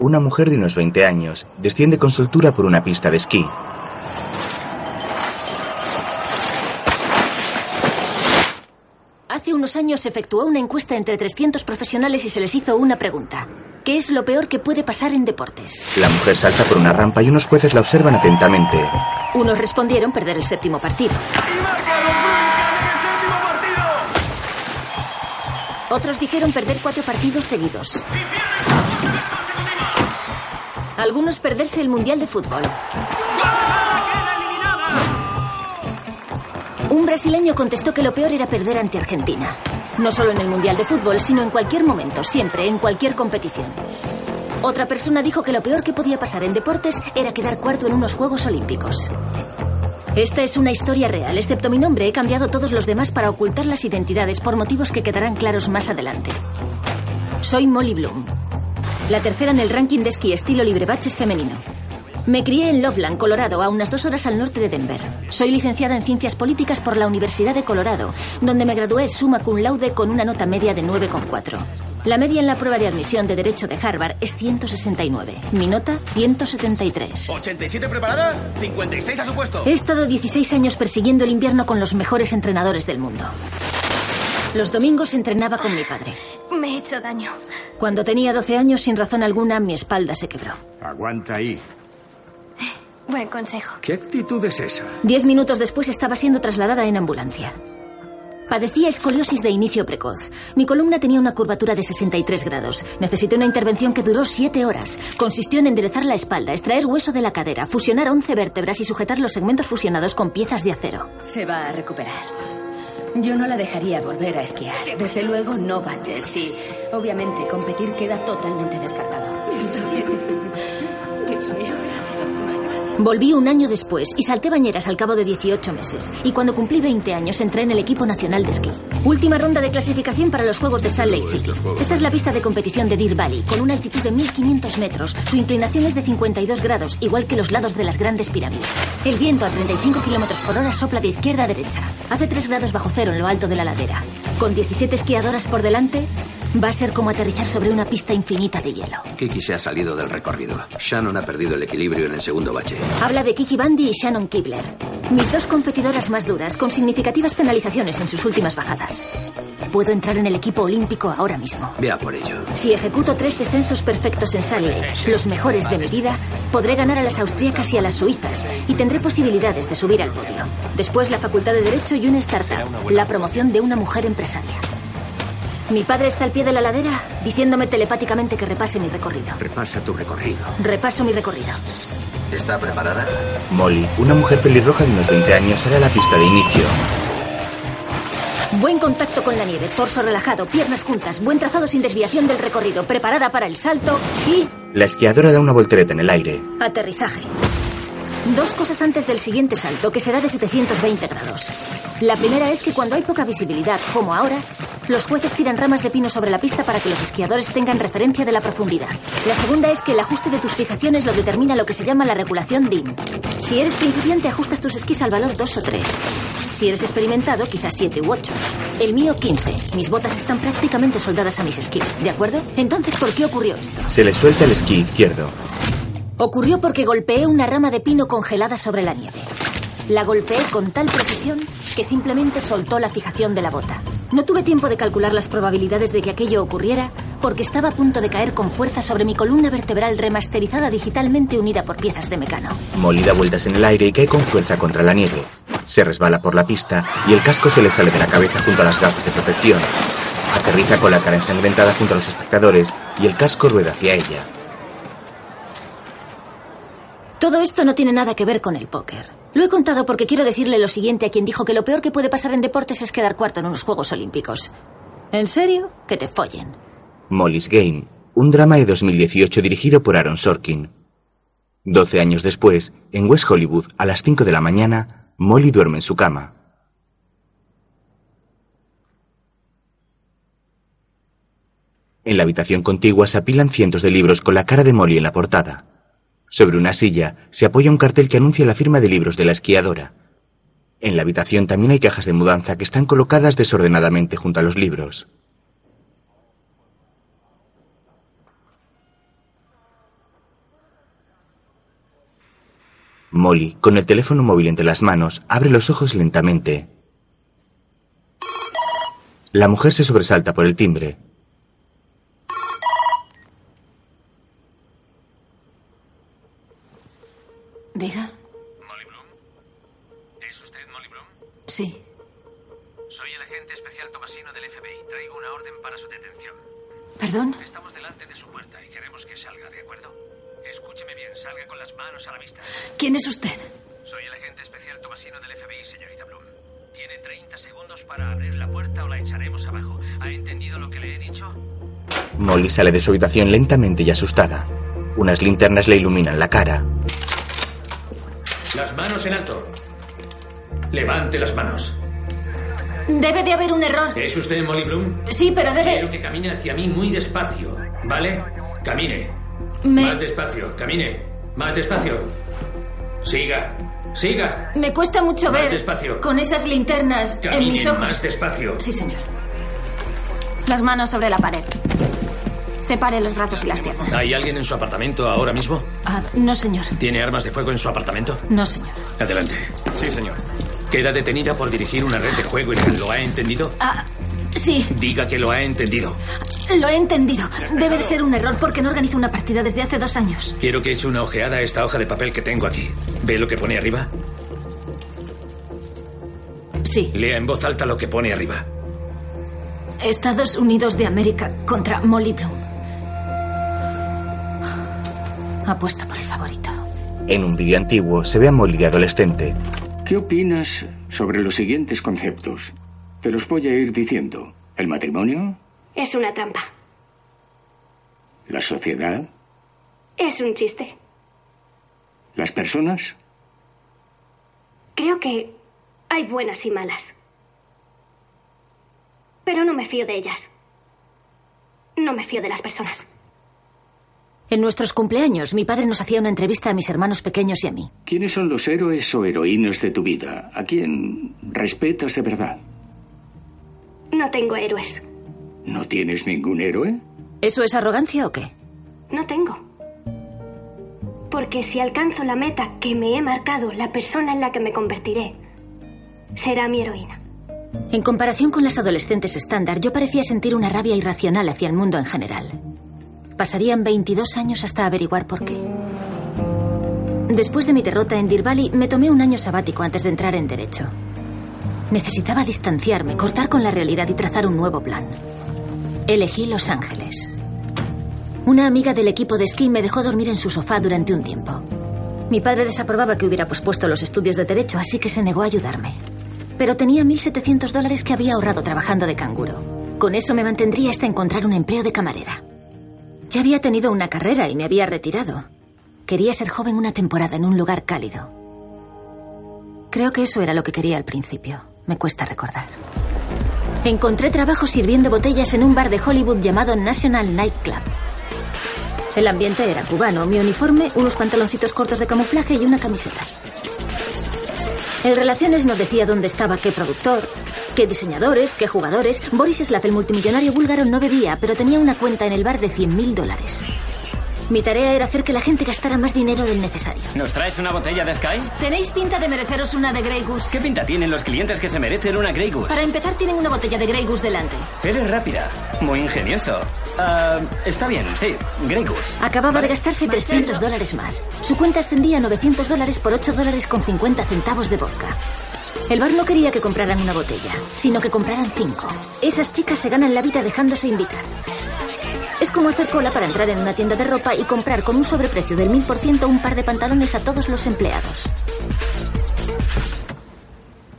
Una mujer de unos 20 años desciende con soltura por una pista de esquí. Hace unos años se efectuó una encuesta entre 300 profesionales y se les hizo una pregunta. ¿Qué es lo peor que puede pasar en deportes? La mujer salta por una rampa y unos jueces la observan atentamente. Unos respondieron perder el séptimo partido. Otros dijeron perder cuatro partidos seguidos. Algunos perderse el Mundial de Fútbol. Un brasileño contestó que lo peor era perder ante Argentina. No solo en el Mundial de Fútbol, sino en cualquier momento, siempre, en cualquier competición. Otra persona dijo que lo peor que podía pasar en deportes era quedar cuarto en unos Juegos Olímpicos. Esta es una historia real. Excepto mi nombre, he cambiado todos los demás para ocultar las identidades por motivos que quedarán claros más adelante. Soy Molly Bloom, la tercera en el ranking de esquí estilo librebaches femenino. Me crié en Loveland, Colorado, a unas dos horas al norte de Denver. Soy licenciada en Ciencias Políticas por la Universidad de Colorado, donde me gradué summa cum laude con una nota media de 9,4. La media en la prueba de admisión de Derecho de Harvard es 169. Mi nota, 173. ¿87 preparada? 56 a su puesto. He estado 16 años persiguiendo el invierno con los mejores entrenadores del mundo. Los domingos entrenaba con mi padre. Me he hecho daño. Cuando tenía 12 años, sin razón alguna, mi espalda se quebró. Aguanta ahí. Buen consejo. ¿Qué actitud es esa? Diez minutos después estaba siendo trasladada en ambulancia. Padecía escoliosis de inicio precoz. Mi columna tenía una curvatura de 63 grados. Necesité una intervención que duró 7 horas. Consistió en enderezar la espalda, extraer hueso de la cadera, fusionar 11 vértebras y sujetar los segmentos fusionados con piezas de acero. Se va a recuperar. Yo no la dejaría volver a esquiar. Desde luego no baches y, obviamente, competir queda totalmente descartado. Está bien. Dios mío, gracias. Volví un año después y salté bañeras al cabo de 18 meses. Y cuando cumplí 20 años entré en el equipo nacional de esquí. Última ronda de clasificación para los Juegos de Salt Lake City. Esta es la pista de competición de Deer Valley, con una altitud de 1500 metros. Su inclinación es de 52 grados, igual que los lados de las grandes pirámides. El viento a 35 kilómetros por hora sopla de izquierda a derecha. Hace 3 grados bajo cero en lo alto de la ladera. Con 17 esquiadoras por delante, va a ser como aterrizar sobre una pista infinita de hielo. Kiki se ha salido del recorrido. Shannon ha perdido el equilibrio en el segundo bache. Habla de Kiki Bandy y Shannon Kibler, mis dos competidoras más duras, con significativas penalizaciones en sus últimas bajadas. Puedo entrar en el equipo olímpico ahora mismo. Vea por ello. Si ejecuto tres descensos perfectos en Salt Lake, los mejores de mi vida, podré ganar a las austríacas y a las suizas y tendré posibilidades de subir al podio. Después la Facultad de Derecho y una startup, la promoción de una mujer empresaria. Mi padre está al pie de la ladera diciéndome telepáticamente que repase mi recorrido. Repasa tu recorrido. Repaso mi recorrido. ¿Está preparada? Molly, una mujer pelirroja de unos 20 años, sale a la pista de inicio. Buen contacto con la nieve, torso relajado, piernas juntas, buen trazado sin desviación del recorrido, preparada para el salto y La esquiadora da una voltereta en el aire. aterrizaje. Dos cosas antes del siguiente salto, que será de 720 grados. La primera es que cuando hay poca visibilidad, como ahora, los jueces tiran ramas de pino sobre la pista para que los esquiadores tengan referencia de la profundidad. La segunda es que el ajuste de tus fijaciones lo determina lo que se llama la regulación DIN. Si eres principiante, ajustas tus esquís al valor 2 o 3. Si eres experimentado, quizás 7 u 8. El mío, 15. Mis botas están prácticamente soldadas a mis esquís, ¿de acuerdo? Entonces, ¿por qué ocurrió esto? Se le suelta el esquí izquierdo. Ocurrió porque golpeé una rama de pino congelada sobre la nieve. La golpeé con tal precisión que simplemente soltó la fijación de la bota. No tuve tiempo de calcular las probabilidades de que aquello ocurriera porque estaba a punto de caer con fuerza sobre mi columna vertebral remasterizada digitalmente unida por piezas de mecano. Molly da vueltas en el aire y cae con fuerza contra la nieve. Se resbala por la pista y el casco se le sale de la cabeza junto a las gafas de protección. Aterriza con la cara ensangrentada junto a los espectadores y el casco rueda hacia ella. Todo esto no tiene nada que ver con el póker. Lo he contado porque quiero decirle lo siguiente a quien dijo que lo peor que puede pasar en deportes es quedar cuarto en unos Juegos Olímpicos. ¿En serio? Que te follen. Molly's Game, un drama de 2018 dirigido por Aaron Sorkin. Doce años después, en West Hollywood, a las 5 de la mañana, Molly duerme en su cama. En la habitación contigua se apilan cientos de libros con la cara de Molly en la portada. Sobre una silla se apoya un cartel que anuncia la firma de libros de la esquiadora. En la habitación también hay cajas de mudanza que están colocadas desordenadamente junto a los libros. Molly, con el teléfono móvil entre las manos, abre los ojos lentamente. La mujer se sobresalta por el timbre. Diga. ¿Molly Bloom? ¿Es usted Molly Bloom? Sí. Soy el agente especial Tomasino del FBI. Traigo una orden para su detención. ¿Perdón? Estamos delante de su puerta y queremos que salga, ¿de acuerdo? Escúcheme bien, salga con las manos a la vista. ¿Quién es usted? Soy el agente especial Tomasino del FBI, señorita Bloom. Tiene 30 segundos para abrir la puerta o la echaremos abajo. ¿Ha entendido lo que le he dicho? Molly sale de su habitación lentamente y asustada. Unas linternas le iluminan la cara. Las manos en alto. Levante las manos. Debe de haber un error. ¿Es usted Molly Bloom? Sí, pero Quiero debe... que camine hacia mí muy despacio, ¿vale? Camine. Me, Más despacio, camine. Más despacio. Siga. Siga. me cuesta mucho Más ver despacio. con esas linternas en Camine mis ojos. más despacio. Sí, señor. Las manos sobre la pared. Separe los brazos y las piernas. ¿Hay alguien en su apartamento ahora mismo? Ah, no, señor. ¿Tiene armas de fuego en su apartamento? No, señor. Adelante. Sí, señor. Queda detenida por dirigir una red de juego ilegal. ¿Lo ha entendido? Ah, sí, Diga que lo ha entendido. lo he entendido. Debe de ser un error porque no organizo una partida desde hace dos años. Quiero que eche una ojeada a esta hoja de papel que tengo aquí. ¿Ve lo que pone arriba? Sí. Lea en voz alta lo que pone arriba. Estados Unidos de América contra Molly Bloom. Apuesta por el favorito. En un vídeo antiguo se ve a Molly de adolescente. ¿Qué opinas sobre los siguientes conceptos? Te los voy a ir diciendo. El matrimonio, Es una trampa. la sociedad, Es un chiste. las personas. Creo que hay buenas y malas. Pero no me fío de ellas. No me fío de las personas. En nuestros cumpleaños, mi padre nos hacía una entrevista a mis hermanos pequeños y a mí. ¿Quiénes son los héroes o heroínas de tu vida? ¿A quién respetas de verdad? No tengo héroes. ¿No tienes ningún héroe? ¿Eso es arrogancia o qué? No tengo. Porque si alcanzo la meta que me he marcado, la persona en la que me convertiré será mi heroína. En comparación con las adolescentes estándar, yo parecía sentir una rabia irracional hacia el mundo en general. Pasarían 22 años hasta averiguar por qué. Después de mi derrota en Deer Valley, me tomé un año sabático antes de entrar en Derecho. Necesitaba distanciarme, cortar con la realidad y trazar un nuevo plan. Elegí Los Ángeles. Una amiga del equipo de esquí me dejó dormir en su sofá durante un tiempo. Mi padre desaprobaba que hubiera pospuesto los estudios de derecho, así que se negó a ayudarme. Pero tenía 1.700 dólares que había ahorrado trabajando de canguro. Con eso me mantendría hasta encontrar un empleo de camarera. Ya había tenido una carrera y me había retirado. Quería ser joven una temporada en un lugar cálido. Creo que eso era lo que quería al principio. Me cuesta recordar. Encontré trabajo sirviendo botellas en un bar de Hollywood llamado National Night Club. El ambiente era cubano, mi uniforme, unos pantaloncitos cortos de camuflaje y una camiseta. En relaciones nos decía dónde estaba qué productor, qué diseñadores, qué jugadores. Boris Slav, el multimillonario búlgaro, no bebía, pero tenía una cuenta en el bar de 100.000 dólares. Mi tarea era hacer que la gente gastara más dinero del necesario. ¿Nos traes una botella de Sky? Tenéis pinta de mereceros una de Grey Goose. ¿Qué pinta tienen los clientes que se merecen una Grey Goose? Para empezar, tienen una botella de Grey Goose delante. Eres rápida. Muy ingenioso. Ah, está bien, sí. Grey Goose. Acababa de gastarse 300 dólares más. Su cuenta ascendía a 900 dólares por 8 dólares con 50 centavos de vodka. El bar no quería que compraran una botella, sino que compraran cinco. Esas chicas se ganan la vida dejándose invitar. Es como hacer cola para entrar en una tienda de ropa y comprar con un sobreprecio del 1000% un par de pantalones a todos los empleados.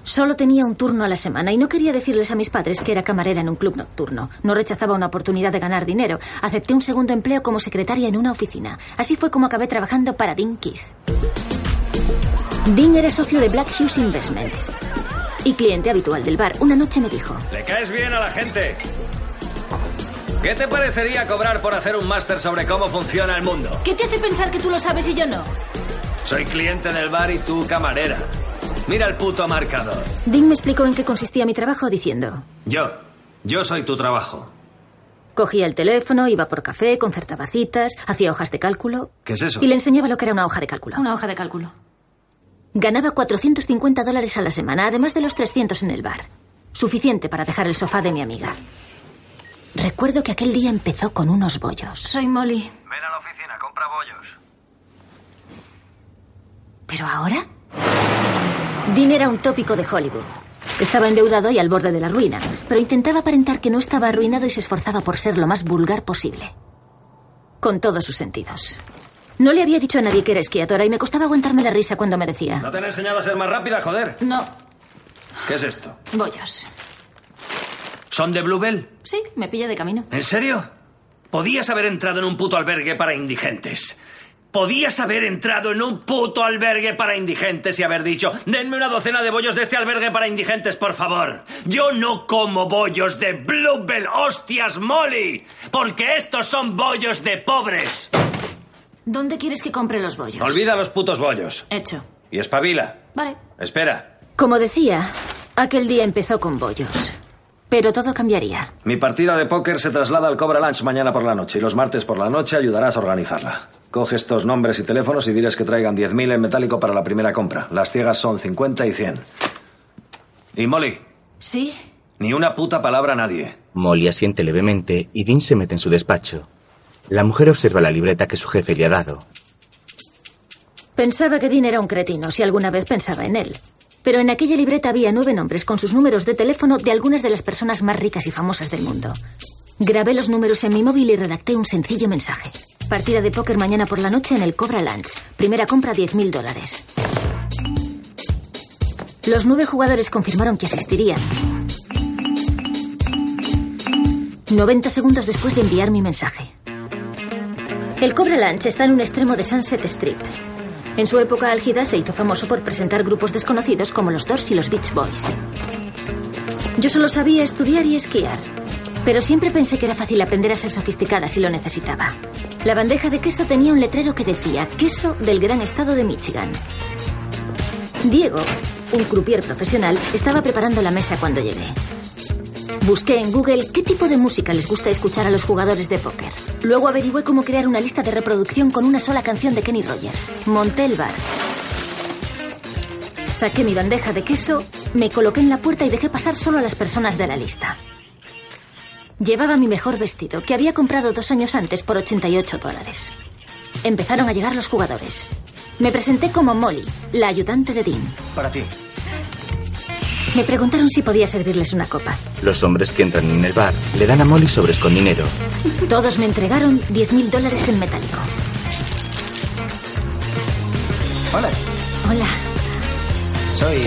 Solo tenía un turno a la semana y no quería decirles a mis padres que era camarera en un club nocturno. No rechazaba una oportunidad de ganar dinero. Acepté un segundo empleo como secretaria en una oficina. Así fue como acabé trabajando para Dean Keith. Dean era socio de Black Hughes Investments y cliente habitual del bar. Una noche me dijo, Le caes bien a la gente. ¿Qué te parecería cobrar por hacer un máster sobre cómo funciona el mundo? ¿qué te hace pensar que tú lo sabes y yo no? Soy cliente del bar y tú camarera. Mira el puto marcador. Dean me explicó en qué consistía mi trabajo diciendo, Yo, yo soy tu trabajo. cogía el teléfono, iba por café, concertaba citas, hacía hojas de cálculo ¿Qué es eso? y le enseñaba lo que era una hoja de cálculo. Una hoja de cálculo. Ganaba 450 dólares a la semana, además de los 300 en el bar. Suficiente para dejar el sofá de mi amiga. Recuerdo que aquel día empezó con unos bollos. Soy Molly. Ven a la oficina, compra bollos. ¿Pero ahora? Dean era un tópico de Hollywood. Estaba endeudado y al borde de la ruina, pero intentaba aparentar que no estaba arruinado y se esforzaba por ser lo más vulgar posible. Con todos sus sentidos. No le había dicho a nadie que era esquiadora y me costaba aguantarme la risa cuando me decía. No te han enseñado a ser más rápida, joder. No, ¿Qué es esto? bollos. ¿Son de Bluebell? Sí, me pilla de camino. ¿En serio? Podías haber entrado en un puto albergue para indigentes. Podías haber entrado en un puto albergue para indigentes y haber dicho, denme una docena de bollos de este albergue para indigentes, por favor. Yo no como bollos de Bluebell, hostias, Molly, porque estos son bollos de pobres. ¿Dónde quieres que compre los bollos? Olvida los putos bollos. Hecho. Y espabila. Vale. Espera. Como decía, aquel día empezó con bollos. Pero todo cambiaría. Mi partida de póker se traslada al Cobra Lunch mañana por la noche y los martes por la noche ayudarás a organizarla. Coge estos nombres y teléfonos y diles que traigan 10.000 en metálico para la primera compra. Las ciegas son 50 y 100. Y Molly, ¿Sí? ni una puta palabra a nadie. Molly asiente levemente y Dean se mete en su despacho. La mujer observa la libreta que su jefe le ha dado. Pensaba que Dean era un cretino, si alguna vez pensaba en él. Pero en aquella libreta había nueve nombres con sus números de teléfono de algunas de las personas más ricas y famosas del mundo. Grabé los números en mi móvil y redacté un sencillo mensaje. Partida de póker mañana por la noche en el Cobra Lunch. Primera compra 10.000 dólares. Los nueve jugadores confirmaron que asistirían. 90 segundos después de enviar mi mensaje. El Cobra Lunch está en un extremo de Sunset Strip. En su época álgida se hizo famoso por presentar grupos desconocidos como los Doors y los Beach Boys. Yo solo sabía estudiar y esquiar, pero siempre pensé que era fácil aprender a ser sofisticada si lo necesitaba. La bandeja de queso tenía un letrero que decía queso del gran estado de Michigan. Diego, un croupier profesional, estaba preparando la mesa cuando llegué. Busqué en Google qué tipo de música les gusta escuchar a los jugadores de póker. Luego averigüé cómo crear una lista de reproducción con una sola canción de Kenny Rogers. Monté el bar. Saqué mi bandeja de queso, me coloqué en la puerta y dejé pasar solo a las personas de la lista. Llevaba mi mejor vestido, que había comprado dos años antes por 88 dólares. Empezaron a llegar los jugadores. Me presenté como Molly, la ayudante de Dean. Para ti. Me preguntaron si podía servirles una copa. Los hombres que entran en el bar le dan a Molly sobres con dinero. Todos me entregaron 10.000 dólares en metálico. Hola, Hola. soy...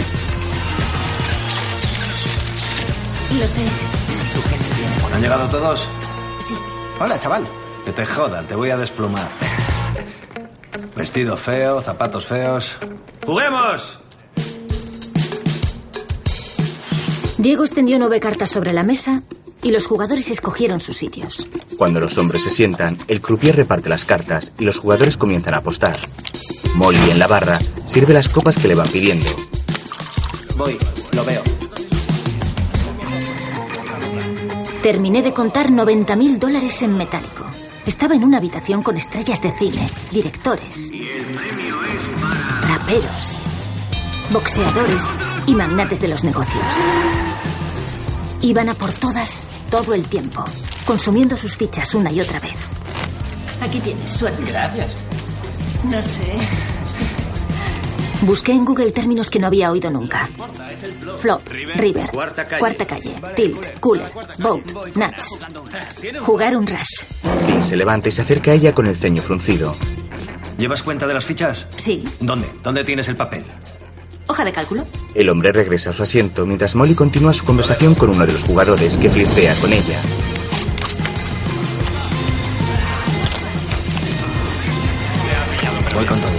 Lo sé. ¿Han llegado todos? Sí. Hola, chaval. Que te jodan, te voy a desplumar. Vestido feo, zapatos feos. ¡Juguemos! Diego extendió nueve cartas sobre la mesa y los jugadores escogieron sus sitios. Cuando los hombres se sientan, el croupier reparte las cartas y los jugadores comienzan a apostar. Molly en la barra sirve las copas que le van pidiendo. Voy, lo veo. Terminé de contar 90.000 dólares en metálico. Estaba en una habitación con estrellas de cine, directores, raperos, boxeadores y magnates de los negocios. Iban a por todas todo el tiempo, consumiendo sus fichas una y otra vez. Aquí tienes, suerte. Gracias. No sé. Busqué en Google términos que no había oído nunca. Flop, River, Cuarta calle. Cuarta Calle, Tilt, Cooler, Boat, Nuts. Jugar un Rush. Dean se levanta y se acerca a ella con el ceño fruncido. ¿Llevas cuenta de las fichas? Sí. ¿Dónde? ¿Dónde tienes el papel? Hoja de cálculo. El hombre regresa a su asiento mientras Molly continúa su conversación con uno de los jugadores que flirtea con ella. Voy con todo.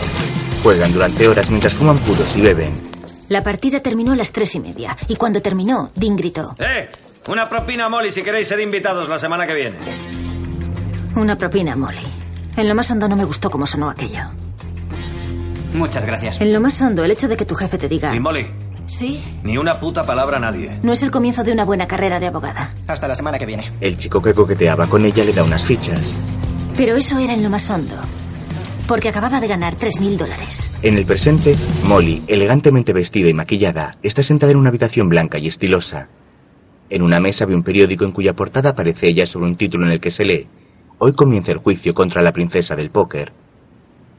Juegan durante horas mientras fuman puros y beben. La partida terminó a las tres y media. Y cuando terminó, Dean gritó. ¡Eh! Una propina, Molly, si queréis ser invitados la semana que viene. Una propina, Molly. En lo más hondo no me gustó cómo sonó aquello. Muchas gracias. En lo más hondo, el hecho de que tu jefe te diga... Y Molly, Sí, ni una puta palabra a nadie. no es el comienzo de una buena carrera de abogada. Hasta la semana que viene. El chico que coqueteaba con ella le da unas fichas. Pero eso era en lo más hondo. porque acababa de ganar 3.000 dólares. En el presente, Molly, elegantemente vestida y maquillada, está sentada en una habitación blanca y estilosa. En una mesa ve un periódico en cuya portada aparece ella sobre un título en el que se lee: Hoy comienza el juicio contra la princesa del póker.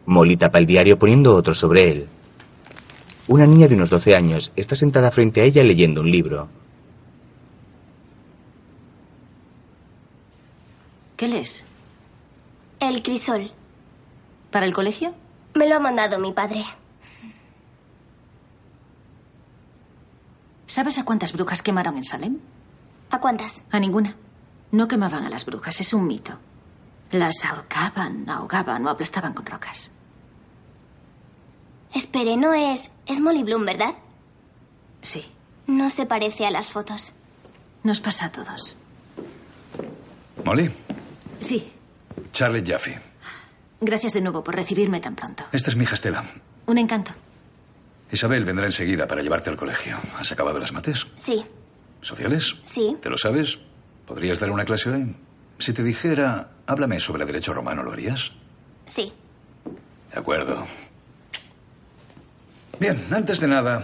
Molly tapa el diario poniendo otro sobre él. Una niña de unos 12 años está sentada frente a ella leyendo un libro. ¿Qué lees? El crisol. ¿Para el colegio? Me lo ha mandado mi padre. ¿Sabes a cuántas brujas quemaron en Salem? ¿A cuántas? A ninguna. No quemaban a las brujas, es un mito. Las ahorcaban, ahogaban o aplastaban con rocas. Espere, no es. Es Molly Bloom, ¿verdad? Sí, No se parece a las fotos. nos pasa a todos. Molly, Sí, Charlie Jaffe. gracias de nuevo por recibirme tan pronto. Esta es mi hija Estela. Un encanto. Isabel vendrá enseguida para llevarte al colegio. ¿Has acabado las mates? Sí, ¿Sociales? sí. ¿Te lo sabes? ¿Podrías dar una clase hoy? Si te dijera, háblame sobre derecho romano, ¿lo harías? Sí. De acuerdo. Bien, antes de nada,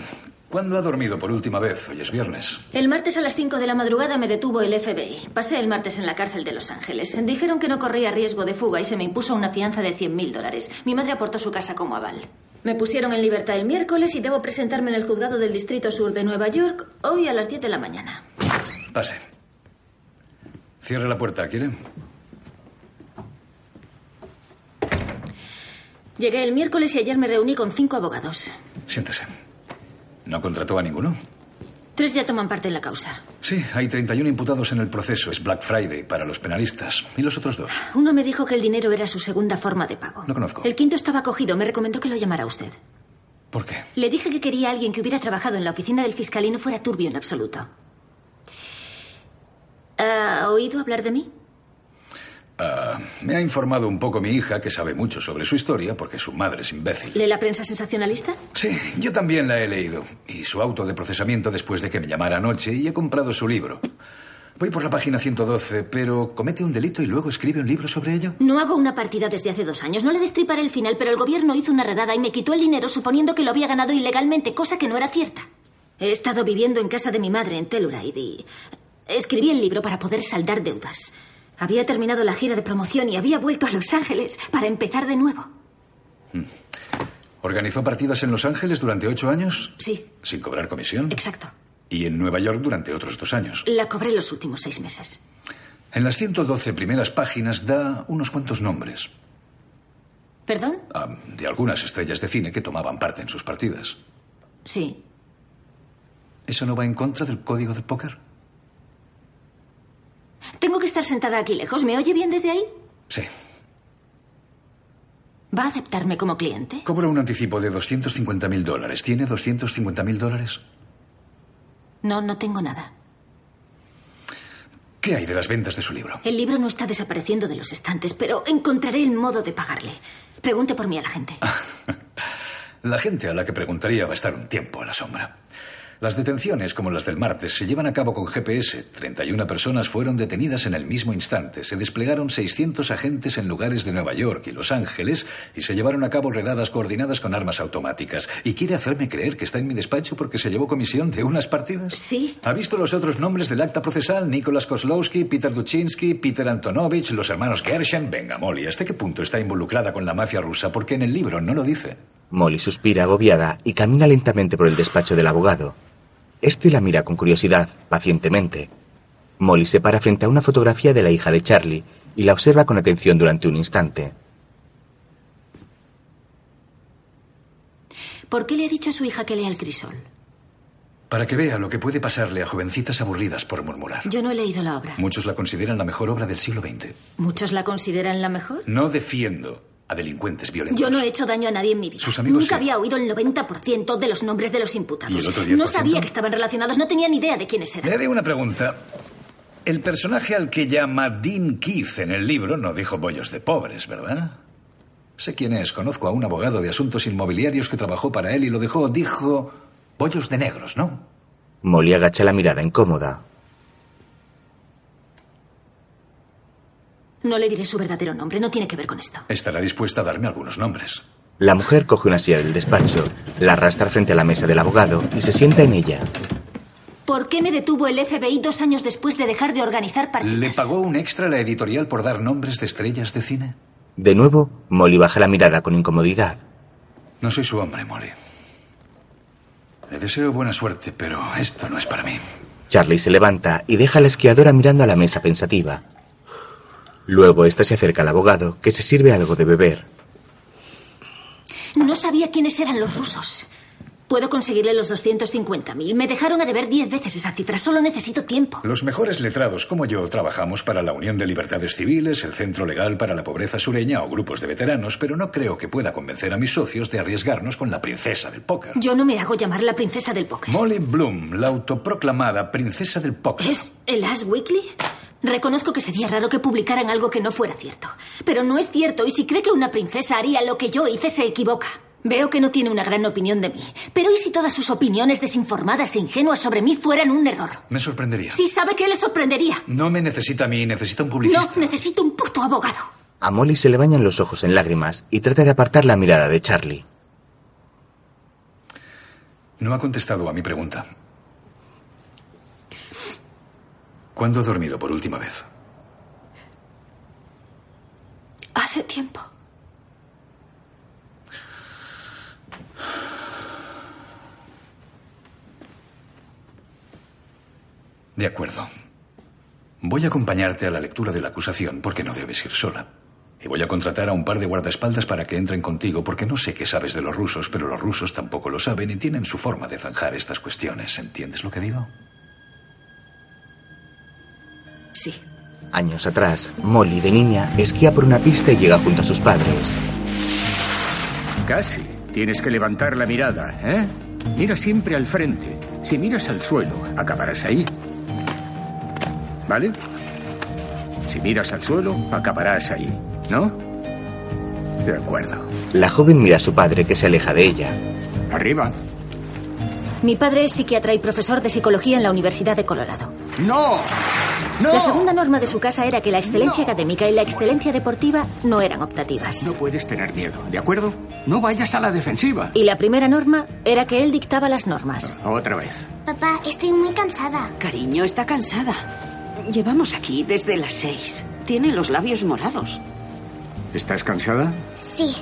¿cuándo ha dormido por última vez? Hoy es viernes. El martes a las 5 de la madrugada me detuvo el FBI. Pasé el martes en la cárcel de Los Ángeles. Dijeron que no corría riesgo de fuga y se me impuso una fianza de 100.000 dólares. Mi madre aportó su casa como aval. Me pusieron en libertad el miércoles y debo presentarme en el juzgado del Distrito Sur de Nueva York hoy a las 10 de la mañana. Pase. Cierre la puerta, ¿quiere? Llegué el miércoles y ayer me reuní con cinco abogados. Siéntese. ¿No contrató a ninguno? Tres ya toman parte en la causa. Sí, hay 31 imputados en el proceso. Es Black Friday para los penalistas. ¿Y los otros dos? Uno me dijo que el dinero era su segunda forma de pago. Lo conozco. El quinto estaba cogido. Me recomendó que lo llamara usted. ¿Por qué? Le dije que quería a alguien que hubiera trabajado en la oficina del fiscal y no fuera turbio en absoluto. ¿Ha oído hablar de mí? Ah, me ha informado un poco mi hija, que sabe mucho sobre su historia, porque su madre es imbécil. ¿Lee la prensa sensacionalista? Sí, yo también la he leído. Y su auto de procesamiento después de que me llamara anoche y he comprado su libro. Voy por la página 112, pero comete un delito y luego escribe un libro sobre ello. No hago una partida desde hace dos años. No le destriparé el final, pero el gobierno hizo una redada y me quitó el dinero suponiendo que lo había ganado ilegalmente, cosa que no era cierta. He estado viviendo en casa de mi madre en Telluride y escribí el libro para poder saldar deudas. Había terminado la gira de promoción y había vuelto a Los Ángeles para empezar de nuevo. ¿Organizó partidas en Los Ángeles durante ocho años? Sí. ¿Sin cobrar comisión? Exacto. Y en Nueva York durante otros dos años. La cobré los últimos seis meses. En las 112 primeras páginas da unos cuantos nombres ¿Perdón? ah, de algunas estrellas de cine que tomaban parte en sus partidas. Sí. ¿Eso no va en contra del código del póker? Tengo que estar sentada aquí lejos. ¿Me oye bien desde ahí? Sí. ¿Va a aceptarme como cliente? Cobra un anticipo de 250.000 dólares. ¿Tiene 250.000 dólares? No, no tengo nada. ¿Qué hay de las ventas de su libro? El libro no está desapareciendo de los estantes, pero encontraré el modo de pagarle. Pregunte por mí a la gente. Ah. La gente a la que preguntaría va a estar un tiempo a la sombra. Las detenciones, como las del martes, se llevan a cabo con GPS. 31 personas fueron detenidas en el mismo instante. Se desplegaron 600 agentes en lugares de Nueva York y Los Ángeles y se llevaron a cabo redadas coordinadas con armas automáticas. ¿Y quiere hacerme creer que está en mi despacho porque se llevó comisión de unas partidas? Sí. ¿Ha visto los otros nombres del acta procesal? Nicholas Koslowski, Peter Duchinsky, Peter Antonovich, los hermanos Gershon. Venga, Molly, ¿hasta qué punto está involucrada con la mafia rusa? Porque en el libro no lo dice. Molly suspira agobiada y camina lentamente por el despacho del abogado. Este la mira con curiosidad, pacientemente. Molly se para frente a una fotografía de la hija de Charlie y la observa con atención durante un instante. ¿Por qué le ha dicho a su hija que lea el crisol? Para que vea lo que puede pasarle a jovencitas aburridas por murmurar. Yo no he leído la obra. Muchos la consideran la mejor obra del siglo XX. ¿Muchos la consideran la mejor? No defiendo a delincuentes violentos. Yo no he hecho daño a nadie en mi vida. Sus amigos Nunca sí. había oído el 90% de los nombres de los imputados. ¿Y el otro No 10%? sabía que estaban relacionados, no tenía ni idea de quiénes Le eran. haré una pregunta. El personaje al que llama Dean Keith en el libro no dijo bollos de pobres, ¿verdad? Sé quién es. Conozco a un abogado de asuntos inmobiliarios que trabajó para él y lo dejó. Dijo bollos de negros, ¿no? Molly agacha la mirada incómoda. No le diré su verdadero nombre, no tiene que ver con esto. Estará dispuesta a darme algunos nombres. La mujer coge una silla del despacho, la arrastra frente a la mesa del abogado y se sienta en ella. ¿Por qué me detuvo el FBI dos años después de dejar de organizar partidos? ¿Le pagó un extra la editorial por dar nombres de estrellas de cine? De nuevo, Molly baja la mirada con incomodidad. No soy su hombre, Molly. Le deseo buena suerte, pero esto no es para mí. Charlie se levanta y deja a la esquiadora mirando a la mesa pensativa. Luego ésta se acerca al abogado, que se sirve algo de beber. No sabía quiénes eran los rusos. Puedo conseguirle los 250.000. Me dejaron a deber 10 veces esa cifra. Solo necesito tiempo. Los mejores letrados como yo trabajamos para la Unión de Libertades Civiles, el Centro Legal para la Pobreza Sureña o grupos de veteranos, pero no creo que pueda convencer a mis socios de arriesgarnos con la princesa del póker. Yo no me hago llamar la princesa del póker. Molly Bloom, la autoproclamada princesa del póker. ¿Es el As Weekly? Reconozco que sería raro que publicaran algo que no fuera cierto. Pero no es cierto y si cree que una princesa haría lo que yo hice, se equivoca. Veo que no tiene una gran opinión de mí. Pero ¿y si todas sus opiniones desinformadas e ingenuas sobre mí fueran un error? Me sorprendería. Sí, sabe que le sorprendería. No me necesita a mí, necesita un No, publicista. necesito un puto abogado. A Molly se le bañan los ojos en lágrimas y trata de apartar la mirada de Charlie. No ha contestado a mi pregunta. ¿Cuándo ha dormido por última vez? Hace tiempo. De acuerdo. Voy a acompañarte a la lectura de la acusación porque no debes ir sola. Y voy a contratar a un par de guardaespaldas para que entren contigo porque no sé qué sabes de los rusos, pero los rusos tampoco lo saben y tienen su forma de zanjar estas cuestiones. ¿Entiendes lo que digo? Sí. Años atrás, Molly, de niña, esquía por una pista y llega junto a sus padres. Casi. Tienes que levantar la mirada, ¿eh? Mira siempre al frente. Si miras al suelo, acabarás ahí. ¿Vale? Si miras al suelo, acabarás ahí, ¿no? De acuerdo. La joven mira a su padre que se aleja de ella. Arriba. Mi padre es psiquiatra y profesor de psicología en la Universidad de Colorado. ¡No! ¡No! La segunda norma de su casa era que la excelencia académica y la excelencia deportiva no eran optativas. No puedes tener miedo, ¿de acuerdo? No vayas a la defensiva. Y la primera norma era que él dictaba las normas. Otra vez. Papá, estoy muy cansada. Cariño, está cansada. Llevamos aquí desde las seis. Tiene los labios morados. ¿Estás cansada? Sí.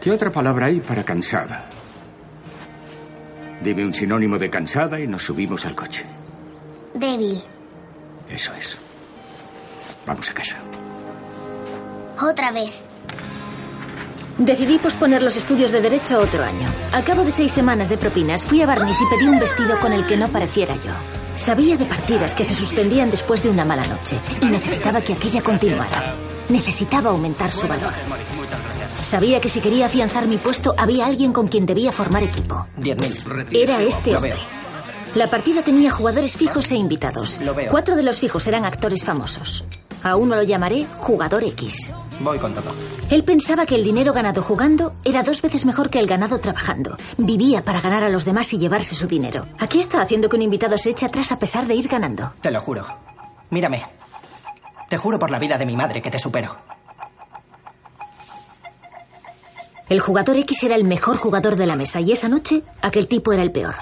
¿Qué otra palabra hay para cansada? Dime un sinónimo de cansada y nos subimos al coche. Debbie, Eso es. Vamos a casa. otra vez. Decidí posponer los estudios de Derecho otro año. Al cabo de seis semanas de propinas, fui a Barnes y pedí un vestido con el que no pareciera yo. Sabía de partidas que se suspendían después de una mala noche y necesitaba que aquella continuara. Necesitaba aumentar su valor. Muchas gracias. Sabía que si quería afianzar mi puesto, había alguien con quien debía formar equipo. Diez mil. Era este Lo hombre. veo. La partida tenía jugadores fijos e invitados. Lo veo. Cuatro de los fijos eran actores famosos. A uno lo llamaré jugador X. Voy con todo. Él pensaba que el dinero ganado jugando era dos veces mejor que el ganado trabajando. Vivía para ganar a los demás y llevarse su dinero. Aquí está haciendo que un invitado se eche atrás a pesar de ir ganando. Te lo juro. Mírame. Te juro por la vida de mi madre que te supero. El jugador X era el mejor jugador de la mesa y esa noche aquel tipo era el peor.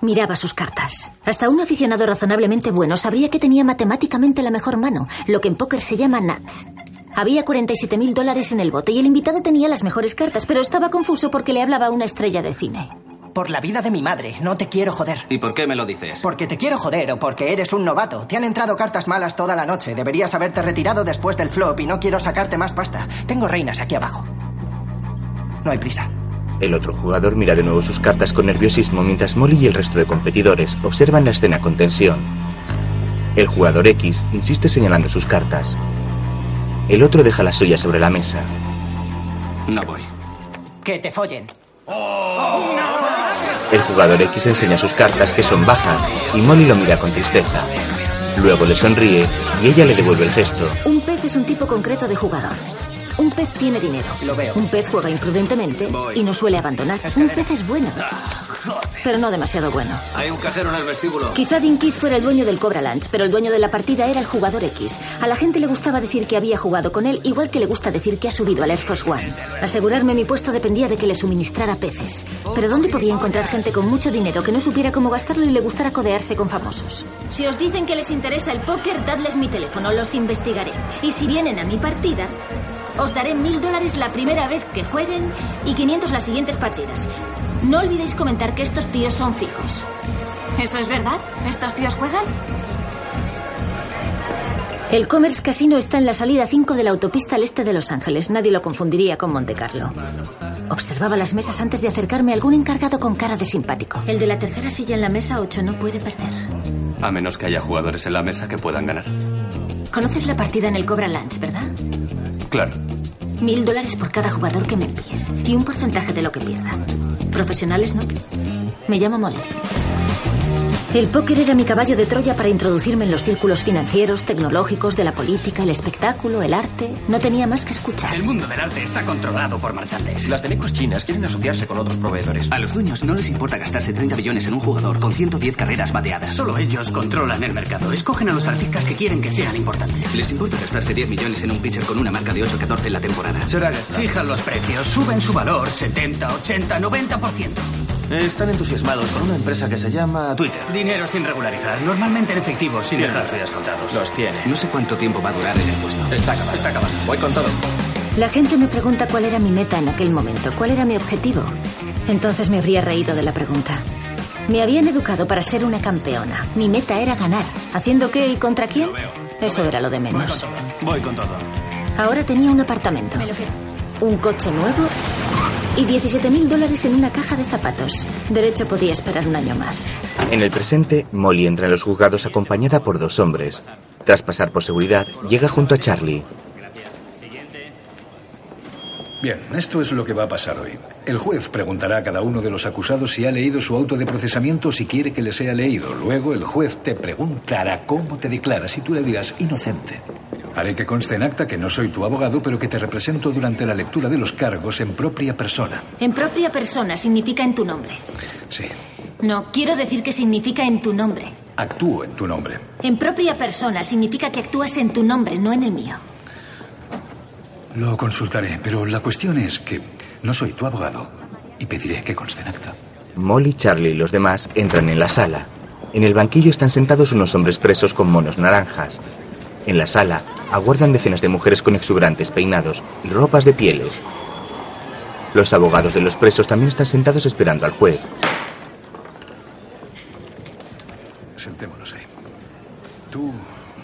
Miraba sus cartas. Hasta un aficionado razonablemente bueno sabría que tenía matemáticamente la mejor mano, lo que en póker se llama nuts. Había 47 mil dólares en el bote y el invitado tenía las mejores cartas, pero estaba confuso porque le hablaba a una estrella de cine. Por la vida de mi madre, no te quiero joder. ¿Y por qué me lo dices? Porque te quiero joder o porque eres un novato. Te han entrado cartas malas toda la noche. Deberías haberte retirado después del flop y no quiero sacarte más pasta. Tengo reinas aquí abajo. No hay prisa. El otro jugador mira de nuevo sus cartas con nerviosismo mientras Molly y el resto de competidores observan la escena con tensión. El jugador X insiste señalando sus cartas. El otro deja la suya sobre la mesa. No voy. Que te follen. El jugador X enseña sus cartas que son bajas y Molly lo mira con tristeza. Luego le sonríe y ella le devuelve el gesto. Un pez es un tipo concreto de jugador. Un pez tiene dinero. Un pez juega imprudentemente y no suele abandonar. Un pez es bueno. pero no demasiado bueno. Hay un cajero en el vestíbulo. Quizá Dean Keith fuera el dueño del Cobra Lunch, pero el dueño de la partida era el jugador X. A la gente le gustaba decir que había jugado con él, igual que le gusta decir que ha subido al Air Force One. Asegurarme mi puesto dependía de que le suministrara peces. Pero ¿dónde podía encontrar gente con mucho dinero que no supiera cómo gastarlo y le gustara codearse con famosos? Si os dicen que les interesa el póker, dadles mi teléfono, los investigaré. Y si vienen a mi partida, os daré mil dólares la primera vez que jueguen y 500 las siguientes partidas. No olvidéis comentar que estos tíos son fijos. ¿Eso es verdad? ¿Estos tíos juegan? El Commerce Casino está en la salida 5 de la autopista al este de Los Ángeles. Nadie lo confundiría con Monte Carlo. Observaba las mesas antes de acercarme a algún encargado con cara de simpático. El de la tercera silla en la mesa 8 no puede perder. A menos que haya jugadores en la mesa que puedan ganar. Conoces la partida en el Cobra Lunch, ¿verdad? Claro. Mil dólares por cada jugador que me envíes y un porcentaje de lo que pierda. Profesionales no. Me llamo Molly. El póker era mi caballo de Troya para introducirme en los círculos financieros, tecnológicos, de la política, el espectáculo, el arte. No tenía más que escuchar. El mundo del arte está controlado por marchantes. Las telecos chinas quieren asociarse con otros proveedores. A los dueños no les importa gastarse 30 millones en un jugador con 110 carreras bateadas. Solo ellos controlan el mercado. Escogen a los artistas que quieren que sean importantes. Les importa gastarse 10 millones en un pitcher con una marca de 8-14 en la temporada. Fijan los precios, suben su valor 70, 80, 90%. Están entusiasmados con una empresa que se llama Twitter. Dinero sin regularizar, normalmente en efectivo, sin Tiene dejar los días contados. Los tiene. No sé cuánto tiempo va a durar en el puesto. Está acabado. Está acabado. Voy con todo. La gente me pregunta cuál era mi meta en aquel momento, cuál era mi objetivo. Entonces me habría reído de la pregunta. Me habían educado para ser una campeona. Mi meta era ganar. ¿Haciendo qué y contra quién? Eso era lo de menos. Voy con todo. Ahora tenía un apartamento, un coche nuevo y 17.000 dólares en una caja de zapatos. Derecho podía esperar un año más. En el presente, Molly entra en los juzgados acompañada por dos hombres. Tras pasar por seguridad, llega junto a Charlie. Bien, esto es lo que va a pasar hoy. El juez preguntará a cada uno de los acusados si ha leído su auto de procesamiento o si quiere que le sea leído. Luego el juez te preguntará cómo te declaras y tú le dirás inocente. Haré que conste en acta que no soy tu abogado, pero que te represento durante la lectura de los cargos en propia persona. En propia persona significa en tu nombre. Sí, No, quiero decir que significa en tu nombre. actúo en tu nombre. En propia persona significa que actúas en tu nombre, no en el mío. Lo consultaré, pero la cuestión es que no soy tu abogado y pediré que conste en acta. Molly, Charlie y los demás entran en la sala. En el banquillo están sentados unos hombres presos con monos naranjas. En la sala aguardan decenas de mujeres con exuberantes peinados y ropas de pieles. Los abogados de los presos también están sentados esperando al juez. Sentémonos ahí. Tú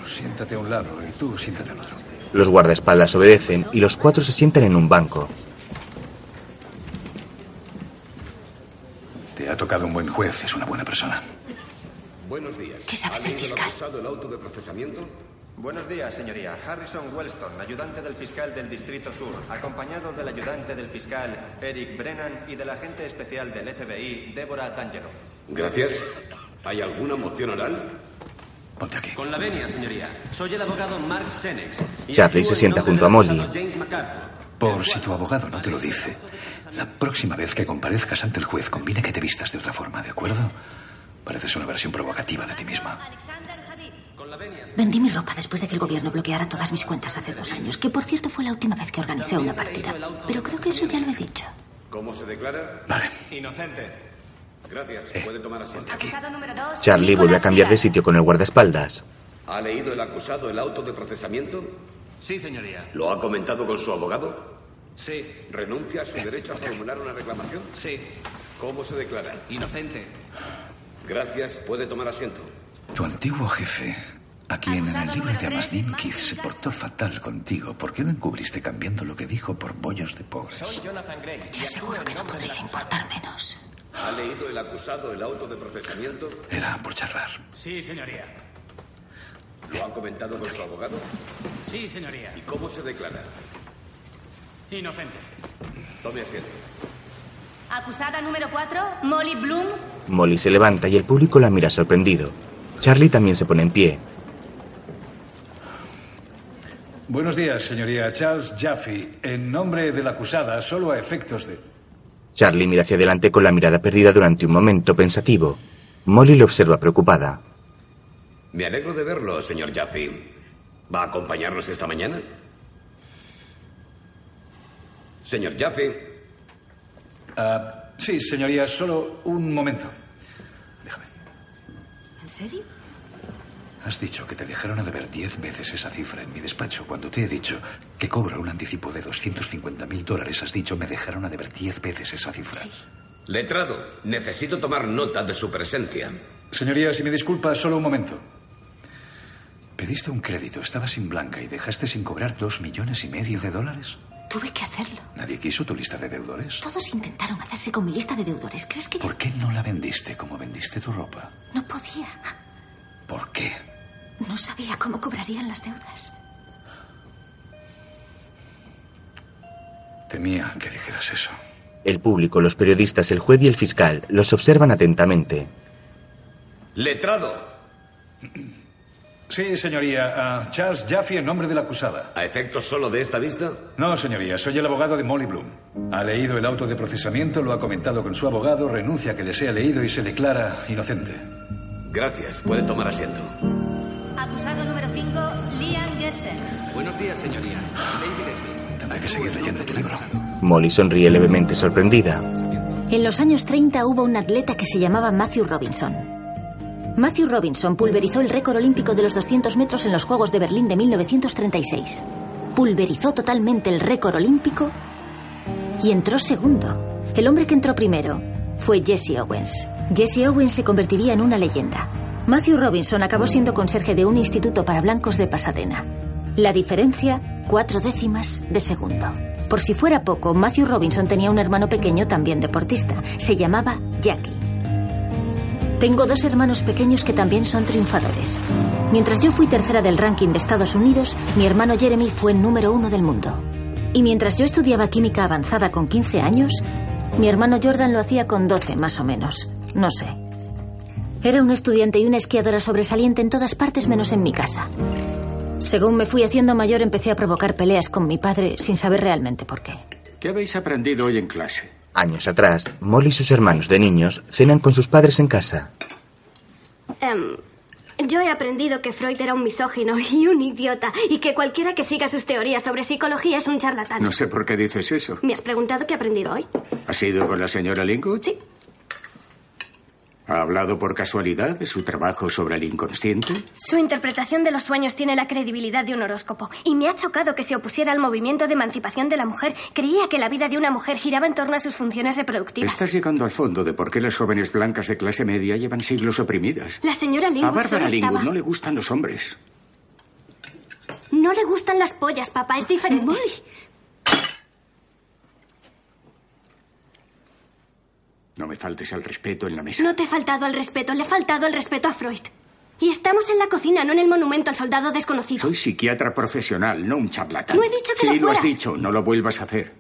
siéntate a un lado y tú siéntate al otro. Los guardaespaldas obedecen y los cuatro se sientan en un banco. Te ha tocado un buen juez, es una buena persona. Buenos días. ¿Qué sabes del ¿Ha leído fiscal? el acusado el auto de procesamiento? Buenos días, señoría. Harrison Wellston, ayudante del fiscal del Distrito Sur, acompañado del ayudante del fiscal Eric Brennan y del agente especial del FBI, Deborah D'Angelo. Gracias. ¿Hay alguna moción oral? Con la venia, señoría. Soy el abogado Mark Senex. y Charlie actúo se en sienta nombre junto a del Molly. acusado James McCarthy. Por si tu abogado no te lo dice, la próxima vez que comparezcas ante el juez, conviene que te vistas de otra forma, ¿de acuerdo? Pareces una versión provocativa de ti misma. Vendí mi ropa después de que el gobierno bloqueara todas mis cuentas hace dos años, que por cierto fue la última vez que organicé una partida. Pero creo que eso ya lo he dicho. ¿Cómo se declara? Inocente. Gracias. Puede tomar asiento. Eh, Charlie vuelve a cambiar de sitio con el guardaespaldas. ¿Ha leído el acusado el auto de procesamiento? Sí, señoría. ¿Lo ha comentado con su abogado? Sí, ¿Renuncia a su derecho a formular una reclamación? Sí. ¿Cómo se declara? inocente. Gracias. Puede tomar asiento. Tu antiguo jefe, a quien en el libro llamas Dean Keith, se portó fatal contigo. ¿Por qué lo encubriste cambiando lo que dijo por bollos de pobres? Jonathan Gray. Te aseguro que no podría importar menos. ¿Ha leído el acusado el auto de procesamiento? Era por charlar. Sí, señoría. ¿Lo ha comentado con su abogado? Sí, señoría. ¿Y cómo se declara? Inocente. Tome asiento. Acusada número 4, Molly Bloom. Molly se levanta y el público la mira sorprendido. Charlie también se pone en pie. Buenos días, señoría. Charles Jaffe, en nombre de la acusada, solo a efectos de... Charlie mira hacia adelante con la mirada perdida durante un momento pensativo. Molly lo observa preocupada. Me alegro de verlo, señor Jaffe. ¿Va a acompañarnos esta mañana? Señor Jaffe. Ah, sí, señoría, solo un momento. ¿En serio? Has dicho que te dejaron a deber diez veces esa cifra en mi despacho. Cuando te he dicho que cobro un anticipo de 250 mil dólares, has dicho me dejaron a deber diez veces esa cifra. Letrado, necesito tomar nota de su presencia. Señoría, si me disculpa, solo un momento. Pediste un crédito, estabas sin blanca y dejaste sin cobrar dos millones y medio de dólares. Tuve que hacerlo. Nadie quiso tu lista de deudores. Todos intentaron hacerse con mi lista de deudores. ¿Crees que ¿Por qué no la vendiste como vendiste tu ropa? no podía? ¿Por qué? No sabía cómo cobrarían las deudas. Temía que dijeras eso. El público, los periodistas, el juez y el fiscal los observan atentamente. Letrado. Sí, señoría. ah, Charles Jaffe en nombre de la acusada. ¿A efectos solo de esta vista? No, señoría. Soy el abogado de Molly Bloom. Ha leído el auto de procesamiento, lo ha comentado con su abogado, renuncia a que le sea leído y se declara inocente. Gracias. Puede tomar asiento. Acusado número 5, Liam Gersen. Buenos días, señoría. David Smith. Tendré que seguir leyendo tu libro. Molly sonríe levemente sorprendida. En los años 30 hubo un atleta que se llamaba Matthew Robinson. Matthew Robinson pulverizó el récord olímpico de los 200 metros en los Juegos de Berlín de 1936. Pulverizó totalmente el récord olímpico y entró segundo. El hombre que entró primero fue Jesse Owens. Jesse Owens se convertiría en una leyenda. Matthew Robinson acabó siendo conserje de un instituto para blancos de Pasadena. La diferencia, cuatro décimas de segundo. Por si fuera poco, Matthew Robinson tenía un hermano pequeño también deportista. Se llamaba Jackie. Tengo dos hermanos pequeños que también son triunfadores. Mientras yo fui tercera del ranking de Estados Unidos, mi hermano Jeremy fue número uno del mundo. Y mientras yo estudiaba química avanzada con 15 años, mi hermano Jordan lo hacía con 12 más o menos. No sé. Era un estudiante y una esquiadora sobresaliente en todas partes menos en mi casa. Según me fui haciendo mayor, empecé a provocar peleas con mi padre sin saber realmente por qué. ¿Qué habéis aprendido hoy en clase? Años atrás, Molly y sus hermanos de niños cenan con sus padres en casa. Em, yo he aprendido que Freud era un misógino y un idiota y que cualquiera que siga sus teorías sobre psicología es un charlatán. No sé por qué dices eso. ¿Me has preguntado qué he aprendido hoy? ¿Has ido con la señora Lincoln? Sí. ¿Ha hablado por casualidad de su trabajo sobre el inconsciente? Su interpretación de los sueños tiene la credibilidad de un horóscopo y me ha chocado que se opusiera al movimiento de emancipación de la mujer. Creía que la vida de una mujer giraba en torno a sus funciones reproductivas. Estás llegando al fondo de por qué las jóvenes blancas de clase media llevan siglos oprimidas. La señora A Linwood solo Bárbara Linwood estaba... no le gustan los hombres. No le gustan las pollas, papá, es diferente. No me faltes al respeto en la mesa. No te he faltado al respeto, le he faltado al respeto a Freud. Y estamos en la cocina, no en el monumento al soldado desconocido. Soy psiquiatra profesional, no un charlatán. No he dicho que Sí, lo lo has fueras. dicho, no lo vuelvas a hacer.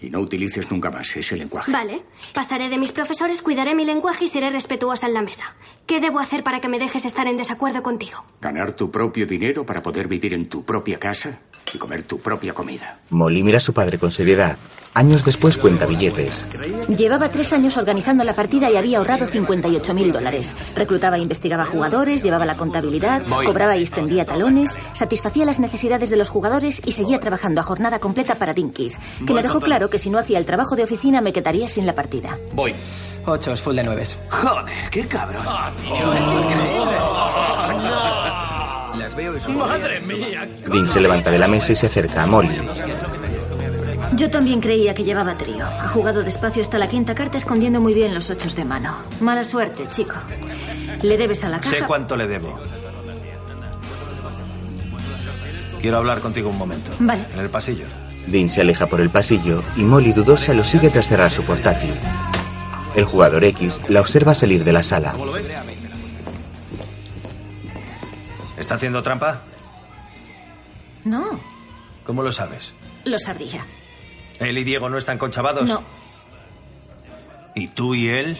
Y no utilices nunca más ese lenguaje. Vale, pasaré de mis profesores, cuidaré mi lenguaje y seré respetuosa en la mesa. ¿Qué debo hacer para que me dejes estar en desacuerdo contigo? Ganar tu propio dinero para poder vivir en tu propia casa y comer tu propia comida. Molly mira a su padre con seriedad. Años después cuenta billetes. Llevaba tres años organizando la partida y había ahorrado 58.000 dólares. Reclutaba e investigaba jugadores, llevaba la contabilidad, Voy. cobraba y extendía talones, satisfacía las necesidades de los jugadores y seguía trabajando a jornada completa para Dinkiz, que me Voy, dejó Tonton. claro que si no hacía el trabajo de oficina me quedaría sin la partida. Voy. Ocho es full de nueves. Joder, qué cabrón. Las veo y Madre mía. Dean se levanta de la mesa y se acerca a Molly. Yo también creía que llevaba trío. Ha jugado despacio hasta la quinta carta escondiendo muy bien los ochos de mano. Mala suerte, chico. Le debes a la Sé cuánto le debo. Quiero hablar contigo un momento. Vale. En el pasillo. Dean se aleja por el pasillo y Molly dudosa lo sigue tras cerrar su portátil. El jugador X la observa salir de la sala. ¿Está haciendo trampa? No, ¿Cómo lo sabes? lo sabría. ¿Él y Diego no están conchavados? No. ¿Y tú y él?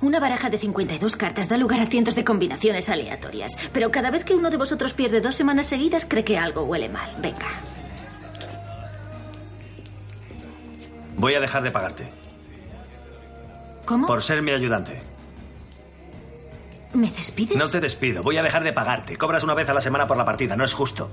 Una baraja de 52 cartas da lugar a cientos de combinaciones aleatorias, pero cada vez que uno de vosotros pierde dos semanas seguidas cree que algo huele mal. Venga. Voy a dejar de pagarte. ¿Cómo? Por ser mi ayudante. ¿Me despides? No te despido. Voy a dejar de pagarte. Cobras una vez a la semana por la partida. No es justo.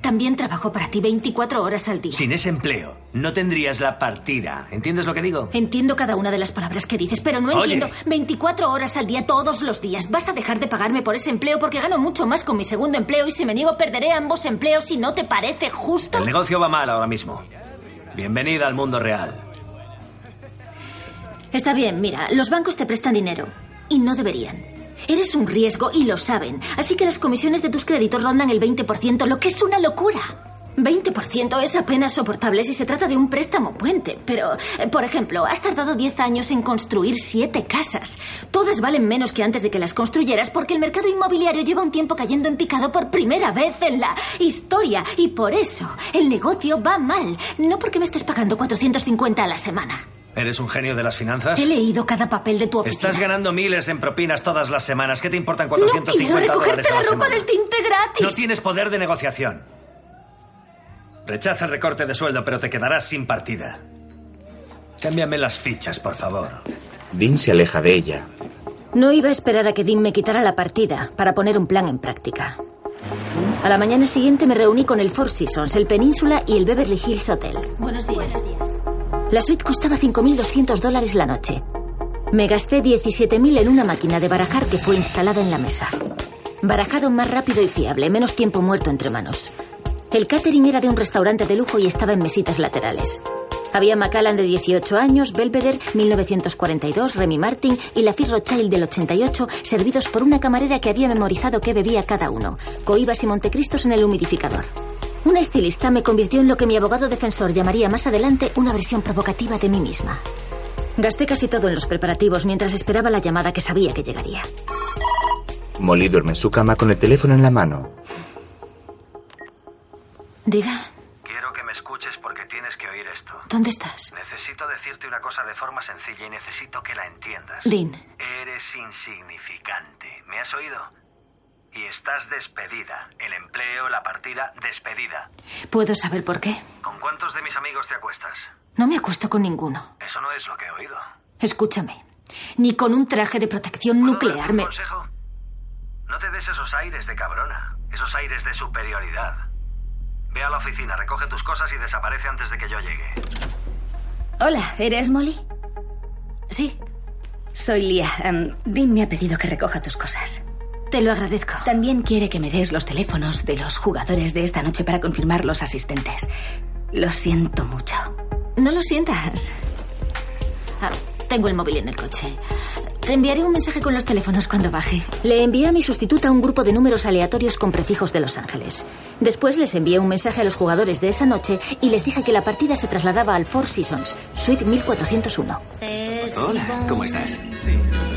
También trabajo para ti 24 horas al día. Sin ese empleo, no tendrías la partida. ¿Entiendes lo que digo? Entiendo cada una de las palabras que dices, pero no Oye. entiendo 24 horas al día todos los días. ¿Vas a dejar de pagarme por ese empleo porque gano mucho más con mi segundo empleo y si me niego perderé ambos empleos si no te parece justo? El negocio va mal ahora mismo. Bienvenida al mundo real. Está bien, mira, los bancos te prestan dinero y no deberían. Eres un riesgo y lo saben, así que las comisiones de tus créditos rondan el 20%, lo que es una locura. 20% es apenas soportable si se trata de un préstamo puente, pero, eh, por ejemplo, has tardado 10 años en construir 7 casas. Todas valen menos que antes de que las construyeras porque el mercado inmobiliario lleva un tiempo cayendo en picado por primera vez en la historia y por eso el negocio va mal, no porque me estés pagando 450 a la semana. ¿Eres un genio de las finanzas? He leído cada papel de tu oficina. Estás ganando miles en propinas todas las semanas. ¿Qué te importan No 450 quiero dólares recogerte a la la ropa semana? del tinte gratis. No tienes poder de negociación. Rechaza el recorte de sueldo, pero te quedarás sin partida. Cámbiame las fichas, por favor. Dean se aleja de ella. No iba a esperar a que Dean me quitara la partida para poner un plan en práctica. A la mañana siguiente me reuní con el Four Seasons, el Península y el Beverly Hills Hotel. Buenos días. La suite costaba 5.200 dólares la noche. Me gasté 17.000 en una máquina de barajar que fue instalada en la mesa. Barajado más rápido y fiable, menos tiempo muerto entre manos. El catering era de un restaurante de lujo y estaba en mesitas laterales. Había Macallan de 18 años, Belvedere 1942, Remy Martin y la Fir Rothschild del 88, servidos por una camarera que había memorizado qué bebía cada uno, coibas y montecristos en el humidificador. Un estilista me convirtió en lo que mi abogado defensor llamaría más adelante una versión provocativa de mí misma. Gasté casi todo en los preparativos mientras esperaba la llamada que sabía que llegaría. Molly duerme en su cama con el teléfono en la mano. Diga, Quiero que me escuches porque tienes que oír esto. ¿dónde estás? Necesito decirte una cosa de forma sencilla y necesito que la entiendas. Dean. Eres insignificante. ¿Me has oído? Y estás despedida. El empleo, la partida, despedida. ¿Puedo saber por qué? ¿Con cuántos de mis amigos te acuestas? No me acuesto con ninguno. Eso no es lo que he oído. Escúchame. Ni con un traje de protección nuclear me... consejo? No te des esos aires de cabrona, esos aires de superioridad. Ve a la oficina, recoge tus cosas y desaparece antes de que yo llegue. Hola, ¿eres Molly? Sí. Soy Lia. Em, Dean me ha pedido que recoja tus cosas. Te lo agradezco. También quiere que me des los teléfonos de los jugadores de esta noche para confirmar los asistentes. Lo siento mucho. No lo sientas. Ah, tengo el móvil en el coche. Te enviaré un mensaje con los teléfonos cuando baje. Le envié a mi sustituta un grupo de números aleatorios con prefijos de Los Ángeles. Después les envié un mensaje a los jugadores de esa noche y les dije que la partida se trasladaba al Four Seasons, Suite 1401. Eh, Hola, ¿cómo estás?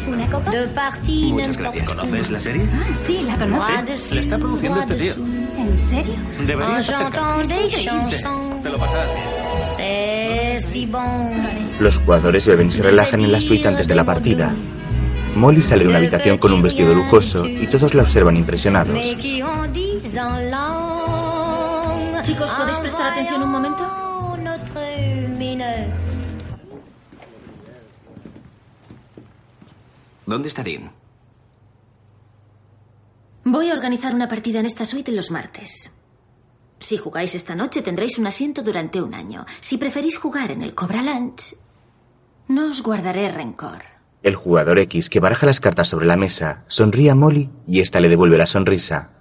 ¿Una copa? De party, Muchas gracias. ¿Conoces la serie? Ah, sí, la conozco. Ah, Sí, la está produciendo este tío. ¿En serio? Oh, Deberías J'entends des Sí, chansons. Te lo pasarás bien. C'est si bon. Los jugadores beben y se relajan en la suite antes de la partida. Molly sale de una habitación con un vestido lujoso y todos la observan impresionados. Mais qui en disent en langue. Chicos, ¿podéis prestar atención un momento? Notre mineur. ¿Dónde está Dean? Voy a organizar una partida en esta suite los martes. Si jugáis esta noche tendréis un asiento durante un año. Si preferís jugar en el Cobra Lunch, no os guardaré rencor. El jugador X, que baraja las cartas sobre la mesa, sonríe a Molly y esta le devuelve la sonrisa.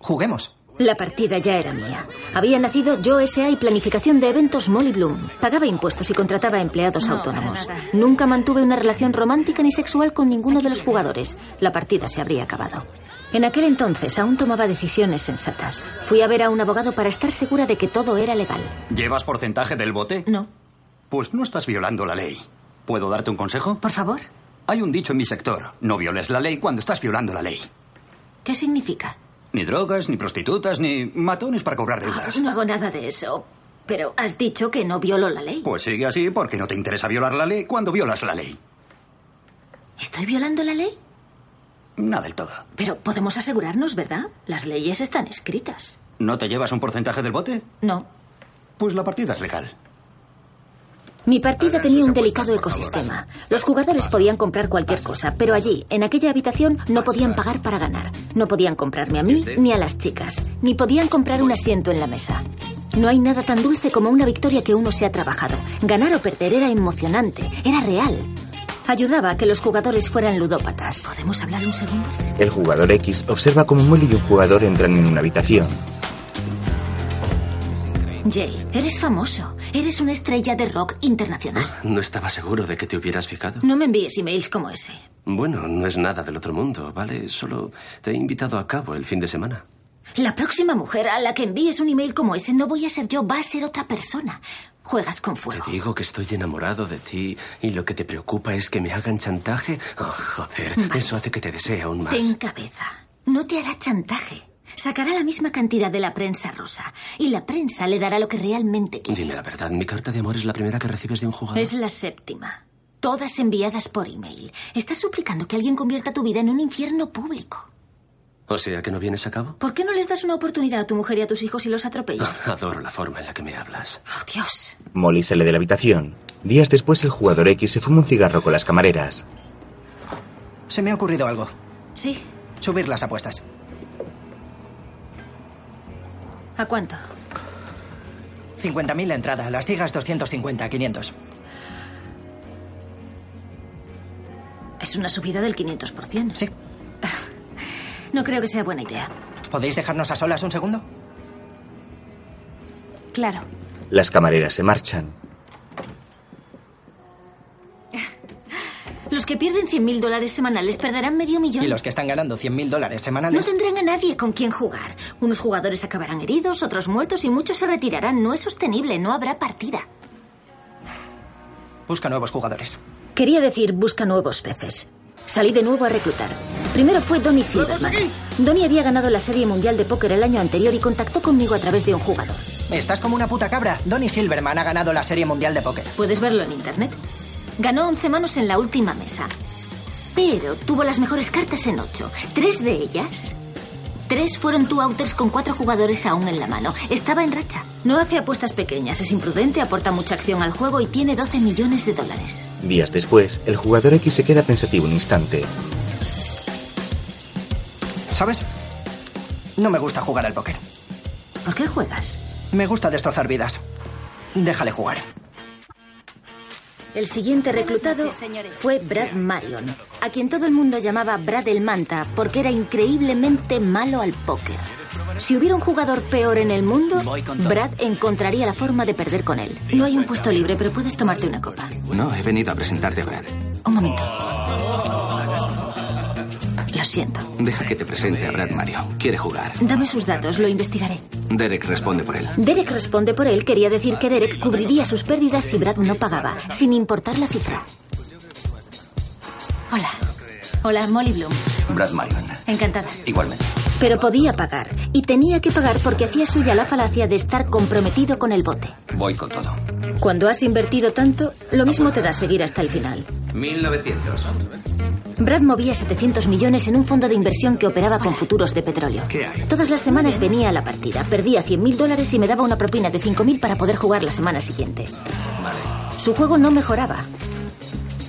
Juguemos. La partida ya era mía. Había nacido yo SA y planificación de eventos Molly Bloom. Pagaba impuestos y contrataba empleados autónomos. Nunca mantuve una relación romántica ni sexual con ninguno de los jugadores. La partida se habría acabado. En aquel entonces aún tomaba decisiones sensatas. Fui a ver a un abogado para estar segura de que todo era legal. ¿Llevas porcentaje del bote? No. Pues no estás violando la ley. ¿Puedo darte un consejo? Por favor. Hay un dicho en mi sector. No violes la ley cuando estás violando la ley. ¿Qué significa? Ni drogas, ni prostitutas, ni matones para cobrar deudas. No hago nada de eso. Pero has dicho que no violo la ley. Pues sigue así porque no te interesa violar la ley cuando violas la ley. ¿Estoy violando la ley? Nada del todo. Pero podemos asegurarnos, ¿verdad? Las leyes están escritas. ¿No te llevas un porcentaje del bote? No. Pues la partida es legal. Mi partido tenía un delicado ecosistema. Los jugadores podían comprar cualquier cosa, pero allí, en aquella habitación, no podían pagar para ganar. No podían comprarme a mí ni a las chicas, ni podían comprar un asiento en la mesa. No hay nada tan dulce como una victoria que uno se ha trabajado. Ganar o perder era emocionante, era real. Ayudaba a que los jugadores fueran ludópatas. ¿Podemos hablar un segundo? El jugador X observa cómo Molly y un jugador entran en una habitación. Jay, eres famoso. Eres una estrella de rock internacional. No estaba seguro de que te hubieras fijado. No me envíes emails como ese. Bueno, no es nada del otro mundo, ¿vale? Solo te he invitado a cabo el fin de semana. La próxima mujer a la que envíes un email como ese no voy a ser yo, va a ser otra persona. Juegas con fuego. Te digo que estoy enamorado de ti y lo que te preocupa es que me hagan chantaje. Oh, joder, eso hace que te desee aún más. Ten cabeza. No te hará chantaje. Sacará la misma cantidad de la prensa rusa y la prensa le dará lo que realmente quiere. Dime la verdad, mi carta de amor es la primera que recibes de un jugador. Es la séptima. Todas enviadas por email. Estás suplicando que alguien convierta tu vida en un infierno público. O sea que no vienes a cabo. ¿Por qué no les das una oportunidad a tu mujer y a tus hijos y los atropellas? Adoro la forma en la que me hablas. Oh, Dios. Molly sale de la habitación. Días después, el jugador X se fuma un cigarro con las camareras. Se me ha ocurrido algo. Sí. Subir las apuestas. ¿A cuánto? 50.000 la entrada, las digas 250, 500. Es una subida del 500%. Sí. No creo que sea buena idea. ¿Podéis dejarnos a solas un segundo? Claro. Las camareras se marchan. Los que pierden 100.000 dólares semanales perderán medio millón. Y los que están ganando 100.000 dólares semanales. No tendrán a nadie con quien jugar. Unos jugadores acabarán heridos, otros muertos y muchos se retirarán. No es sostenible, no habrá partida. Busca nuevos jugadores. Quería decir, busca nuevos peces. Salí de nuevo a reclutar. Primero fue Donny Silverman. Donny había ganado la Serie Mundial de Póker el año anterior y contactó conmigo a través de un jugador. Estás como una puta cabra. Donny Silverman ha ganado la Serie Mundial de Póker. Puedes verlo en Internet. Ganó 11 manos en la última mesa. Pero tuvo las mejores cartas en 8. Tres de ellas. Tres fueron two outers con cuatro jugadores aún en la mano. Estaba en racha. No hace apuestas pequeñas, es imprudente, aporta mucha acción al juego y tiene 12 millones de dólares. Días después, el jugador X se queda pensativo un instante. ¿Sabes? No me gusta jugar al póker. ¿Por qué juegas? Me gusta destrozar vidas. Déjale jugar. El siguiente reclutado fue Brad Marion, a quien todo el mundo llamaba Brad el Manta porque era increíblemente malo al póker. Si hubiera un jugador peor en el mundo, Brad encontraría la forma de perder con él. No hay un puesto libre, pero puedes tomarte una copa. No, he venido a presentarte a Brad. Un momento. Lo siento. Deja que te presente a Brad Mario. Quiere jugar. Dame sus datos, lo investigaré. Derek responde por él. Derek responde por él quería decir que Derek cubriría sus pérdidas si Brad no pagaba, sin importar la cifra. Hola. Hola, Molly Bloom. Brad Marion. Encantada. Igualmente. Pero podía pagar, y tenía que pagar porque hacía suya la falacia de estar comprometido con el bote. Voy con todo. Cuando has invertido tanto, lo mismo te da seguir hasta el final. 1900. Brad movía 700 millones en un fondo de inversión que operaba con futuros de petróleo. ¿Qué hay? Todas las semanas venía a la partida, perdía 100.000 dólares y me daba una propina de 5.000 para poder jugar la semana siguiente. Vale. Su juego no mejoraba.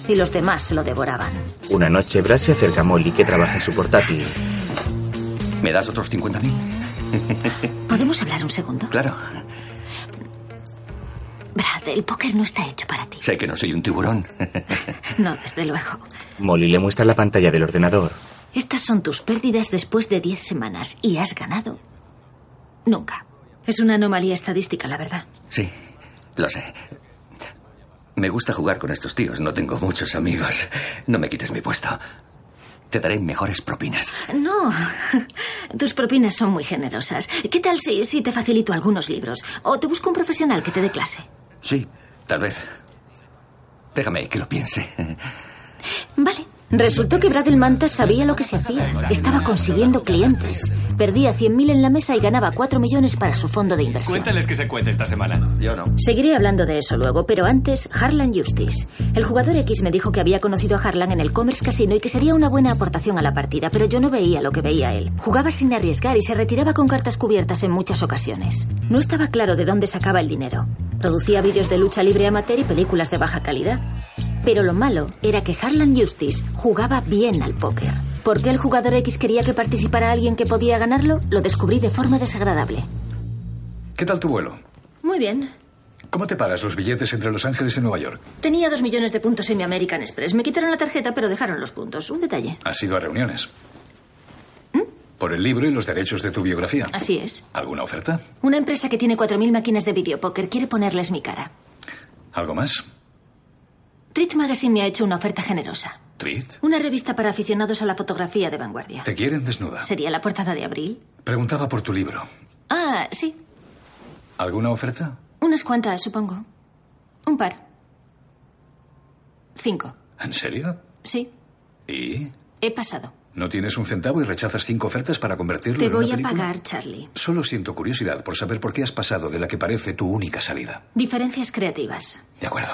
Y los demás se lo devoraban. Una noche, Brad se acerca a Molly, que trabaja en su portátil. ¿Me das otros 50.000? ¿Podemos hablar un segundo? Claro. Brad, el póker no está hecho para ti. Sé que no soy un tiburón. No, desde luego. Molly le muestra la pantalla del ordenador. Estas son tus pérdidas después de 10 semanas y has ganado. Nunca. Es una anomalía estadística, la verdad. Sí, lo sé. Me gusta jugar con estos tíos. No tengo muchos amigos. No me quites mi puesto. Te daré mejores propinas. No, tus propinas son muy generosas. ¿Qué tal si, si te facilito algunos libros? O te busco un profesional que te dé clase. Sí, tal vez. Déjame que lo piense. Vale. Resultó que Brad el Manta sabía lo que se hacía. Estaba consiguiendo clientes. Perdía 100.000 en la mesa y ganaba 4 millones para su fondo de inversión. Cuéntales que se cuente esta semana. Yo no. Seguiré hablando de eso luego, pero antes, Harlan Justice. El jugador X me dijo que había conocido a Harlan en el Commerce Casino y que sería una buena aportación a la partida, pero yo no veía lo que veía él. Jugaba sin arriesgar y se retiraba con cartas cubiertas en muchas ocasiones. No estaba claro de dónde sacaba el dinero. Producía vídeos de lucha libre amateur y películas de baja calidad. Pero lo malo era que Harlan Justice jugaba bien al póker. ¿Por qué el jugador X quería que participara alguien que podía ganarlo? Lo descubrí de forma desagradable. ¿Qué tal tu vuelo? Muy bien. ¿Cómo te pagas los billetes entre Los Ángeles y Nueva York? Tenía dos millones de puntos en mi American Express. Me quitaron la tarjeta, pero dejaron los puntos. Un detalle. Has ido a reuniones. Por el libro y los derechos de tu biografía. Así es. ¿Alguna oferta? Una empresa que tiene 4.000 máquinas de videopóker quiere ponerles mi cara. ¿Algo más? Treat Magazine me ha hecho una oferta generosa. ¿Treat? Una revista para aficionados a la fotografía de vanguardia. ¿Te quieren desnuda? ¿Sería la portada de abril? Preguntaba por tu libro. Ah, sí. ¿Alguna oferta? Unas cuantas, supongo. Un par. Cinco. ¿En serio? Sí. ¿Y? He pasado. ¿No tienes un centavo y rechazas cinco ofertas para convertirlo Te en una voy a película? pagar, Charlie. Solo siento curiosidad por saber por qué has pasado de la que parece tu única salida. Diferencias creativas. De acuerdo.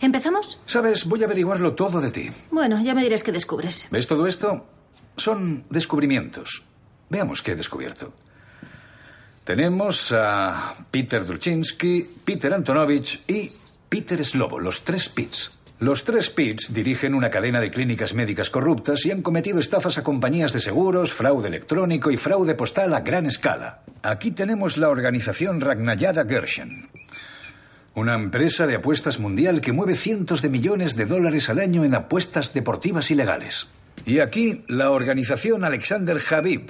¿Empezamos? Sabes, voy a averiguarlo todo de ti. Bueno, ya me dirás qué descubres. ¿Ves todo esto? Son descubrimientos. Veamos qué he descubierto. Tenemos a Peter Druczynski, Peter Antonovich y Peter Slobo, los tres Pits. Los tres Pits dirigen una cadena de clínicas médicas corruptas y han cometido estafas a compañías de seguros, fraude electrónico y fraude postal a gran escala. Aquí tenemos la organización Ragnayada Gershon, una empresa de apuestas mundial que mueve cientos de millones de dólares al año en apuestas deportivas ilegales. Y aquí la organización Alexander Habib,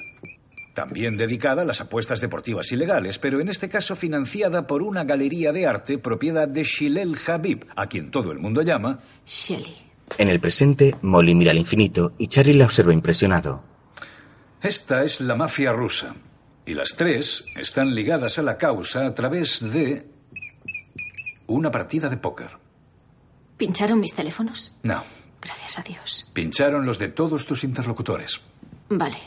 también dedicada a las apuestas deportivas ilegales, pero en este caso financiada por una galería de arte propiedad de Shilel Habib, a quien todo el mundo llama Shelly. En el presente, Molly mira al infinito y Charlie la observa impresionado. Esta es la mafia rusa. Y las tres están ligadas a la causa a través de una partida de póker. ¿Pincharon mis teléfonos? No, Gracias a Dios. pincharon los de todos tus interlocutores. Vale.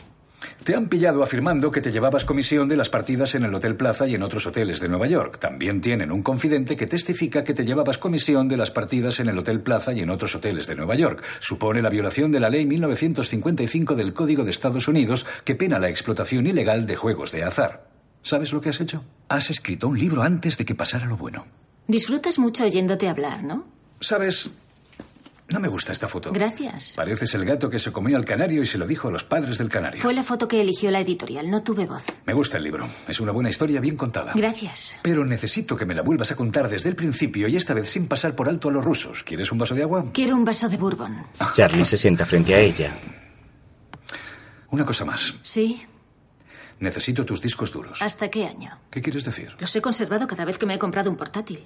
Te han pillado afirmando que te llevabas comisión de las partidas en el Hotel Plaza y en otros hoteles de Nueva York. También tienen un confidente que testifica que te llevabas comisión de las partidas en el Hotel Plaza y en otros hoteles de Nueva York. Supone la violación de la ley 1955 del Código de Estados Unidos que pena la explotación ilegal de juegos de azar. ¿Sabes lo que has hecho? Has escrito un libro antes de que pasara lo bueno. Disfrutas mucho oyéndote hablar, ¿no? ¿Sabes? No me gusta esta foto. Gracias. Pareces el gato que se comió al canario y se lo dijo a los padres del canario. Fue la foto que eligió la editorial. No tuve voz. Me gusta el libro. Es una buena historia bien contada. Gracias. Pero necesito que me la vuelvas a contar desde el principio y esta vez sin pasar por alto a los rusos. ¿Quieres un vaso de agua? Quiero un vaso de bourbon. Charlie se sienta frente a ella. Una cosa más. Sí. Necesito tus discos duros. ¿Hasta qué año? ¿Qué quieres decir? Los he conservado cada vez que me he comprado un portátil.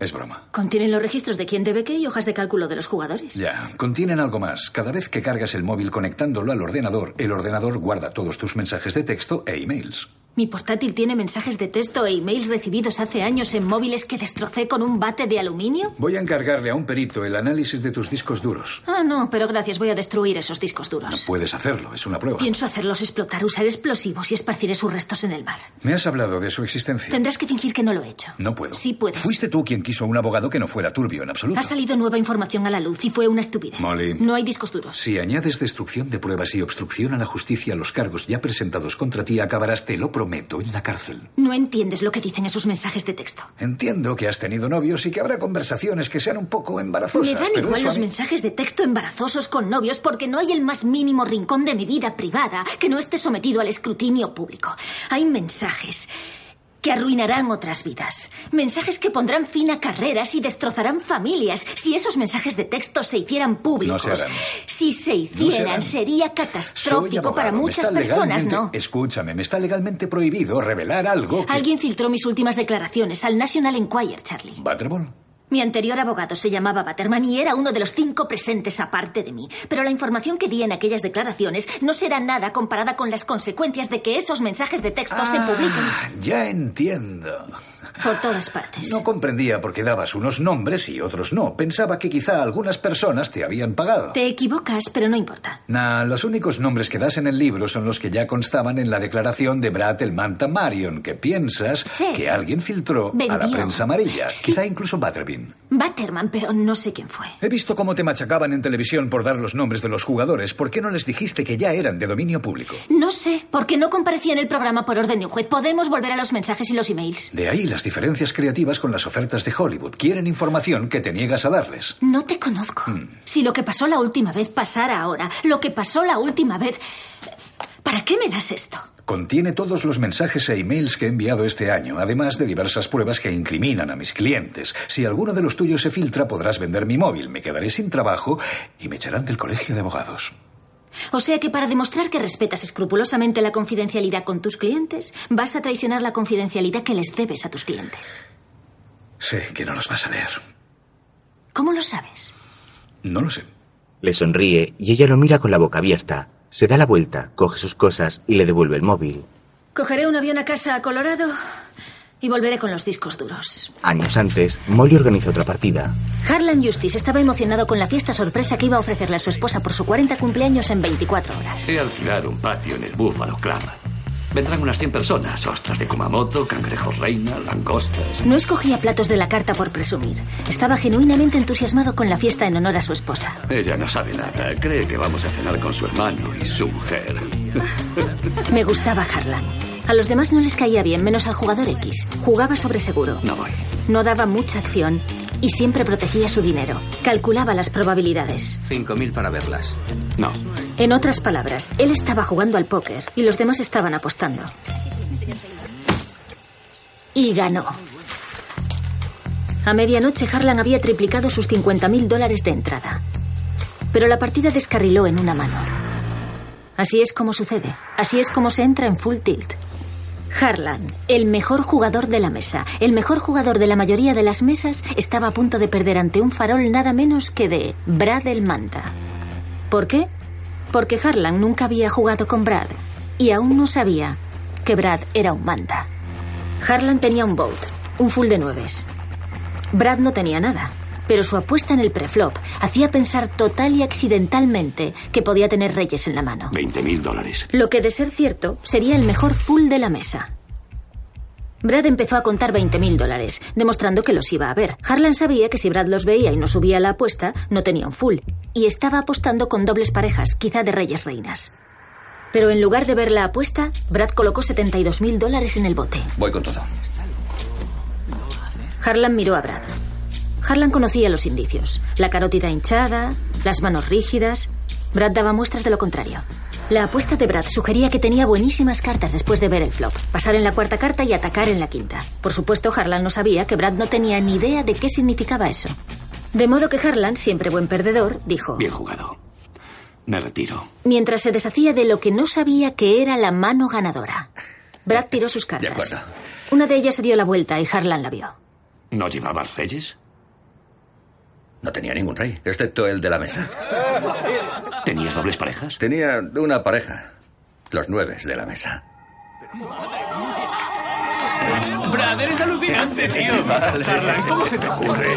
Es broma. Contienen los registros de quién debe qué y hojas de cálculo de los jugadores. Ya, contienen algo más. Cada vez que cargas el móvil conectándolo al ordenador, el ordenador guarda todos tus mensajes de texto e emails. Mi portátil tiene mensajes de texto e emails recibidos hace años en móviles que destrocé con un bate de aluminio. Voy a encargarle a un perito el análisis de tus discos duros. Ah, no, pero gracias, voy a destruir esos discos duros. Puedes hacerlo, es una prueba. Pienso hacerlos explotar, usar explosivos y esparciré sus restos en el mar. Me has hablado de su existencia. Tendrás que fingir que no lo he hecho. No puedo. Sí puedes. Fuiste tú quien quiso a un abogado que no fuera turbio en absoluto. Ha salido nueva información a la luz y fue una estupidez. Molly. No hay discos duros. Si añades destrucción de pruebas y obstrucción a la justicia a los cargos ya presentados contra ti, acabarás, te lo prometo, en la cárcel. No entiendes lo que dicen esos mensajes de texto. Entiendo que has tenido novios y que habrá conversaciones que sean un poco Me embarazosas. dan pero igual eso a los mí- mensajes de texto embarazosos con novios porque no hay el más mínimo rincón de mi vida privada que no esté sometido al escrutinio público. Hay mensajes que arruinarán otras vidas. Mensajes que pondrán fin a carreras y destrozarán familias. Si esos mensajes de texto se hicieran públicos, No se harán. si se hicieran, harán. sería catastrófico Soy abogado, para me muchas está personas, legalmente- ¿no? Escúchame, me está legalmente prohibido revelar algo que... Alguien filtró mis últimas declaraciones al National Enquirer, Charlie. ¿Butterball? Mi anterior abogado se llamaba Batterman y era uno de los cinco presentes aparte de mí. Pero la información que di en aquellas declaraciones no será nada comparada con las consecuencias de que esos mensajes de texto se publiquen Ya entiendo. por todas partes. No comprendía por qué dabas unos nombres y otros no. Pensaba que quizá algunas personas te habían pagado. Te equivocas, pero no importa. Nah, los únicos nombres que das en el libro son los que ya constaban en la declaración de Brad el Manta Marion, que piensas Sí. que alguien filtró a la Vendió. prensa amarilla, quizá incluso Butterbean. Batterman. Batterman, pero no sé quién fue. He visto cómo te machacaban en televisión por dar los nombres de los jugadores. ¿Por qué no les dijiste que ya eran de dominio público? No sé, porque no comparecía en el programa por orden de un juez. Podemos volver a los mensajes y los emails. De ahí las diferencias creativas con las ofertas de Hollywood. Quieren información que te niegas a darles. Hmm. No te conozco. Si lo que pasó la última vez pasara ahora, lo que pasó la última vez... ¿Para qué me das esto? Contiene todos los mensajes e emails que he enviado este año, además de diversas pruebas que incriminan a mis clientes. Si alguno de los tuyos se filtra, podrás vender mi móvil, me quedaré sin trabajo y me echarán del colegio de abogados. O sea que para demostrar que respetas escrupulosamente la confidencialidad con tus clientes, vas a traicionar la confidencialidad que les debes a tus clientes. Sé que no los vas a leer. ¿Cómo lo sabes? No lo sé. Le sonríe y ella lo mira con la boca abierta. Se da la vuelta, coge sus cosas y le devuelve el móvil. Cogeré un avión a casa a Colorado y volveré con los discos duros. Años antes, Molly organiza otra partida. Harlan Justice estaba emocionado con la fiesta sorpresa que iba a ofrecerle a su esposa por su 40 cumpleaños en 24 horas. He alquilado un patio en el Buffalo Club. Vendrán unas 100 personas, ostras de Kumamoto, cangrejos reina, langostas. No escogía platos de la carta por presumir. Estaba genuinamente entusiasmado con la fiesta en honor a su esposa. Ella no sabe nada, cree que vamos a cenar con su hermano y su mujer. Me gustaba Harlan. A los demás no les caía bien, menos al jugador X. Jugaba sobre seguro. No voy. No daba mucha acción y siempre protegía su dinero. Calculaba las probabilidades. 5.000 para verlas. No. En otras palabras, él estaba jugando al póker y los demás estaban apostando. Y ganó. A medianoche, Harlan había triplicado sus 50.000 dólares de entrada. Pero la partida descarriló en una mano. Así es como sucede. Así es como se entra en full tilt. Harlan, el mejor jugador de la mesa, el mejor jugador de la mayoría de las mesas, estaba a punto de perder ante un farol nada menos que de Brad el Manta. ¿Por qué? Porque Harlan nunca había jugado con Brad y aún no sabía que Brad era un manta. Harlan tenía un boat, un full de nueves. Brad no tenía nada, pero su apuesta en el preflop hacía pensar total y accidentalmente que podía tener reyes en la mano. 20.000 dólares. Lo que, de ser cierto, sería el mejor full de la mesa. Brad empezó a contar 20.000 dólares, demostrando que los iba a ver. Harlan sabía que si Brad los veía y no subía la apuesta, no tenía un full, y estaba apostando con dobles parejas, quizá de reyes reinas. Pero en lugar de ver la apuesta, Brad colocó 72.000 dólares en el bote. Voy con todo. Harlan miró a Brad. Harlan conocía los indicios. La carótida hinchada, las manos rígidas. Brad daba muestras de lo contrario. La apuesta de Brad sugería que tenía buenísimas cartas después de ver el flop, pasar en la cuarta carta y atacar en la quinta. Por supuesto, Harlan no sabía que Brad no tenía ni idea de qué significaba eso. De modo que Harlan, siempre buen perdedor, dijo... Bien jugado. Me retiro. Mientras se deshacía de lo que no sabía que era la mano ganadora. Brad tiró sus cartas. De acuerdo. Una de ellas se dio la vuelta y Harlan la vio. ¿No llevabas reyes? No tenía ningún rey, excepto el de la mesa. ¿Tenías dobles parejas? Tenía una pareja. Los nueves de la mesa. Brad, eres alucinante, tío. Harlan, ¿cómo se te ocurre?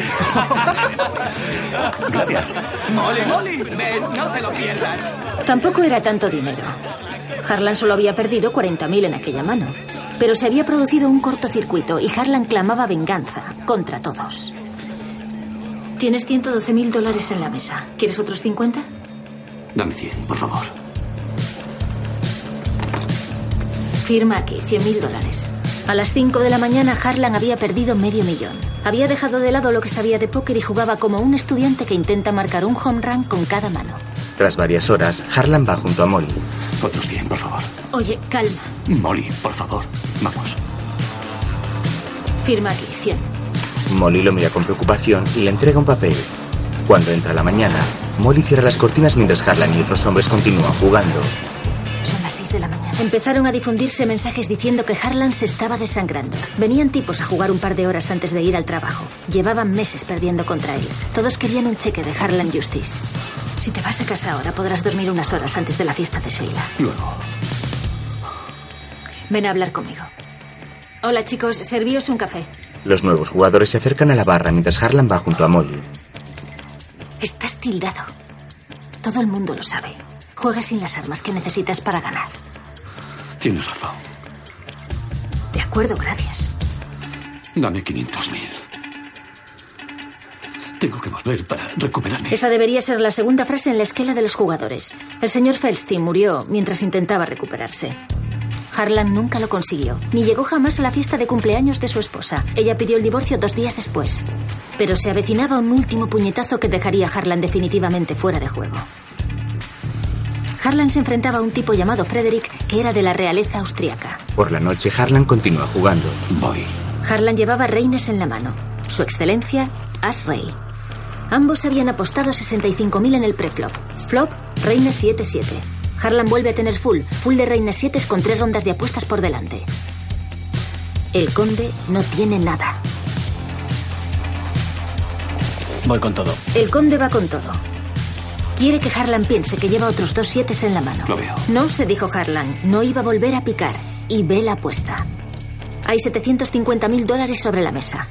Gracias. Mole, mole, ven, no te lo pierdas. Tampoco era tanto dinero. Harlan solo había perdido 40.000 en aquella mano. Pero se había producido un cortocircuito y Harlan clamaba venganza contra todos. Tienes 112.000 dólares en la mesa. ¿Quieres otros 50? Dame 100, por favor. Firma aquí, 100.000 dólares. A las 5 de la mañana, Harlan había perdido medio millón. Había dejado de lado lo que sabía de póker y jugaba como un estudiante que intenta marcar un home run con cada mano. Tras varias horas, Harlan va junto a Molly. Otros 100, por favor. Oye, calma. Molly, por favor. Vamos. Firma aquí, 100. Molly lo mira con preocupación y le entrega un papel. Cuando entra la mañana, Molly cierra las cortinas mientras Harlan y otros hombres continúan jugando. Son las 6 de la mañana. Empezaron a difundirse mensajes diciendo que Harlan se estaba desangrando. Venían tipos a jugar un par de horas antes de ir al trabajo. Llevaban meses perdiendo contra él. Todos querían un cheque de Harlan Justice. Si te vas a casa ahora, podrás dormir unas horas antes de la fiesta de Sheila. Luego. Ven a hablar conmigo. Hola, chicos. Servíos un café. Los nuevos jugadores se acercan a la barra mientras Harlan va junto a Molly. Estás tildado. Todo el mundo lo sabe. Juega sin las armas que necesitas para ganar. Tienes razón. De acuerdo, gracias. Dame 500.000. Tengo que volver para recuperarme. Esa debería ser la segunda frase en la esquela de los jugadores. El señor Feldstein murió mientras intentaba recuperarse. Harlan nunca lo consiguió, ni llegó jamás a la fiesta de cumpleaños de su esposa. Ella pidió el divorcio dos días después. Pero se avecinaba un último puñetazo que dejaría a Harlan definitivamente fuera de juego. Harlan se enfrentaba a un tipo llamado Frederick, que era de la realeza austriaca. Por la noche, Harlan continúa jugando. Voy. Harlan llevaba reines en la mano. Su excelencia, As Rey. Ambos habían apostado 65.000 en el preflop. Flop, reina 7-7. Harlan vuelve a tener full. Full de reina 7 con tres rondas de apuestas por delante. El conde no tiene nada. Voy con todo. El conde va con todo. Quiere que Harlan piense que lleva otros dos sietes en la mano. Lo veo. No, se dijo Harlan, no iba a volver a picar. Y ve la apuesta. Hay 750.000 dólares sobre la mesa.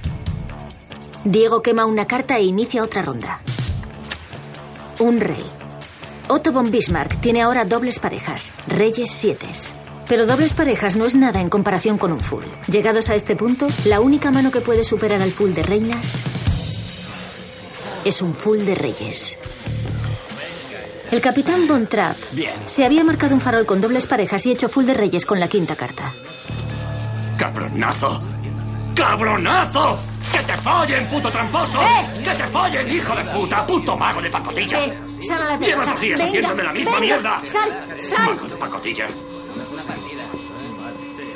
Diego quema una carta e inicia otra ronda. Un rey. Otto von Bismarck tiene ahora dobles parejas, reyes sietes. Pero dobles parejas no es nada en comparación con un full. Llegados a este punto, la única mano que puede superar al full de reinas es un full de reyes. El capitán Von Trapp Bien. se había marcado un farol con dobles parejas y hecho full de reyes con la quinta carta. ¡Cabronazo! ¡Cabronazo! ¡Que te follen, puto tramposo! ¡Eh! ¡Que te follen, hijo de puta! ¡Puto mago de pacotilla! Eh, sal a la ¡Llevas terraza. dos días Venga, haciéndome la misma venga, mierda! sal, sal. ¡Mago de pacotilla!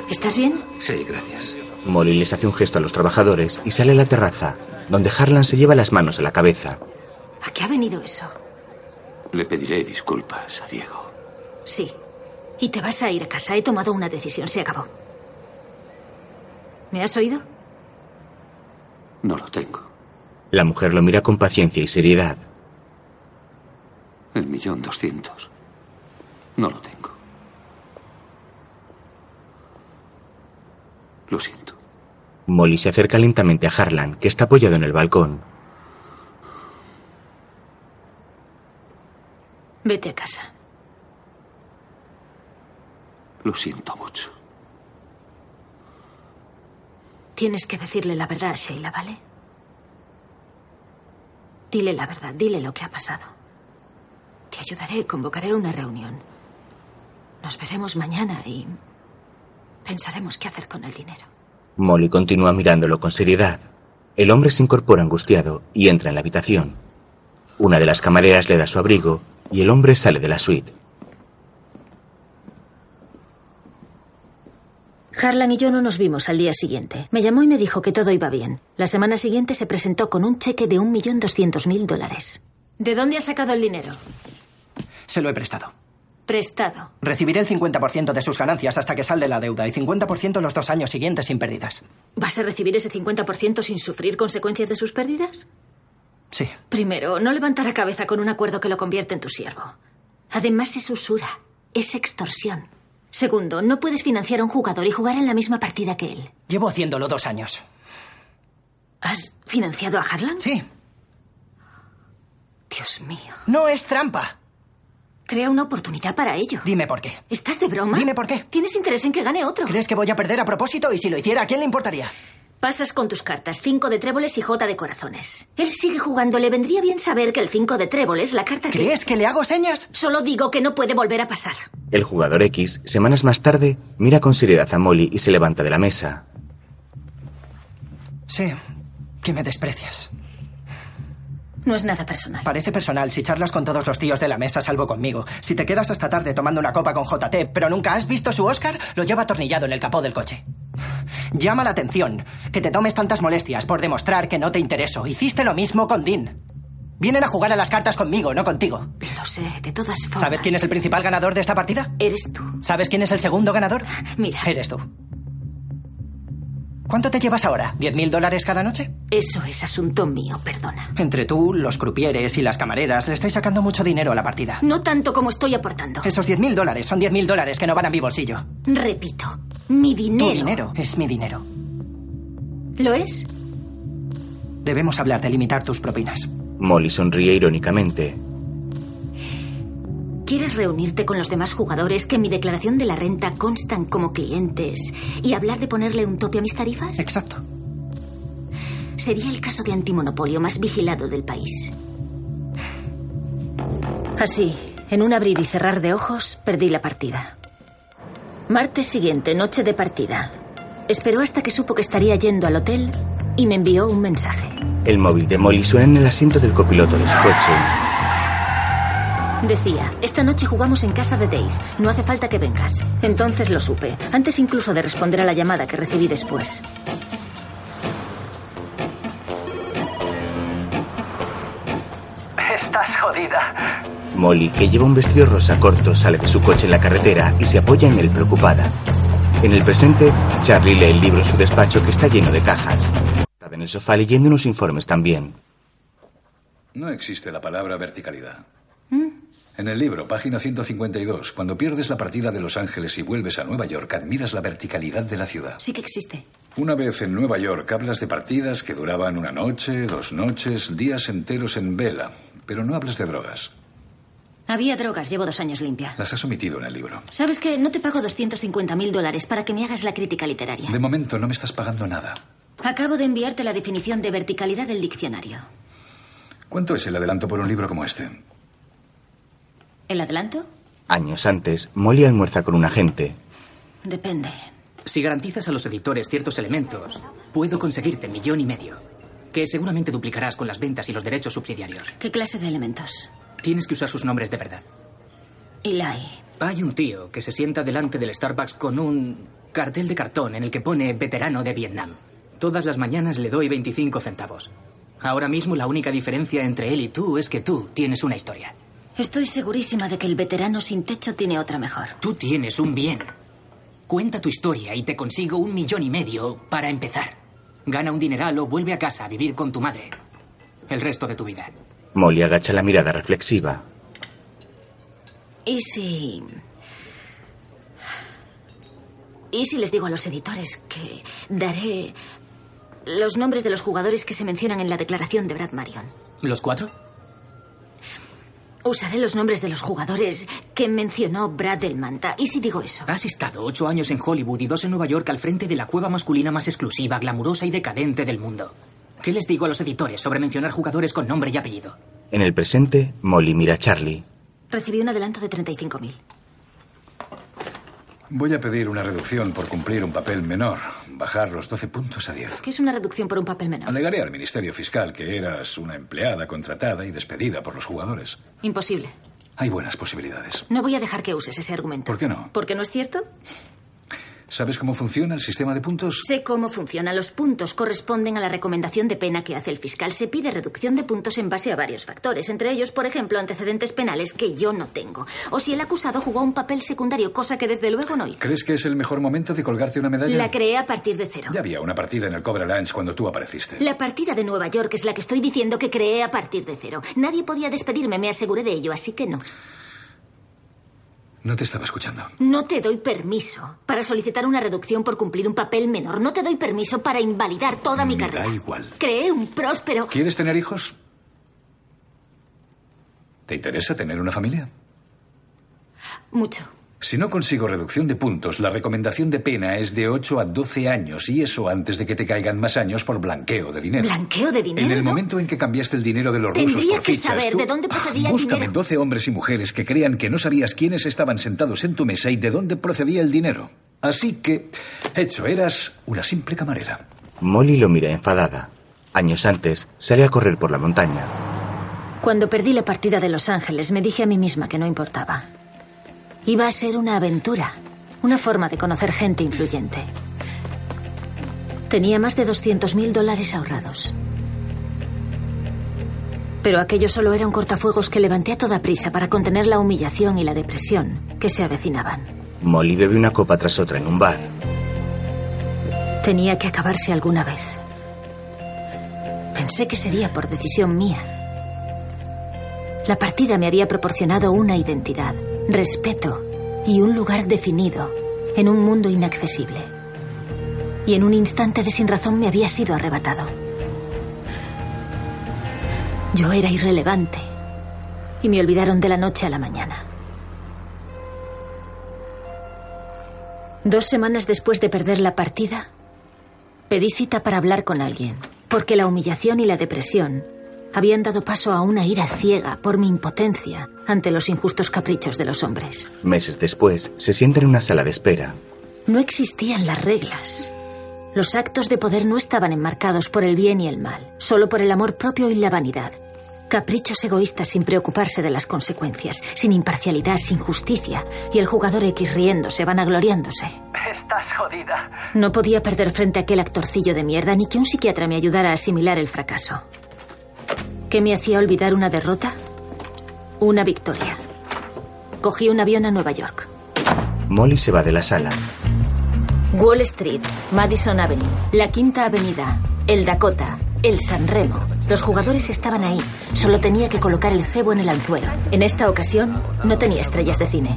¿Estás bien? Sí, gracias. Molly les hace un gesto a los trabajadores y sale a la terraza, donde Harlan se lleva las manos a la cabeza. ¿A qué ha venido eso? Le pediré disculpas a Diego. Sí. Y te vas a ir a casa. He tomado una decisión. Se acabó. ¿Me has oído? No lo tengo. La mujer lo mira con paciencia y seriedad. El millón doscientos. No lo tengo. Lo siento. Molly se acerca lentamente a Harlan, que está apoyado en el balcón. Vete a casa. Lo siento mucho. Tienes que decirle la verdad a Sheila, ¿vale? Dile la verdad, dile lo que ha pasado. Te ayudaré, convocaré una reunión. Nos veremos mañana y pensaremos qué hacer con el dinero. Molly continúa mirándolo con seriedad. El hombre se incorpora angustiado y entra en la habitación. Una de las camareras le da su abrigo y el hombre sale de la suite. Harlan y yo no nos vimos al día siguiente. Me llamó y me dijo que todo iba bien. La semana siguiente se presentó con un cheque de 1.200.000 dólares. ¿De dónde ha sacado el dinero? Se lo he prestado. Prestado. Recibiré el 50% de sus ganancias hasta que salde la deuda y 50% los dos años siguientes sin pérdidas. ¿Vas a recibir ese 50% sin sufrir consecuencias de sus pérdidas? Sí. Primero, no levantar la cabeza con un acuerdo que lo convierte en tu siervo. Además, es usura. Es extorsión. Segundo, no puedes financiar a un jugador y jugar en la misma partida que él. Llevo haciéndolo dos años. ¿Has financiado a Harlan? Sí. Dios mío. No es trampa. Crea una oportunidad para ello. Dime por qué. ¿Estás de broma? Dime por qué. ¿Tienes interés en que gane otro? ¿Crees que voy a perder a propósito? Y si lo hiciera, ¿a quién le importaría? Pasas con tus cartas, 5 de tréboles y J de corazones. Él sigue jugando, le vendría bien saber que el 5 de tréboles, la carta que... ¿Crees que le hago señas? Solo digo que no puede volver a pasar. El jugador X, semanas más tarde, mira con seriedad a Molly y se levanta de la mesa. Sé que me desprecias. No es nada personal. Parece personal si charlas con todos los tíos de la mesa salvo conmigo. Si te quedas hasta tarde tomando una copa con JT, pero nunca has visto su Oscar, lo lleva atornillado en el capó del coche. Llama la atención que te tomes tantas molestias por demostrar que no te intereso. Hiciste lo mismo con Dean. Vienen a jugar a las cartas conmigo, no contigo. Lo sé, de todas formas... ¿Sabes quién es el principal ganador de esta partida? Eres tú. ¿Sabes quién es el segundo ganador? Mira, Eres tú. ¿Cuánto te llevas ahora? ¿Diez mil dólares cada noche? eso es asunto mío, perdona. Entre tú, los crupieres y las camareras, le estoy sacando mucho dinero a la partida. No tanto como estoy aportando. Esos 10.000 dólares son 10.000 dólares que no van a mi bolsillo. Repito, mi dinero... Tu dinero es mi dinero. ¿Lo es? Debemos hablar de limitar tus propinas. Molly sonríe irónicamente. ¿Quieres reunirte con los demás jugadores que en mi declaración de la renta constan como clientes y hablar de ponerle un tope a mis tarifas? Exacto. Sería el caso de antimonopolio más vigilado del país. Así, en un abrir y cerrar de ojos, perdí la partida. Martes siguiente, noche de partida. Esperó hasta que supo que estaría yendo al hotel y me envió un mensaje. El móvil de Molly suena en el asiento del copiloto de su coche. Decía, esta noche jugamos en casa de Dave, no hace falta que vengas. Entonces lo supe, antes incluso de responder a la llamada que recibí después. Estás jodida. Molly, que lleva un vestido rosa corto, sale de su coche en la carretera y se apoya en él preocupada. En el presente, Charlie lee el libro en su despacho que está lleno de cajas. Está en el sofá leyendo unos informes también. No existe la palabra verticalidad. ¿Mm? En el libro, página 152, cuando pierdes la partida de Los Ángeles y vuelves a Nueva York, admiras la verticalidad de la ciudad. Sí que existe. Una vez en Nueva York hablas de partidas que duraban una noche, dos noches, días enteros en vela, pero no hablas de drogas. Había drogas, llevo dos años limpia. Las has omitido en el libro. ¿Sabes que No te pago 250 mil dólares para que me hagas la crítica literaria. De momento no me estás pagando nada. Acabo de enviarte la definición de verticalidad del diccionario. ¿Cuánto es el adelanto por un libro como este? ¿El adelanto? Años antes, Molly almuerza con un agente. Depende. Si garantizas a los editores ciertos elementos, puedo conseguirte millón y medio, que seguramente duplicarás con las ventas y los derechos subsidiarios. ¿Qué clase de elementos? Tienes que usar sus nombres de verdad. Eli. Hay un tío que se sienta delante del Starbucks con un cartel de cartón en el que pone veterano de Vietnam. Todas las mañanas le doy 25 centavos. Ahora mismo la única diferencia entre él y tú es que tú tienes una historia. Estoy segurísima de que el veterano sin techo tiene otra mejor. Tú tienes un bien. Cuenta tu historia y te consigo un millón y medio para empezar. Gana un dineral o vuelve a casa a vivir con tu madre. El resto de tu vida. Molly agacha la mirada reflexiva. ¿Y si... ¿Y si les digo a los editores que daré los nombres de los jugadores que se mencionan en la declaración de Brad Marion? ¿Los cuatro? Usaré los nombres de los jugadores que mencionó Brad del Manta. ¿Y si digo eso? Has estado ocho años en Hollywood y dos en Nueva York al frente de la cueva masculina más exclusiva, glamurosa y decadente del mundo. ¿Qué les digo a los editores sobre mencionar jugadores con nombre y apellido? En el presente, Molly mira a Charlie. Recibí un adelanto de 35.000. Voy a pedir una reducción por cumplir un papel menor, bajar los 12 puntos a 10. ¿Qué es una reducción por un papel menor? Alegaré al Ministerio Fiscal que eras una empleada contratada y despedida por los jugadores. Imposible. Hay buenas posibilidades. No voy a dejar que uses ese argumento. ¿Por qué no? ¿Porque no es cierto? ¿Sabes cómo funciona el sistema de puntos? Sé cómo funciona. Los puntos corresponden a la recomendación de pena que hace el fiscal. Se pide reducción de puntos en base a varios factores, entre ellos, por ejemplo, antecedentes penales que yo no tengo. O si el acusado jugó un papel secundario, cosa que desde luego no hizo. ¿Crees que es el mejor momento de colgarte una medalla? La creé a partir de cero. Ya había una partida en el Cobra Lunch cuando tú apareciste. La partida de Nueva York es la que estoy diciendo que creé a partir de cero. Nadie podía despedirme, me aseguré de ello, así que no. No te estaba escuchando. No te doy permiso para solicitar una reducción por cumplir un papel menor. No te doy permiso para invalidar toda mi Me carrera. Da igual. Creé un próspero. ¿Quieres tener hijos? ¿Te interesa tener una familia? Mucho. Si no consigo reducción de puntos, la recomendación de pena es de 8 a 12 años y eso antes de que te caigan más años por blanqueo de dinero. Blanqueo de dinero. en el ¿no? momento en que cambiaste el dinero de los rusos Tendría por que fichas, saber tú- de dónde procedía el Búscame dinero. 12 hombres y mujeres que crean que no sabías quiénes estaban sentados en tu mesa y de dónde procedía el dinero. Así que, hecho, eras una simple camarera. Molly lo mira enfadada. Años antes, sale a correr por la montaña. Cuando perdí la partida de Los Ángeles, me dije a mí misma que no importaba. Iba a ser una aventura, una forma de conocer gente influyente. Tenía más de 200.000 dólares ahorrados. Pero aquello solo era un cortafuegos que levanté a toda prisa para contener la humillación y la depresión que se avecinaban. Molly bebe una copa tras otra en un bar. Tenía que acabarse alguna vez. Pensé que sería por decisión mía. La partida me había proporcionado una identidad, respeto y un lugar definido en un mundo inaccesible. Y en un instante de sinrazón me había sido arrebatado. Yo era irrelevante y me olvidaron de la noche a la mañana. Dos semanas después de perder la partida, pedí cita para hablar con alguien. porque la humillación y la depresión habían dado paso a una ira ciega por mi impotencia ante los injustos caprichos de los hombres. Meses después, se sienta en una sala de espera. No existían las reglas. Los actos de poder no estaban enmarcados por el bien y el mal, solo por el amor propio y la vanidad. Caprichos egoístas sin preocuparse de las consecuencias, sin imparcialidad, sin justicia, y el jugador X riéndose, vanagloriándose. Estás jodida. No podía perder frente a aquel actorcillo de mierda ni que un psiquiatra me ayudara a asimilar el fracaso. ¿Qué me hacía olvidar una derrota? Una victoria. Cogí un avión a Nueva York. Molly se va de la sala. Wall Street, Madison Avenue, la Quinta Avenida, el Dakota, el San Remo. Los jugadores estaban ahí. Solo tenía que colocar el cebo en el anzuelo. En esta ocasión no tenía estrellas de cine.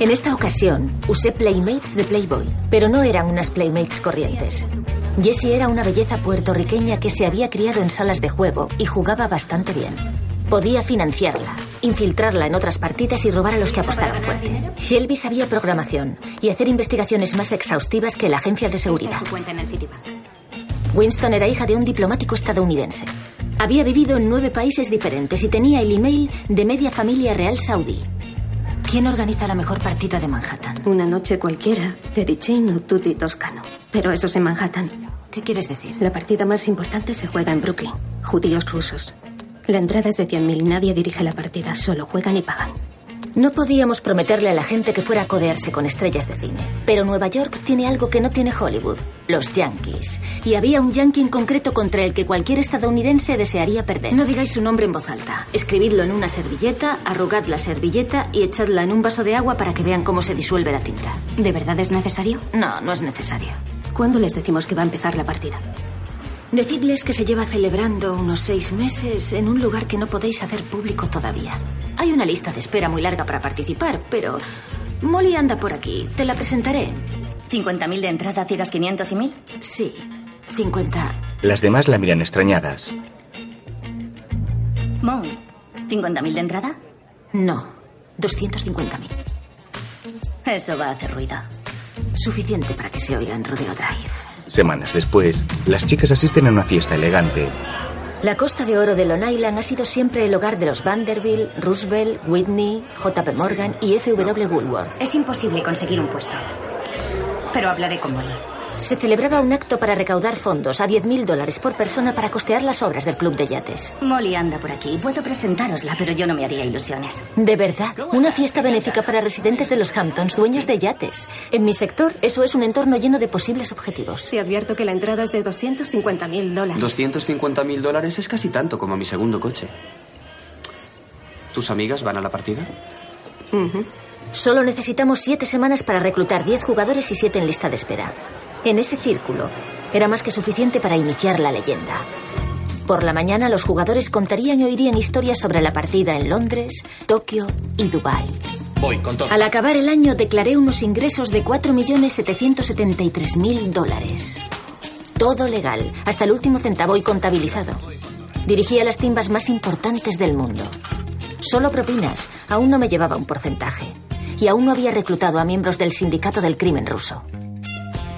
En esta ocasión usé Playmates de Playboy, pero no eran unas Playmates corrientes. Jessie era una belleza puertorriqueña que se había criado en salas de juego y jugaba bastante bien. Podía financiarla, infiltrarla en otras partidas y robar a los que apostaran fuerte. Shelby sabía programación y hacer investigaciones más exhaustivas que la agencia de seguridad. Su cuenta en el Citibank. Winston era hija de un diplomático estadounidense. Había vivido en nueve países diferentes y tenía el email de media familia real saudí. ¿Quién organiza la mejor partida de Manhattan? Una noche cualquiera, Teddy Chain o Tutti Toscano. Pero eso es en Manhattan. ¿Qué quieres decir? La partida más importante se juega en Brooklyn. Judíos rusos. La entrada es de 100.000. Nadie dirige la partida. Solo juegan y pagan. No podíamos prometerle a la gente que fuera a codearse con estrellas de cine. Pero Nueva York tiene algo que no tiene Hollywood. Los Yankees. Y había un Yankee en concreto contra el que cualquier estadounidense desearía perder. No digáis su nombre en voz alta. Escribidlo en una servilleta, arrugad la servilleta y echadla en un vaso de agua para que vean cómo se disuelve la tinta. ¿De verdad es necesario? No, no es necesario. ¿Cuándo les decimos que va a empezar la partida? Decidles que se lleva celebrando unos seis meses en un lugar que no podéis hacer público todavía. Hay una lista de espera muy larga para participar, pero Molly anda por aquí. Te la presentaré. ¿50.000 de entrada, ciegas 500 y 1.000? Sí, 50. Las demás la miran extrañadas. Mom, ¿50.000 de entrada? No, 250.000. Eso va a hacer ruido. Suficiente para que se oiga en Rodeo Drive. Semanas después, las chicas asisten a una fiesta elegante. La costa de oro de Long Island ha sido siempre el hogar de los Vanderbilt, Roosevelt, Whitney, JP Morgan y FW Woolworth. Es imposible conseguir un puesto. Pero hablaré con Molly. Se celebraba un acto para recaudar fondos a 10.000 dólares por persona para costear las obras del club de yates. Molly anda por aquí. Puedo presentárosla, pero yo no me haría ilusiones. De verdad, una fiesta benéfica para residentes de los Hamptons, dueños de yates. En mi sector, eso es un entorno lleno de posibles objetivos. Te advierto que la entrada es de 250.000 dólares. 250 mil dólares es casi tanto como mi segundo coche. ¿Tus amigas van a la partida? Ujú. Solo necesitamos siete semanas para reclutar 10 jugadores y siete en lista de espera. En ese círculo era más que suficiente para iniciar la leyenda. Por la mañana los jugadores contarían y oirían historias sobre la partida en Londres, Tokio y Dubái. Voy con todo. Al acabar el año declaré unos ingresos de 4.773.000 dólares. Todo legal, hasta el último centavo y contabilizado. Dirigía las timbas más importantes del mundo. Solo propinas, aún no me llevaba un porcentaje. Y aún no había reclutado a miembros del sindicato del crimen ruso.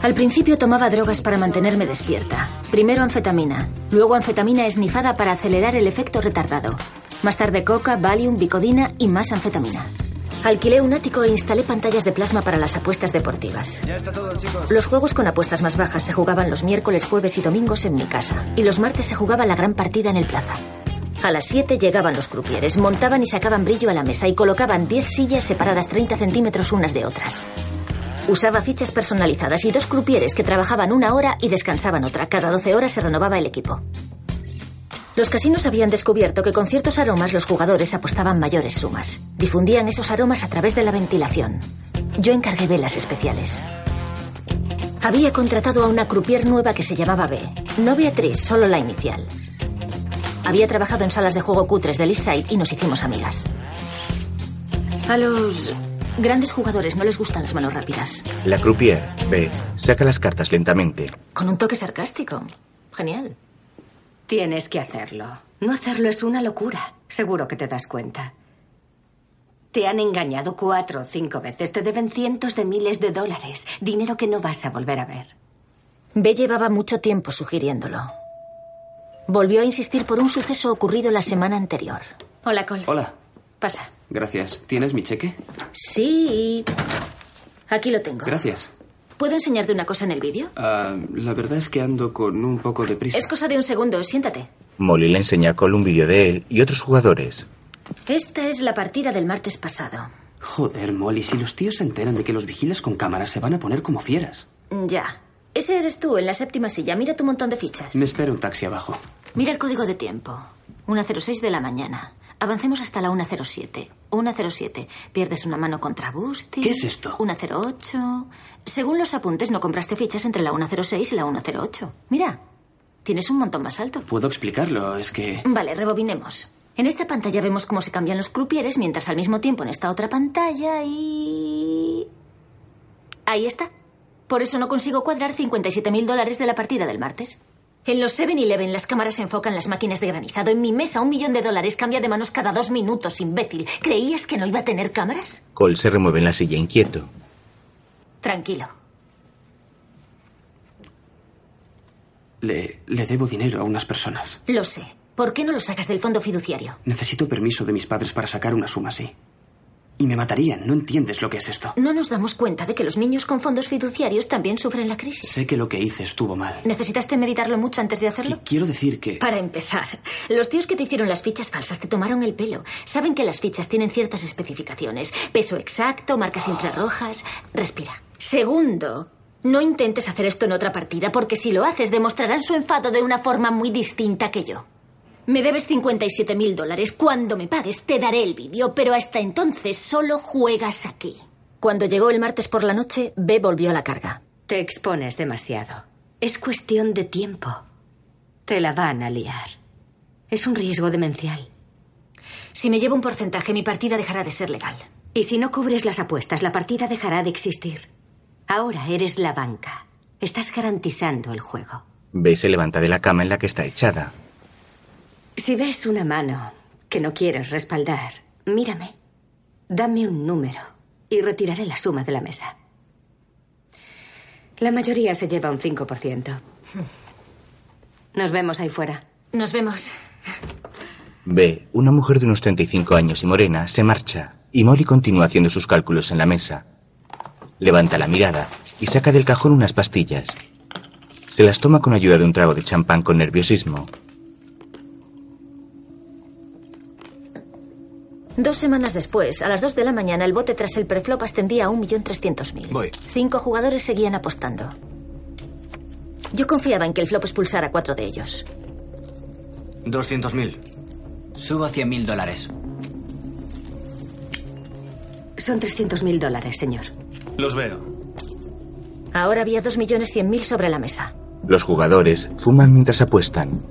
Al principio tomaba drogas para mantenerme despierta. Primero anfetamina, luego anfetamina esnifada para acelerar el efecto retardado. Más tarde coca, Valium, bicodina y más anfetamina. Alquilé un ático e instalé pantallas de plasma para las apuestas deportivas. Ya está todo, chicos. Los juegos con apuestas más bajas se jugaban los miércoles, jueves y domingos en mi casa, y los martes se jugaba la gran partida en el plaza. A las 7 llegaban los crupieres, montaban y sacaban brillo a la mesa y colocaban 10 sillas separadas 30 centímetros unas de otras. Usaba fichas personalizadas y dos crupieres que trabajaban una hora y descansaban otra. Cada 12 horas se renovaba el equipo. Los casinos habían descubierto que con ciertos aromas los jugadores apostaban mayores sumas. Difundían esos aromas a través de la ventilación. Yo encargué velas especiales. Había contratado a una crupier nueva que se llamaba B. No Beatriz, solo la inicial. Había trabajado en salas de juego cutres del East Side y nos hicimos amigas. A los grandes jugadores no les gustan las manos rápidas. La croupier, B, saca las cartas lentamente. Con un toque sarcástico. Genial. Tienes que hacerlo. No hacerlo es una locura. Seguro que te das cuenta. Te han engañado cuatro o cinco veces. Te deben cientos de miles de dólares. Dinero que no vas a volver a ver. B llevaba mucho tiempo sugiriéndolo. Volvió a insistir por un suceso ocurrido la semana anterior. Hola, Cole. Hola, Pasa. gracias. ¿Tienes mi cheque? Sí. Aquí lo tengo. Gracias. ¿Puedo enseñarte una cosa en el vídeo? Ah, la verdad es que ando con un poco de prisa. Es cosa de un segundo, siéntate. Molly le enseña a Cole un vídeo de él y otros jugadores. Esta es la partida del martes pasado. Joder, Molly, si los tíos se enteran de que los vigilas con cámaras, se van a poner como fieras. Ya. Ese eres tú, en la séptima silla. Mira tu montón de fichas. Me espera un taxi abajo. Mira el código de tiempo. 1.06 de la mañana. Avancemos hasta la 1.07. 1.07. Pierdes una mano contra Busti. ¿Qué es esto? 1.08. Según los apuntes, no compraste fichas entre la 1.06 y la 1.08. Mira, tienes un montón más alto. Puedo explicarlo, es que... Vale, rebobinemos. En esta pantalla vemos cómo se cambian los crupieres, mientras al mismo tiempo en esta otra pantalla y... Ahí está. Por eso no consigo cuadrar 57.000 dólares de la partida del martes. En los 7-Eleven las cámaras enfocan las máquinas de granizado. En mi mesa un millón de dólares cambia de manos cada dos minutos, imbécil. ¿Creías que no iba a tener cámaras? Cole se remueve en la silla inquieto. Tranquilo. Le, le debo dinero a unas personas. Lo sé. ¿Por qué no lo sacas del fondo fiduciario? Necesito permiso de mis padres para sacar una suma así. Y me matarían. No entiendes lo que es esto. No nos damos cuenta de que los niños con fondos fiduciarios también sufren la crisis. Sé que lo que hice estuvo mal. ¿Necesitaste meditarlo mucho antes de hacerlo? Quiero decir que... Para empezar, los tíos que te hicieron las fichas falsas te tomaron el pelo. Saben que las fichas tienen ciertas especificaciones. Peso exacto, marcas infrarrojas. Respira. Segundo, no intentes hacer esto en otra partida porque si lo haces demostrarán su enfado de una forma muy distinta que yo. Me debes 57.000 dólares. Cuando me pagues te daré el vídeo, pero hasta entonces solo juegas aquí. Cuando llegó el martes por la noche, B volvió a la carga. Te expones demasiado. Es cuestión de tiempo. Te la van a liar. Es un riesgo demencial. Si me llevo un porcentaje, mi partida dejará de ser legal. Y si no cubres las apuestas, la partida dejará de existir. Ahora eres la banca. Estás garantizando el juego. B se levanta de la cama en la que está echada. Si ves una mano que no quieres respaldar, mírame. Dame un número y retiraré la suma de la mesa. La mayoría se lleva un 5%. Nos vemos ahí fuera. Nos vemos. B, una mujer de unos 35 años y morena, se marcha y Molly continúa haciendo sus cálculos en la mesa. Levanta la mirada y saca del cajón unas pastillas. Se las toma con ayuda de un trago de champán con nerviosismo. Dos semanas después, a las 2 de la mañana, el bote tras el preflop ascendía a 1.300.000. Voy. Cinco jugadores seguían apostando. Yo confiaba en que el flop expulsara a cuatro de ellos. 200.000. Subo a 100.000 dólares. Son 300.000 dólares, señor. Los veo. Ahora había 2.100.000 sobre la mesa. Los jugadores fuman mientras apuestan.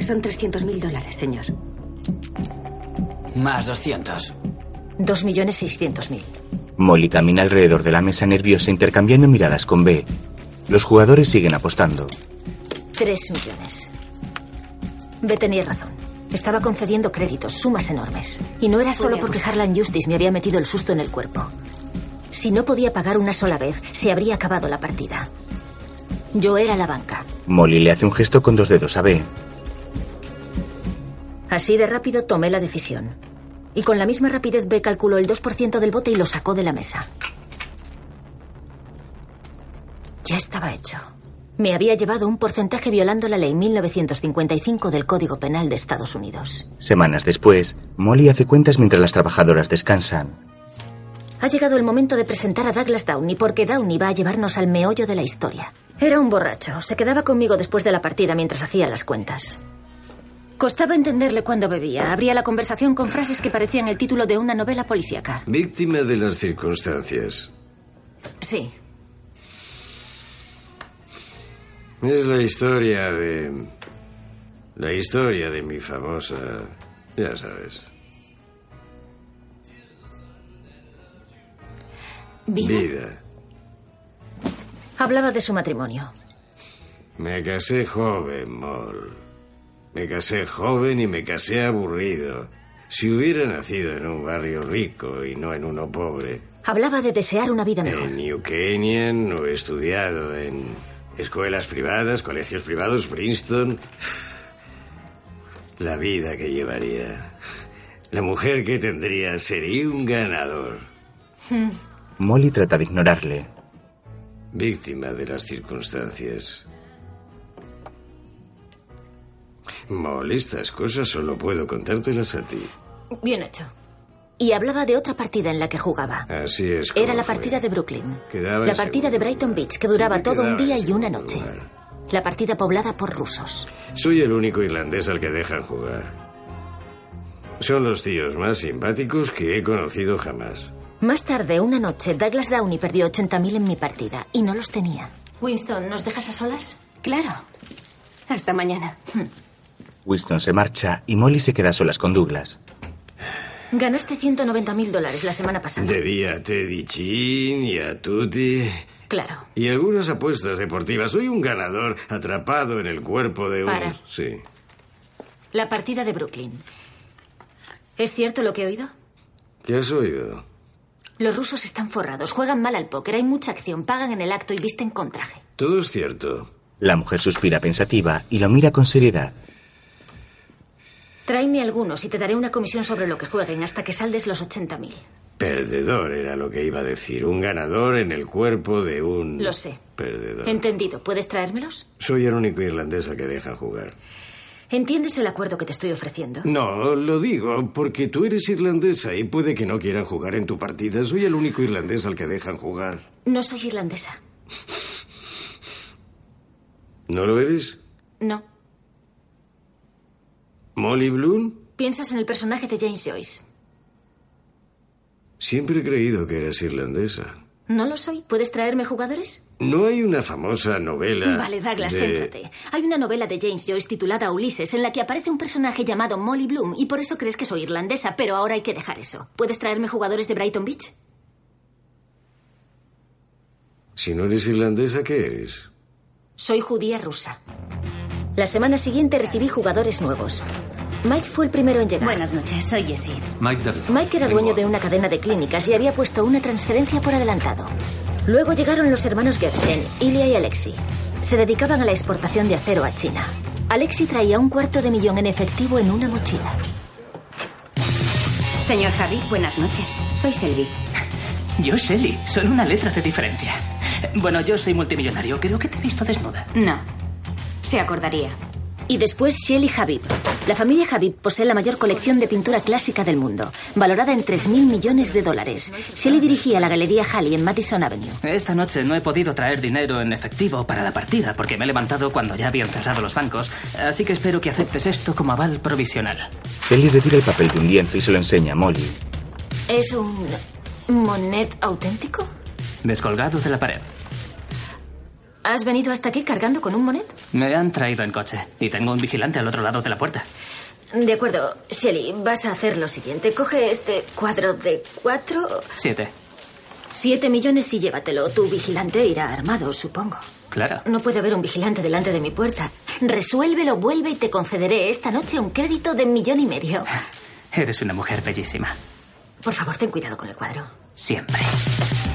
Son 300.000 dólares, señor. Más 200. 2.600.000. Molly camina alrededor de la mesa nerviosa intercambiando miradas con B. Los jugadores siguen apostando. 3 millones. B tenía razón. Estaba concediendo créditos, sumas enormes. Y no era solo porque Harlan Justice me había metido el susto en el cuerpo. Si no podía pagar una sola vez, se habría acabado la partida. Yo era la banca. Molly le hace un gesto con dos dedos a B. Así de rápido tomé la decisión. Y con la misma rapidez B calculó el 2% del bote y lo sacó de la mesa. Ya estaba hecho. Me había llevado un porcentaje violando la ley 1955 del Código Penal de Estados Unidos. Semanas después, Molly hace cuentas mientras las trabajadoras descansan. Ha llegado el momento de presentar a Douglas Downey porque Downey va a llevarnos al meollo de la historia. Era un borracho. Se quedaba conmigo después de la partida mientras hacía las cuentas. Costaba entenderle cuando bebía. Abría la conversación con frases que parecían el título de una novela policíaca. Víctima de las circunstancias. Sí, Es la historia de... La historia de mi famosa... Ya sabes. vida. Vida. Hablaba de su matrimonio. Me casé joven, Mol. Me casé joven y me casé aburrido. Si hubiera nacido en un barrio rico y no en uno pobre, Hablaba de desear una vida mejor. en New Kenyan o he estudiado en escuelas privadas, colegios privados, Princeton. La vida que llevaría. La mujer que tendría sería un ganador. Hmm, Molly trata de ignorarle. Víctima de las circunstancias. Molly, estas cosas solo puedo contártelas a ti. Bien hecho. Y hablaba de otra partida en la que jugaba. Así es. como Era la fue. partida de Brooklyn. Quedaba La en partida de Brighton Beach, que duraba todo un Quedaba en día y una noche. La partida poblada por rusos. Soy el único irlandés al que dejan jugar. Son los tíos más simpáticos que he conocido jamás. Más tarde, una noche, Douglas Downey perdió 80.000 en mi partida y no los tenía. Winston, ¿nos dejas a solas? Claro. Hasta mañana. Hmm. Winston se marcha y Molly se queda a solas con Douglas. Ganaste 190.000 dólares la semana pasada. Debía a Teddy Chin y a Tutti. Claro. Y algunas apuestas deportivas. Soy un ganador atrapado en el cuerpo de un. Para. Sí. La partida de Brooklyn. ¿Es cierto lo que he oído? ¿Qué has oído? Los rusos están forrados, juegan mal al póker, hay mucha acción, pagan en el acto y visten con traje. Todo es cierto. La mujer suspira pensativa y lo mira con seriedad. Tráeme algunos y te daré una comisión sobre lo que jueguen hasta que saldes los 80.000. Perdedor era lo que iba a decir. Un ganador en el cuerpo de un. Lo sé. Perdedor. Entendido. ¿Puedes traérmelos? Soy el único irlandés al que dejan jugar. ¿Entiendes el acuerdo que te estoy ofreciendo? No, lo digo porque tú eres irlandesa y puede que no quieran jugar en tu partida. Soy el único irlandés al que dejan jugar. No soy irlandesa. ¿No lo eres? No. ¿Molly Bloom? Piensas en el personaje de James Joyce. Siempre he creído que eras irlandesa. No lo soy. ¿Puedes traerme jugadores? ¿No hay una famosa novela? Vale, Douglas, de- céntrate. Hay una novela de James Joyce titulada Ulises en la que aparece un personaje llamado Molly Bloom y por eso crees que soy irlandesa, pero ahora hay que dejar eso. ¿Puedes traerme jugadores de Brighton Beach? Si no eres irlandesa, ¿qué eres? Soy judía rusa. La semana siguiente recibí jugadores nuevos. Mike fue el primero en llegar. Buenas noches, soy Jessie. Mike David. Mike era dueño de una cadena de clínicas y había puesto una transferencia por adelantado. Luego llegaron los hermanos Gersen, Ilya y Alexi. Se dedicaban a la exportación de acero a China. Alexi traía un cuarto de millón en efectivo en una mochila. Señor Javi, buenas noches. Soy Selvi. Yo, Shelly, solo una letra de diferencia. Bueno, yo soy multimillonario. Creo que te he visto desnuda. No. Se acordaría. Y después Shelly Habib. La familia Habib posee la mayor colección de pintura clásica del mundo, valorada en 3.000 millones de dólares. Shelly dirigía la Galería Halley en Madison Avenue. Esta noche no he podido traer dinero en efectivo para la partida porque me he levantado cuando ya habían cerrado los bancos. Así que espero que aceptes esto como aval provisional. Sally retira el papel de un lienzo y se lo enseña a Molly. ¿Es un Monet auténtico? Descolgado de la pared. ¿Has venido hasta aquí cargando con un Monet? Me han traído en coche y tengo un vigilante al otro lado de la puerta. De acuerdo, Shelly, vas a hacer lo siguiente. Coge este cuadro de cuatro... Siete. Siete millones y llévatelo. Tu vigilante irá armado, supongo. Claro. No puede haber un vigilante delante de mi puerta. Resuélvelo, vuelve y te concederé esta noche un crédito de millón y medio. Eres una mujer bellísima. Por favor, ten cuidado con el cuadro. Siempre.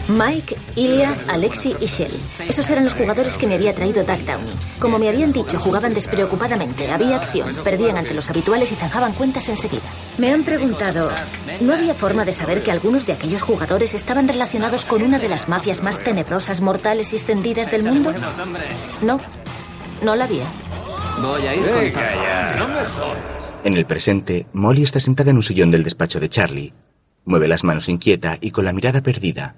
Mike, Ilya, Alexi y Shelly. Esos eran los jugadores que me había traído Doug Downey. Como me habían dicho, jugaban despreocupadamente, había acción, perdían ante los habituales y zanjaban cuentas enseguida. Me han preguntado, ¿no había forma de saber que algunos de aquellos jugadores estaban relacionados con una de las mafias más tenebrosas, mortales y extendidas del mundo? No, no la había. Voy a ir con todo. No me En el presente, Molly está sentada en un sillón del despacho de Charlie. Mueve las manos inquieta y con la mirada perdida.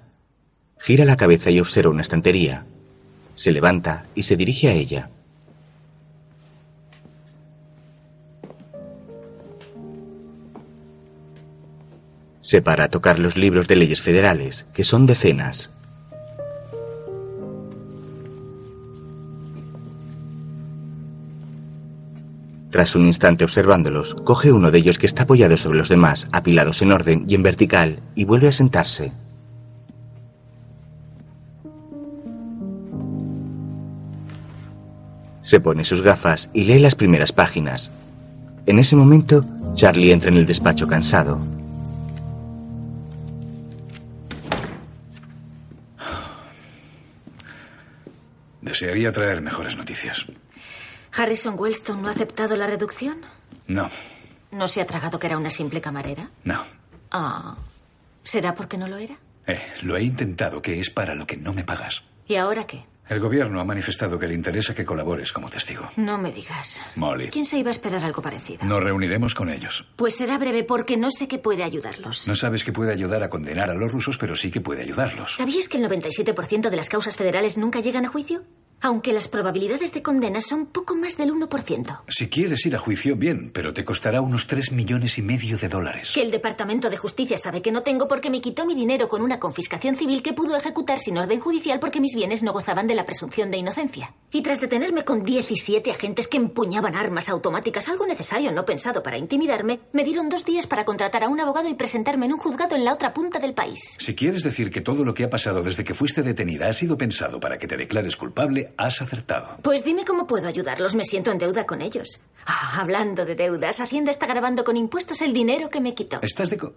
Gira la cabeza y observa una estantería. Se levanta y se dirige a ella. Se para a tocar los libros de leyes federales, que son decenas. Tras un instante observándolos, coge uno de ellos que está apoyado sobre los demás, apilados en orden y en vertical, y vuelve a sentarse. Se pone sus gafas y lee las primeras páginas. En ese momento, Charlie entra en el despacho cansado. Desearía traer mejores noticias. ¿Harrison Wellstone no ha aceptado la reducción? No, ¿No se ha tragado que era una simple camarera? no. Ah. ¿Será porque no lo era? Eh, lo he intentado, que es para lo que no me pagas. ¿Y ahora qué? El gobierno ha manifestado que le interesa que colabores como testigo. No me digas. Molly, ¿Quién se iba a esperar algo parecido? nos reuniremos con ellos. Pues será breve porque no sé qué puede ayudarlos. No sabes que puede ayudar a condenar a los rusos, pero sí que puede ayudarlos. ¿Sabías que el 97% de las causas federales nunca llegan a juicio? Aunque las probabilidades de condena son poco más del 1%. Si quieres ir a juicio, bien, pero te costará unos 3 millones y medio de dólares. Que el Departamento de Justicia sabe que no tengo porque me quitó mi dinero con una confiscación civil que pudo ejecutar sin orden judicial porque mis bienes no gozaban de la presunción de inocencia. Y tras detenerme con 17 agentes que empuñaban armas automáticas, algo necesario no pensado para intimidarme, me dieron dos días para contratar a un abogado y presentarme en un juzgado en la otra punta del país. Si quieres decir que todo lo que ha pasado desde que fuiste detenida ha sido pensado para que te declares culpable, has acertado. Pues dime cómo puedo ayudarlos, me siento en deuda con ellos. Ah, hablando de deudas, Hacienda está grabando con impuestos el dinero que me quitó. Estás de... co-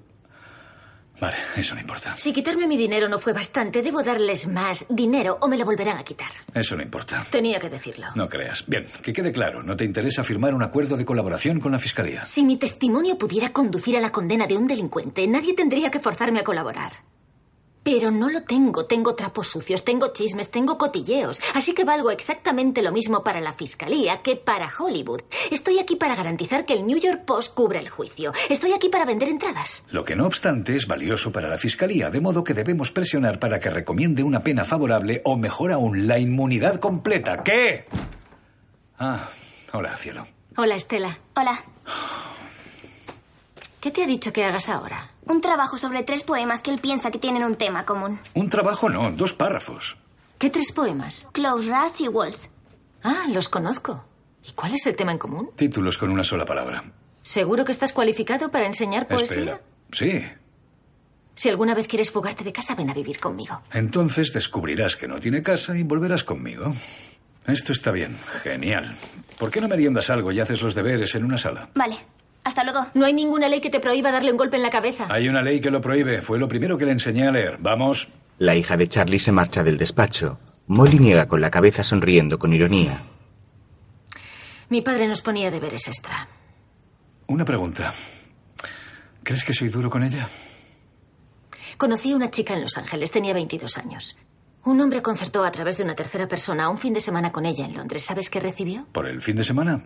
Vale, eso no importa. Si quitarme mi dinero no fue bastante, debo darles más dinero o me lo volverán a quitar. Eso no importa. Tenía que decirlo. No creas. Bien, que quede claro, no te interesa firmar un acuerdo de colaboración con la Fiscalía. Si mi testimonio pudiera conducir a la condena de un delincuente, nadie tendría que forzarme a colaborar. Pero no lo tengo. Tengo trapos sucios, tengo chismes, tengo cotilleos. Así que valgo exactamente lo mismo para la fiscalía que para Hollywood. Estoy aquí para garantizar que el New York Post cubra el juicio. Estoy aquí para vender entradas. Lo que no obstante es valioso para la Fiscalía, de modo que debemos presionar para que recomiende una pena favorable o mejor aún la inmunidad completa. ¿Qué? Ah, hola, cielo. Hola, Estela. Hola. ¿Qué te ha dicho que hagas ahora? Un trabajo sobre tres poemas que él piensa que tienen un tema común. Un trabajo no, dos párrafos. ¿Qué tres poemas? Klaus Rush y Walls. Ah, los conozco. ¿Y cuál es el tema en común? Títulos con una sola palabra. ¿Seguro que estás cualificado para enseñar poesía? Espera. Sí. Si alguna vez quieres fugarte de casa, ven a vivir conmigo. Entonces descubrirás que no tiene casa y volverás conmigo. Esto está bien. Genial. ¿Por qué no meriendas algo y haces los deberes en una sala? Vale. Hasta luego. No hay ninguna ley que te prohíba darle un golpe en la cabeza. Hay una ley que lo prohíbe. Fue lo primero que le enseñé a leer. Vamos. La hija de Charlie se marcha del despacho. Molly niega con la cabeza sonriendo con ironía. Mi padre nos ponía deberes extra. Una pregunta. ¿Crees que soy duro con ella? Conocí a una chica en Los Ángeles, tenía 22 años. Un hombre concertó a través de una tercera persona un fin de semana con ella en Londres. ¿Sabes qué recibió? ¿Por el fin de semana?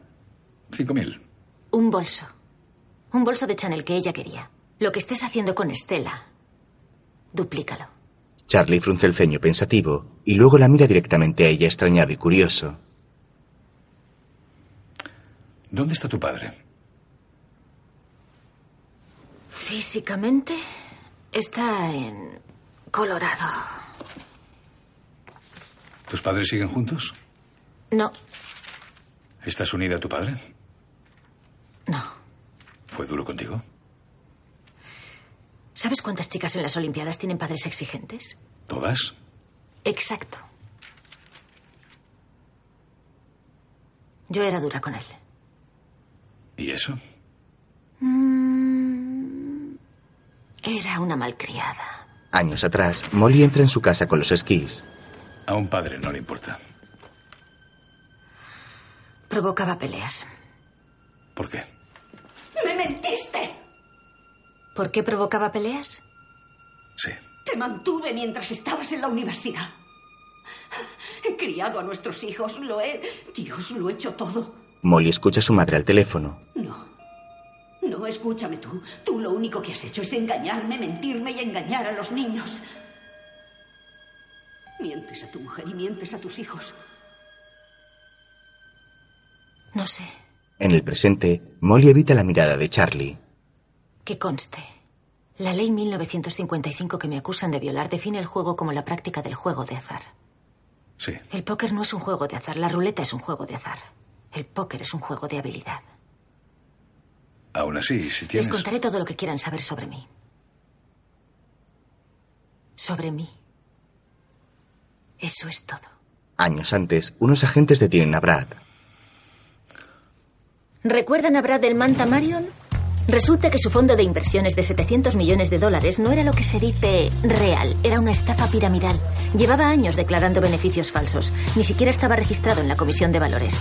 Cinco mil. Un bolso. Un bolso de Chanel que ella quería. Lo que estés haciendo con Estela, duplícalo. Charlie frunce el ceño pensativo y luego la mira directamente a ella extrañado y curioso. ¿Dónde está tu padre? Físicamente está en Colorado. ¿Tus padres siguen juntos? No, ¿Estás unida a tu padre? No. ¿Fue duro contigo? ¿sabes cuántas chicas en las Olimpiadas tienen padres exigentes? ¿Todas? Exacto. Yo era dura con él. ¿Y eso? Mm, Era una malcriada. Años atrás, Molly entra en su casa con los esquís. A un padre no le importa. Provocaba peleas. ¿Por qué? ¡Me mentiste! ¿Por qué provocaba peleas? Te mantuve mientras estabas en la universidad. He criado a nuestros hijos, lo he... Dios, lo he hecho todo. Molly escucha a su madre al teléfono. No, escúchame tú. Tú lo único que has hecho es engañarme, mentirme y engañar a los niños. Mientes a tu mujer y mientes a tus hijos. No sé, En el presente, Molly evita la mirada de Charlie. que conste. La ley 1955 que me acusan de violar define el juego como la práctica del juego de azar. Sí. El póker no es un juego de azar, la ruleta es un juego de azar. El póker es un juego de habilidad. Aún así, si tienes... Les contaré todo lo que quieran saber sobre mí. Sobre mí. Eso es todo. Años antes, unos agentes detienen a Brad. ¿Recuerdan a Brad del Manta Marion? Resulta que su fondo de inversiones de 700 millones de dólares no era lo que se dice real, era una estafa piramidal. Llevaba años declarando beneficios falsos, ni siquiera estaba registrado en la Comisión de Valores.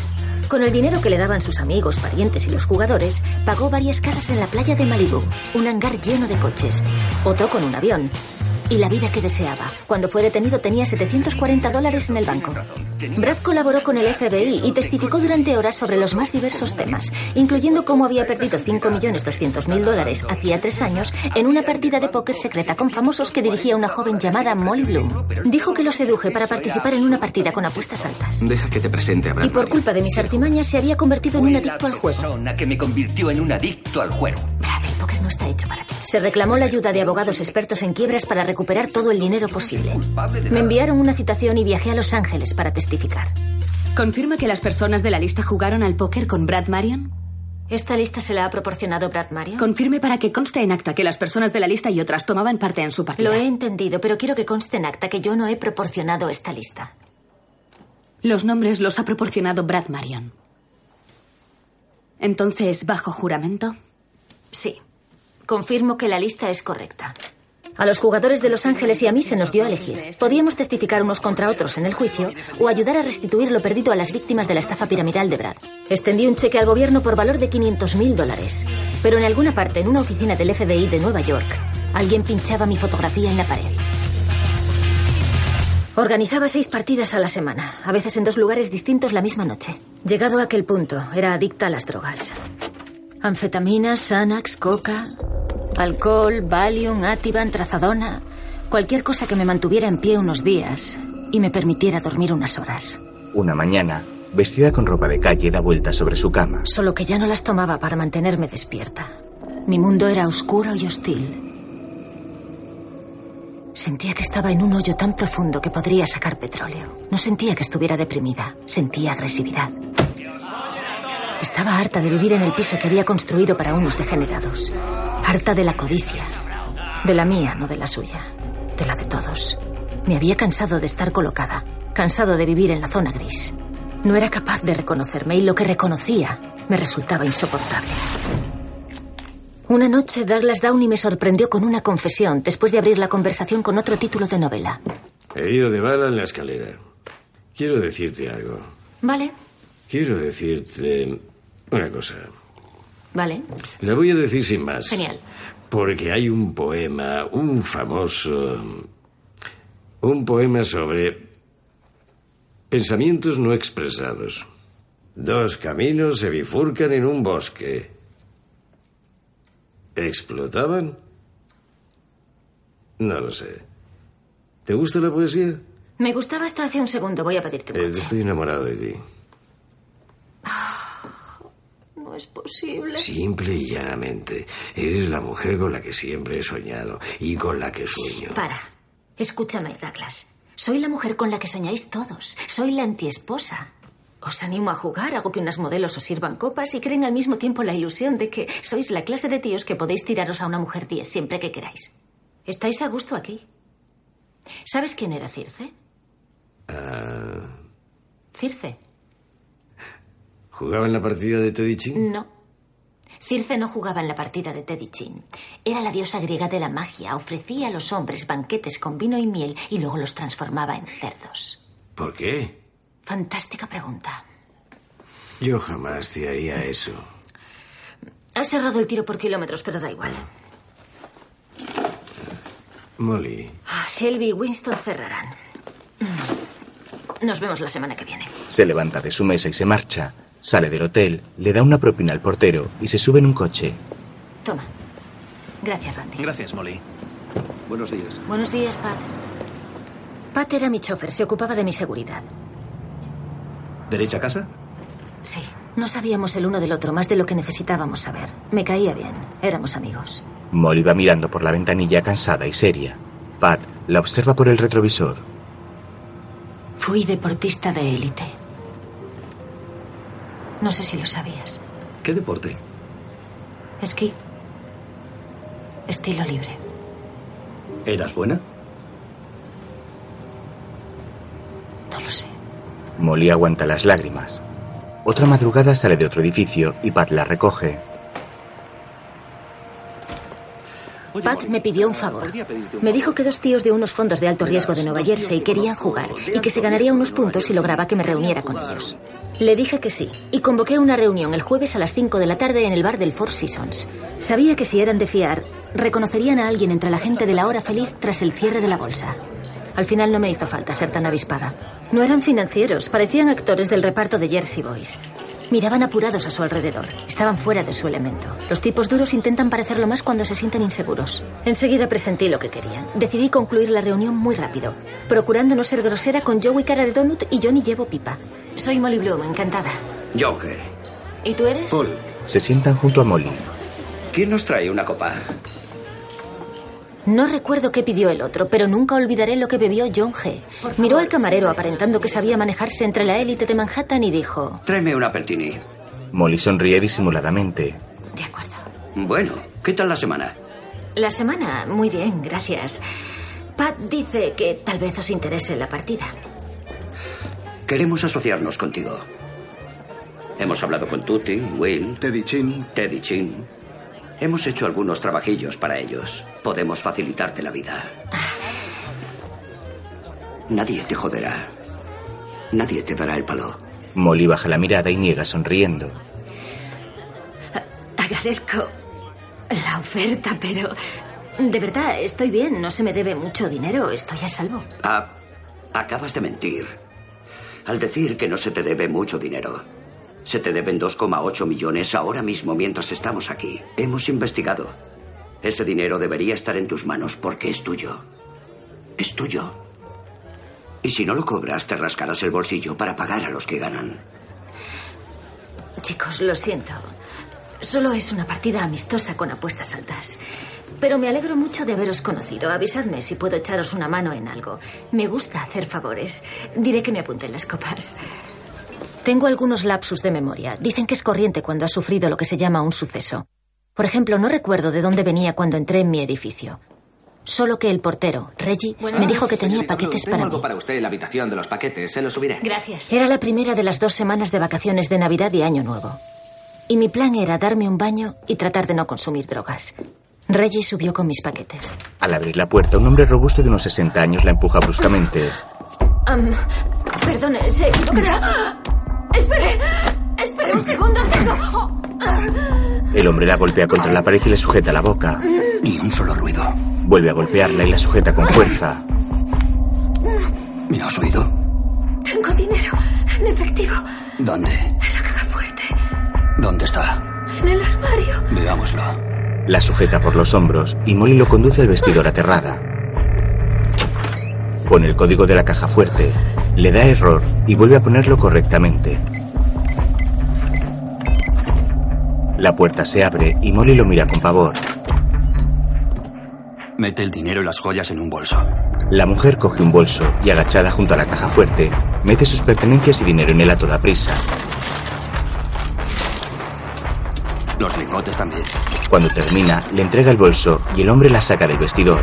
Con el dinero que le daban sus amigos, parientes y los jugadores, pagó varias casas en la playa de Malibú, un hangar lleno de coches, otro con un avión y la vida que deseaba. Cuando fue detenido tenía 740 dólares en el banco. Brad colaboró con el FBI y testificó durante horas sobre los más diversos temas, incluyendo cómo había perdido 5.200.000 dólares hacía tres años en una partida de póker secreta con famosos que dirigía una joven llamada Molly Bloom. Dijo que lo seduje para participar en una partida con apuestas altas. Deja que te presente a Brad Y por culpa de mis artimañas se había convertido en un adicto al juego. Persona que me convirtió en un adicto al juego. Brad, el póker no está hecho para ti. Se reclamó la ayuda de abogados expertos en quiebras para recuperar todo el dinero posible. Me enviaron una citación y viajé a Los Ángeles para testificar. ¿Confirma que las personas de la lista jugaron al póker con Brad Marion? ¿Esta lista se la ha proporcionado Brad Marion? Confirme para que conste en acta que las personas de la lista y otras tomaban parte en su partida. Lo he entendido, pero quiero que conste en acta que yo no he proporcionado esta lista. Los nombres los ha proporcionado Brad Marion. Entonces, bajo juramento. Sí. Confirmo que la lista es correcta. A los jugadores de Los Ángeles y a mí se nos dio a elegir. Podíamos testificar unos contra otros en el juicio o ayudar a restituir lo perdido a las víctimas de la estafa piramidal de Brad. Extendí un cheque al gobierno por valor de 500.000 dólares. Pero en alguna parte, en una oficina del FBI de Nueva York, alguien pinchaba mi fotografía en la pared. Organizaba seis partidas a la semana, a veces en dos lugares distintos la misma noche. Llegado a aquel punto, era adicta a las drogas. Anfetaminas, Xanax, coca, alcohol, Valium, Ativan, trazadona, cualquier cosa que me mantuviera en pie unos días y me permitiera dormir unas horas. Una mañana, vestida con ropa de calle, da vueltas sobre su cama. Solo que ya no las tomaba para mantenerme despierta. Mi mundo era oscuro y hostil. Sentía que estaba en un hoyo tan profundo que podría sacar petróleo. No sentía que estuviera deprimida, sentía agresividad. Estaba harta de vivir en el piso que había construido para unos degenerados. Harta de la codicia. De la mía, no de la suya. De la de todos. Me había cansado de estar colocada. Cansado de vivir en la zona gris. No era capaz de reconocerme y lo que reconocía me resultaba insoportable. Una noche Douglas Downey me sorprendió con una confesión después de abrir la conversación con otro título de novela. Herido de bala en la escalera. Quiero decirte algo. Vale, Quiero decirte una cosa. vale. La voy a decir sin más. Genial. Porque hay un poema, un famoso. Un poema sobre. Pensamientos no expresados. Dos caminos se bifurcan en un bosque. ¿Explotaban? No lo sé. ¿Te gusta la poesía? Me gustaba hasta hace un segundo. Voy a pedirte un Eh, estoy enamorado de ti. Ah, No es posible. Simple y llanamente, eres la mujer con la que siempre he soñado y con la que sueño. Para. Escúchame, Douglas. Soy la mujer con la que soñáis todos. Soy la antiesposa. Os animo a jugar, hago que unas modelos os sirvan copas y creen al mismo tiempo la ilusión de que sois la clase de tíos que podéis tiraros a una mujer 10 siempre que queráis. Estáis a gusto aquí. ¿Sabes quién era Circe? Ah, Circe. ¿Jugaba en la partida de Teddy Chin? No. Circe no jugaba en la partida de Teddy Chin. Era la diosa griega de la magia. Ofrecía a los hombres banquetes con vino y miel y luego los transformaba en cerdos. Mm. ¿Por qué? Fantástica pregunta. Yo jamás te haría eso. Has cerrado el tiro por kilómetros, pero da igual. Molly, Ah, Shelby y Winston cerrarán. Nos vemos la semana que viene. Se levanta de su mesa y se marcha. Sale del hotel, le da una propina al portero y se sube en un coche. Toma. Gracias, Randy. Gracias, Molly. Buenos días. Buenos días, Pat. Pat era mi chofer, se ocupaba de mi seguridad. ¿Derecha a casa? Sí. No sabíamos el uno del otro más de lo que necesitábamos saber. Me caía bien. Éramos amigos. Molly va mirando por la ventanilla cansada y seria. Pat la observa por el retrovisor. Fui deportista de élite. No sé si lo sabías. ¿Qué deporte? Esquí. Estilo libre. ¿Eras buena? No lo sé. Molly aguanta las lágrimas. Otra madrugada sale de otro edificio y Pat la recoge. Pat me pidió eh, un favor. Me dijo que dos tíos de unos fondos de alto riesgo de Nueva Jersey querían jugar y que se ganaría unos puntos si lograba que me reuniera con ellos. Le dije que sí y convoqué una reunión el jueves a las 5 de la tarde en el bar del Four Seasons. Sabía que si eran de fiar, reconocerían a alguien entre la gente de la hora feliz tras el cierre de la bolsa. Al final no me hizo falta ser tan avispada. No eran financieros, parecían actores del reparto de Jersey Boys. Miraban apurados a su alrededor. Estaban fuera de su elemento. Los tipos duros intentan parecerlo más cuando se sienten inseguros. Enseguida presentí lo que querían. Decidí concluir la reunión muy rápido, procurando no ser grosera con Joey Cara de Donut y Johnny Llevo Pipa. Soy Molly Bloom, encantada. Yo qué. ¿Y tú eres? Paul, Se sientan junto a Molly. ¿quién nos trae una copa? No recuerdo qué pidió el otro, pero nunca olvidaré lo que bebió John G. Miró al camarero aparentando que sabía manejarse entre la élite de Manhattan y dijo... Tráeme una Pertini. Molly sonríe disimuladamente. De acuerdo. Bueno, ¿qué tal la semana? La semana, muy bien, gracias. Pat dice que tal vez os interese la partida. Queremos asociarnos contigo. Hemos hablado con Tutti, Will, Teddy Chin. Teddy Chin. Hemos hecho algunos trabajillos para ellos. Podemos facilitarte la vida. Nadie te joderá. Nadie te dará el palo. Molly baja la mirada y niega sonriendo. Agradezco la oferta, pero... De verdad, estoy bien, no se me debe mucho dinero, estoy a salvo. Ah, acabas de mentir. Al decir que no se te debe mucho dinero. Se te deben 2,8 millones ahora mismo mientras estamos aquí. Hemos investigado. Ese dinero debería estar en tus manos porque es tuyo. Es tuyo. Y si no lo cobras, te rascarás el bolsillo para pagar a los que ganan. Chicos, lo siento. Solo es una partida amistosa con apuestas altas. Pero me alegro mucho de haberos conocido. Avisadme si puedo echaros una mano en algo. Me gusta hacer favores. Diré que me apunten las copas. Tengo algunos lapsus de memoria. Dicen que es corriente cuando has sufrido lo que se llama un suceso. Por ejemplo, no recuerdo de dónde venía cuando entré en mi edificio. Solo que el portero, Reggie, me dijo que tenía paquetes para mí. para usted en la habitación de los paquetes. Se los subiré. Gracias. Era la primera de las dos semanas de vacaciones de Navidad y Año Nuevo. Y mi plan era darme un baño y tratar de no consumir drogas. Reggie subió con mis paquetes. Al abrir la puerta, un hombre robusto de unos 60 años la empuja bruscamente. Am, perdone, se equivocará. ¡Ah! ¡Espere! ¡Espere un segundo! Tengo... ¡Oh! ¡Ah! El hombre la golpea contra la pared y le sujeta la boca. Ni un solo ruido. Vuelve a golpearla y la sujeta con fuerza. ¿Me has oído? Tengo dinero en efectivo ¿Dónde? en la caja fuerte, ¿Dónde está? en el armario. Veámoslo. La sujeta por los hombros y Molly lo conduce al vestidor aterrada. Pone el código de la caja fuerte, le da error y vuelve a ponerlo correctamente. La puerta se abre y Molly lo mira con pavor. Mete el dinero y las joyas en un bolso. La mujer coge un bolso y agachada junto a la caja fuerte, mete sus pertenencias y dinero en él a toda prisa. Los lingotes también. Cuando termina, le entrega el bolso y el hombre la saca del vestidor.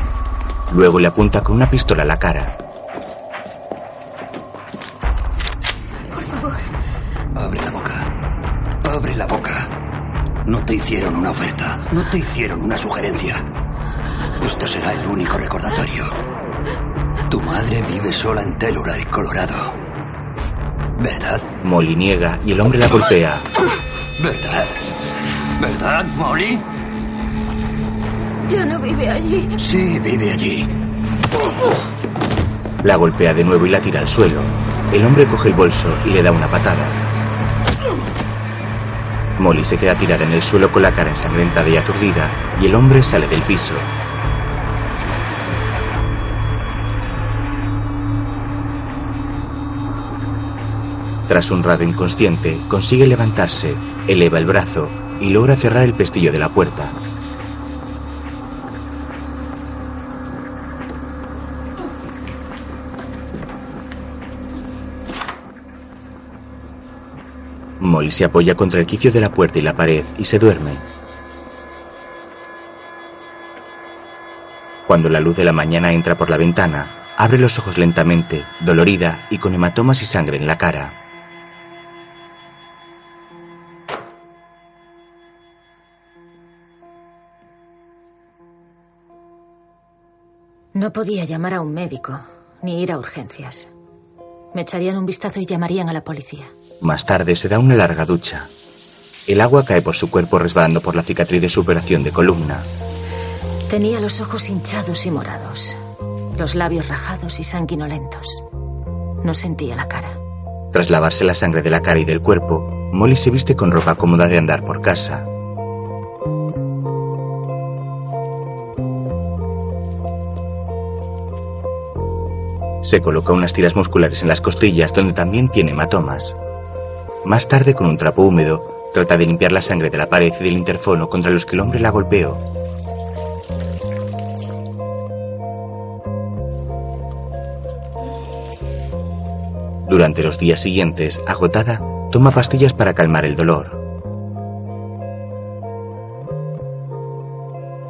Luego le apunta con una pistola a la cara. Por favor, Abre la boca. Abre la boca. No te hicieron una oferta. No te hicieron una sugerencia. Esto será el único recordatorio. Tu madre vive sola en Telluride, Colorado. ¿Verdad? Molly niega y el hombre la golpea. ¿Verdad? ¿Verdad, Molly? ya no vive allí. Sí, vive allí. La golpea de nuevo y la tira al suelo. El hombre coge el bolso y le da una patada. Molly se queda tirada en el suelo con la cara ensangrentada y aturdida, y el hombre sale del piso. Tras un rato inconsciente, consigue levantarse, eleva el brazo y logra cerrar el pestillo de la puerta. Molly se apoya contra el quicio de la puerta y la pared y se duerme. Cuando la luz de la mañana entra por la ventana, abre los ojos lentamente, dolorida y con hematomas y sangre en la cara. No podía llamar a un médico, ni ir a urgencias. Me echarían un vistazo y llamarían a la policía. Más tarde se da una larga ducha. El agua cae por su cuerpo resbalando por la cicatriz de su operación de columna. Tenía los ojos hinchados y morados, los labios rajados y sanguinolentos. No sentía la cara. Tras lavarse la sangre de la cara y del cuerpo, Molly se viste con ropa cómoda de andar por casa. Se coloca unas tiras musculares en las costillas donde también tiene hematomas. Más tarde, con un trapo húmedo, trata de limpiar la sangre de la pared y del interfono contra los que el hombre la golpeó. Durante los días siguientes, agotada, toma pastillas para calmar el dolor.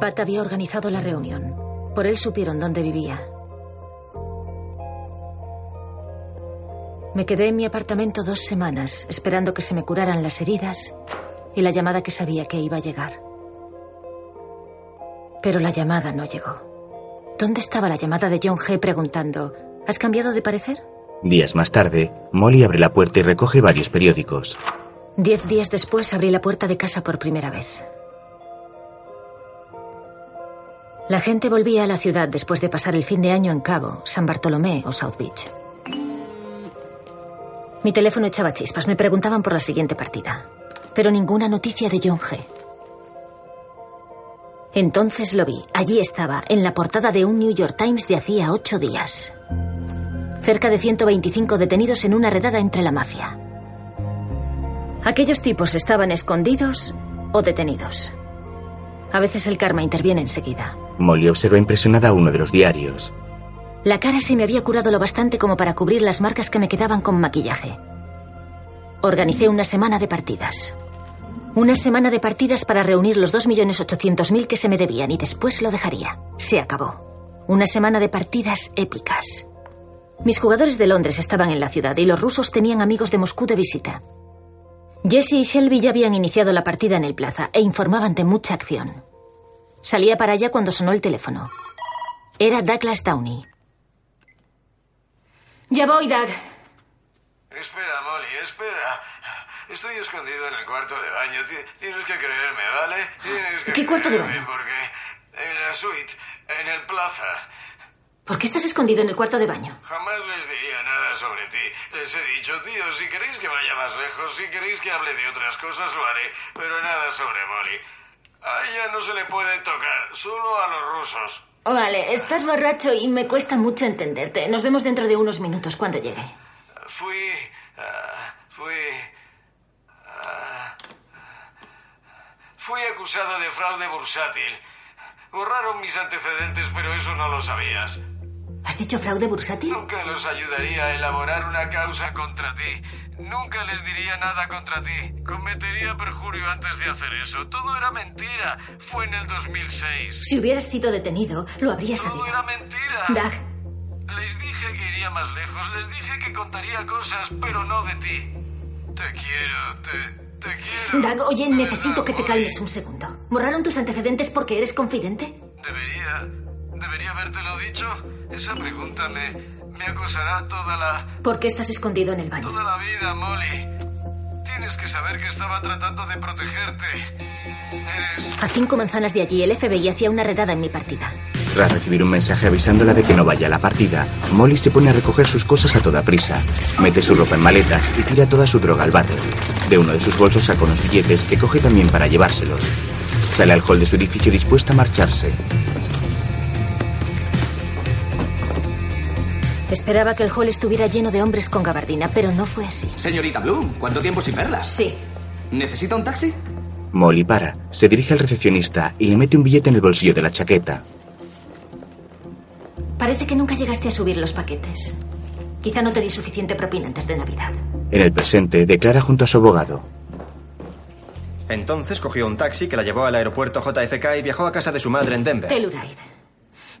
Pat había organizado la reunión. Por él supieron dónde vivía. Me quedé en mi apartamento dos semanas esperando que se me curaran las heridas y la llamada que sabía que iba a llegar. Pero la llamada no llegó. ¿Dónde estaba la llamada de John G preguntando, ¿has cambiado de parecer? Días más tarde, Molly abre la puerta y recoge varios periódicos. Diez días después abrí la puerta de casa por primera vez. La gente volvía a la ciudad después de pasar el fin de año en Cabo, San Bartolomé o South Beach. Mi teléfono echaba chispas, me preguntaban por la siguiente partida, pero ninguna noticia de John G. Entonces lo vi, allí estaba, en la portada de un New York Times de hacía ocho días. Cerca de 125 detenidos en una redada entre la mafia. Aquellos tipos estaban escondidos o detenidos. A veces el karma interviene enseguida. Molly observa impresionada uno de los diarios. La cara se me había curado lo bastante como para cubrir las marcas que me quedaban con maquillaje. Organicé una semana de partidas. Una semana de partidas para reunir los 2.800.000 que se me debían y después lo dejaría. Se acabó. Una semana de partidas épicas. Mis jugadores de Londres estaban en la ciudad y los rusos tenían amigos de Moscú de visita. Jesse y Shelby ya habían iniciado la partida en el plaza e informaban de mucha acción. Salía para allá cuando sonó el teléfono. Era Douglas Downey. Ya voy, Doug. Espera, Molly, espera. Estoy escondido en el cuarto de baño. Tienes que creerme, ¿vale? Tienes que ¿Qué cuarto de baño? Porque en la suite, en el plaza, ¿Por qué estás escondido en el cuarto de baño? Jamás les diría nada sobre ti. Les he dicho, tío, si queréis que vaya más lejos, si queréis que hable de otras cosas, lo haré. Pero nada sobre Molly. A ella no se le puede tocar, solo a los rusos. Vale, estás borracho y me cuesta mucho entenderte. Nos vemos dentro de unos minutos cuando llegue. Fui... ah, fui... ah, fui acusado de fraude bursátil. Borraron mis antecedentes, pero eso no lo sabías. ¿Has dicho fraude bursátil? Nunca los ayudaría a elaborar una causa contra ti. Nunca les diría nada contra ti. Cometería perjurio antes de hacer eso. Todo era mentira. Fue en el 2006. Si hubieras sido detenido, lo habrías Todo sabido. era mentira. Doug. Les dije que iría más lejos. Les dije que contaría cosas, pero no de ti. Te quiero, te, te quiero. Doug, oye, De necesito verdad, que te Molly. calmes un segundo. ¿Borraron tus antecedentes porque eres confidente? Debería. Debería habértelo dicho. Esa pregunta me. me acosará toda la. ¿Por qué estás escondido en el baño? toda la vida, Molly. Tienes que saber que estaba tratando de protegerte. Eres. A cinco manzanas de allí, el FBI hacía una redada en mi partida. Tras recibir un mensaje avisándola de que no vaya a la partida, Molly se pone a recoger sus cosas a toda prisa. Mete su ropa en maletas y tira toda su droga al váter. De uno de sus bolsos saca unos billetes que coge también para llevárselos. Sale al hall de su edificio dispuesta a marcharse. Esperaba que el hall estuviera lleno de hombres con gabardina, pero no fue así. Señorita Bloom, ¿cuánto tiempo sin verlas? Sí. ¿Necesita un taxi? Molly para, se dirige al recepcionista y le mete un billete en el bolsillo de la chaqueta. Parece que nunca llegaste a subir los paquetes. Quizá no te di suficiente propina antes de Navidad. En el presente, declara junto a su abogado. Entonces cogió un taxi que la llevó al aeropuerto JFK y viajó a casa de su madre en Denver. Telluride.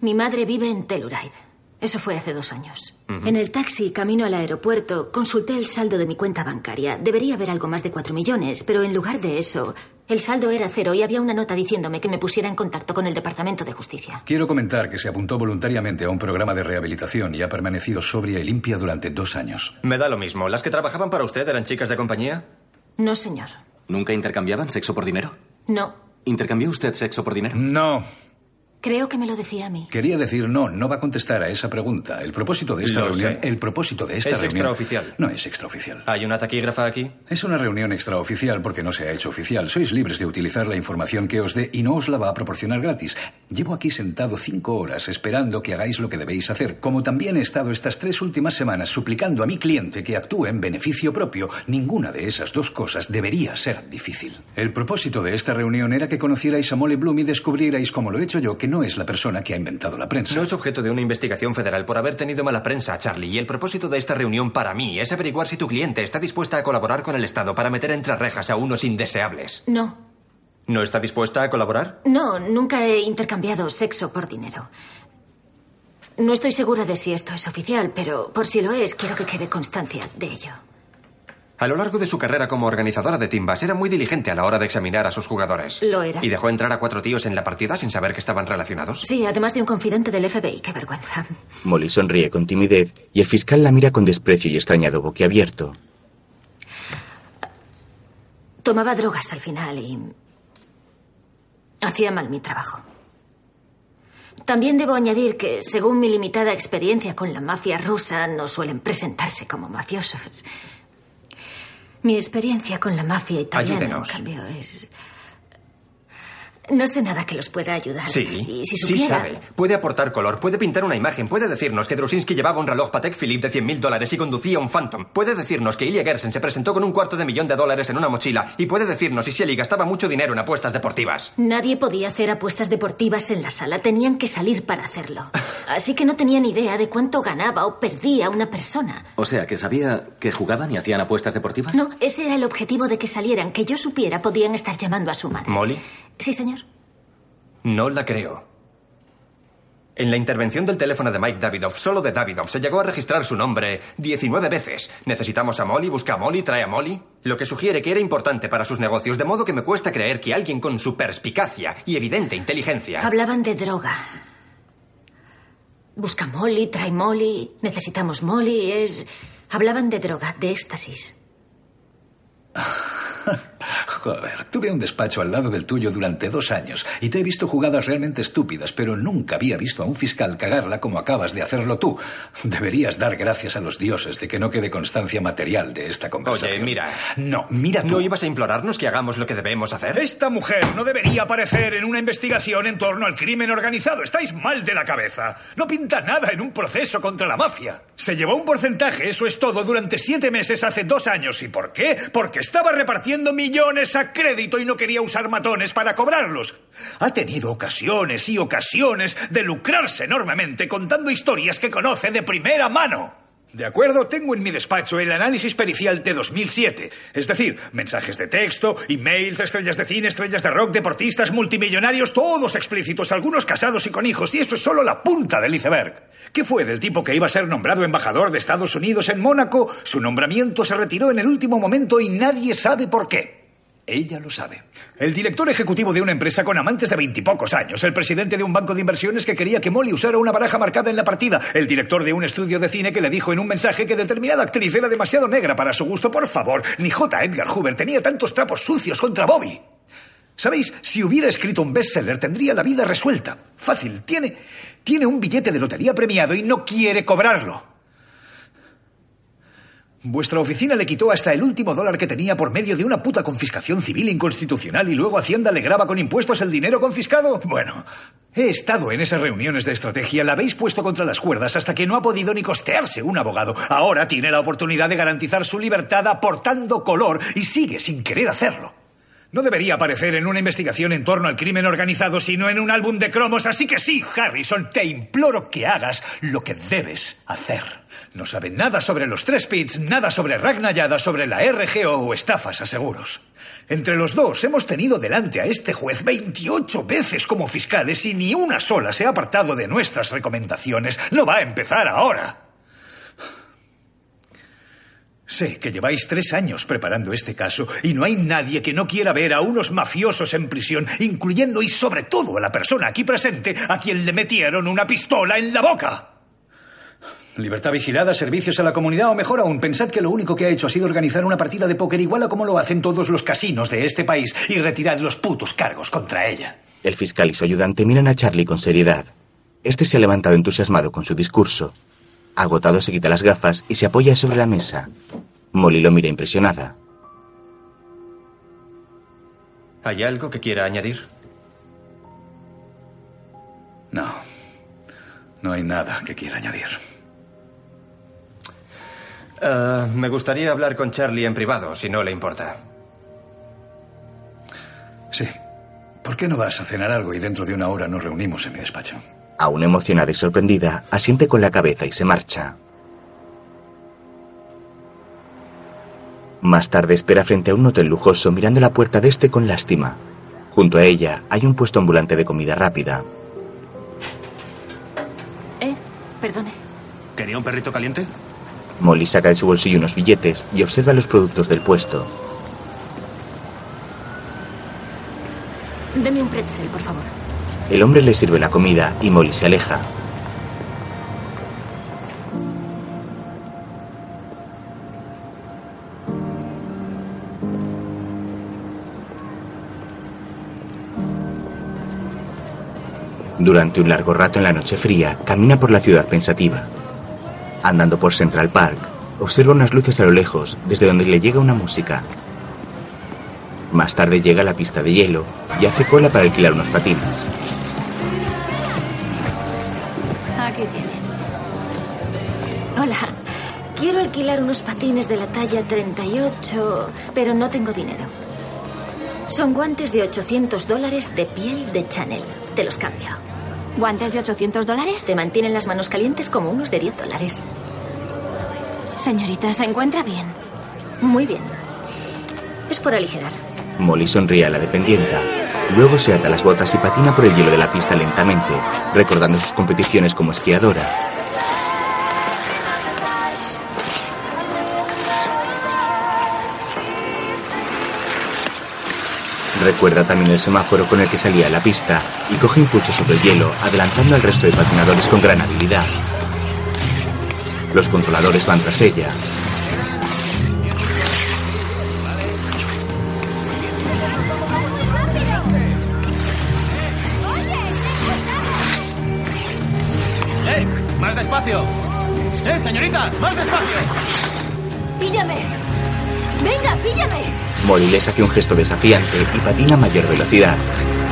Mi madre vive en Telluride. Eso fue hace dos años. En el taxi, camino al aeropuerto, consulté el saldo de mi cuenta bancaria. Debería haber algo más de cuatro millones, pero en lugar de eso, el saldo era cero y había una nota diciéndome que me pusiera en contacto con el Departamento de Justicia. Quiero comentar que se apuntó voluntariamente a un programa de rehabilitación y ha permanecido sobria y limpia durante dos años. Me da lo mismo. ¿Las que trabajaban para usted eran chicas de compañía? No, señor. ¿Nunca intercambiaban sexo por dinero? No. ¿Intercambió usted sexo por dinero? No. Creo que me lo decía a mí. Quería decir no, no va a contestar a esa pregunta. El propósito de esta Lo reunión, sé. el propósito de esta Es reunión extraoficial. No es extraoficial. ¿Hay una taquígrafa aquí? Es una reunión extraoficial porque no se ha hecho oficial. Sois libres de utilizar la información que os dé y no os la va a proporcionar gratis. Llevo aquí sentado cinco horas esperando que hagáis lo que debéis hacer, como también he estado estas tres últimas semanas suplicando a mi cliente que actúe en beneficio propio. Ninguna de esas dos cosas debería ser difícil. El propósito de esta reunión era que conocierais a Molly Bloom y descubrierais, como lo he hecho yo, que no es la persona que ha inventado la prensa. No es objeto de una investigación federal por haber tenido mala prensa, Charlie. Y el propósito de esta reunión para mí es averiguar si tu cliente está dispuesta a colaborar con el Estado para meter entre rejas a unos indeseables. No, ¿No está dispuesta a colaborar? no, nunca he intercambiado sexo por dinero. No estoy segura de si esto es oficial, pero por si lo es, quiero que quede constancia de ello. A lo largo de su carrera como organizadora de timbas, era muy diligente a la hora de examinar a sus jugadores. Lo era. ¿Y dejó entrar a cuatro tíos en la partida sin saber que estaban relacionados? Sí, además de un confidente del FBI, qué vergüenza. Molly sonríe con timidez y el fiscal la mira con desprecio y extrañado boquiabierto. Tomaba drogas al final y hacía mal mi trabajo. También debo añadir que, según mi limitada experiencia con la mafia rusa, no suelen presentarse como mafiosos. Mi experiencia con la mafia italiana, Ayúdenos. en cambio, es... No sé nada que los pueda ayudar. Sí, Y si sí supiera... sabe. Puede aportar color, puede pintar una imagen, puede decirnos que Drusinski llevaba un reloj Patek Philippe de 100.000 dólares y conducía un Phantom. Puede decirnos que Ilya Gersen se presentó con un cuarto de millón de dólares en una mochila. Y puede decirnos si Shelly gastaba mucho dinero en apuestas deportivas. Nadie podía hacer apuestas deportivas en la sala, tenían que salir para hacerlo. Así que no tenían idea de cuánto ganaba o perdía una persona. O sea, que sabía que jugaban y hacían apuestas deportivas. No, ese era el objetivo de que salieran, que yo supiera podían estar llamando a su madre. Molly, Sí, señor. no la creo. En la intervención del teléfono de Mike Davidoff, solo de Davidoff, se llegó a registrar su nombre 19 veces. Necesitamos a Molly, busca a Molly, trae a Molly. Lo que sugiere que era importante para sus negocios, de modo que me cuesta creer que alguien con su perspicacia y evidente inteligencia. Hablaban de droga. Busca Molly, trae Molly, necesitamos Molly, es... Hablaban de droga, de éxtasis. Joder, tuve un despacho al lado del tuyo durante dos años y te he visto jugadas realmente estúpidas, pero nunca había visto a un fiscal cagarla como acabas de hacerlo tú. Deberías dar gracias a los dioses de que no quede constancia material de esta conversación. Oye, mira. No, mira tú. ¿No ibas a implorarnos que hagamos lo que debemos hacer? Esta mujer no debería aparecer en una investigación en torno al crimen organizado. Estáis mal de la cabeza. No pinta nada en un proceso contra la mafia. Se llevó un porcentaje, eso es todo, durante siete meses hace dos años. ¿Y por qué? Porque estaba repartiendo millones a crédito y no quería usar matones para cobrarlos. Ha tenido ocasiones y ocasiones de lucrarse enormemente contando historias que conoce de primera mano. De acuerdo, tengo en mi despacho el análisis pericial de 2007, es decir, mensajes de texto, emails, estrellas de cine, estrellas de rock, deportistas, multimillonarios, todos explícitos, algunos casados y con hijos, y eso es solo la punta del iceberg. ¿Qué fue del tipo que iba a ser nombrado embajador de Estados Unidos en Mónaco? Su nombramiento se retiró en el último momento y nadie sabe por qué. Ella lo sabe. El director ejecutivo de una empresa con amantes de veintipocos años, el presidente de un banco de inversiones que quería que Molly usara una baraja marcada en la partida, el director de un estudio de cine que le dijo en un mensaje que determinada actriz era demasiado negra para su gusto, por favor, ni J. Edgar Hoover tenía tantos trapos sucios contra Bobby. ¿Sabéis? Si hubiera escrito un bestseller tendría la vida resuelta. Fácil, tiene tiene un billete de lotería premiado y no quiere cobrarlo. Vuestra oficina le quitó hasta el último dólar que tenía por medio de una puta confiscación civil inconstitucional y luego Hacienda le graba con impuestos el dinero confiscado. Bueno, he estado en esas reuniones de estrategia, la habéis puesto contra las cuerdas hasta que no ha podido ni costearse un abogado. Ahora tiene la oportunidad de garantizar su libertad aportando color y sigue sin querer hacerlo. No debería aparecer en una investigación en torno al crimen organizado, sino en un álbum de cromos. Así que sí, Harrison, te imploro que hagas lo que debes hacer. No sabe nada sobre los tres pits, nada sobre Ragnayada, sobre la RGO o estafas a seguros. Entre los dos hemos tenido delante a este juez 28 veces como fiscales y ni una sola se ha apartado de nuestras recomendaciones. No va a empezar ahora. Sé que lleváis tres años preparando este caso y no hay nadie que no quiera ver a unos mafiosos en prisión, incluyendo y sobre todo a la persona aquí presente a quien le metieron una pistola en la boca. Libertad vigilada, servicios a la comunidad o mejor aún, pensad que lo único que ha hecho ha sido organizar una partida de póker igual a como lo hacen todos los casinos de este país y retirad los putos cargos contra ella. El fiscal y su ayudante miran a Charlie con seriedad. Este se ha levantado entusiasmado con su discurso. Agotado se quita las gafas y se apoya sobre la mesa. Molly lo mira impresionada. ¿Hay algo que quiera añadir? No. No hay nada que quiera añadir. Eh, me gustaría hablar con Charlie en privado, si no le importa. Sí. ¿Por qué no vas a cenar algo y dentro de una hora nos reunimos en mi despacho? Aún emocionada y sorprendida, asiente con la cabeza y se marcha. Más tarde espera frente a un hotel lujoso mirando la puerta de este con lástima. Junto a ella hay un puesto ambulante de comida rápida. Eh, perdone. ¿Quería un perrito caliente? Molly saca de su bolsillo unos billetes y observa los productos del puesto. Deme un pretzel, por favor. El hombre le sirve la comida y Molly se aleja. Durante un largo rato en la noche fría, camina por la ciudad pensativa. Andando por Central Park, observa unas luces a lo lejos, desde donde le llega una música. Más tarde llega a la pista de hielo y hace cola para alquilar unos patines. Aquí tiene. Hola. Quiero alquilar unos patines de la talla 38, pero no tengo dinero. Son guantes de 800 dólares de piel de Chanel. Te los cambio. ¿Guantes de 800 dólares? Se mantienen las manos calientes como unos de 10 dólares. Señorita, ¿se encuentra bien? Muy bien. Es por aligerar. Molly sonríe a la dependienta. Luego se ata las botas y patina por el hielo de la pista lentamente, recordando sus competiciones como esquiadora. Recuerda también el semáforo con el que salía a la pista y coge impulso sobre el hielo, adelantando al resto de patinadores con gran habilidad. Los controladores van tras ella, ¡Eh! ¡Más despacio! ¡Eh, señorita! ¡Más despacio! ¡Píllame! ¡Venga, píllame! Molly les hace un gesto desafiante y patina a mayor velocidad.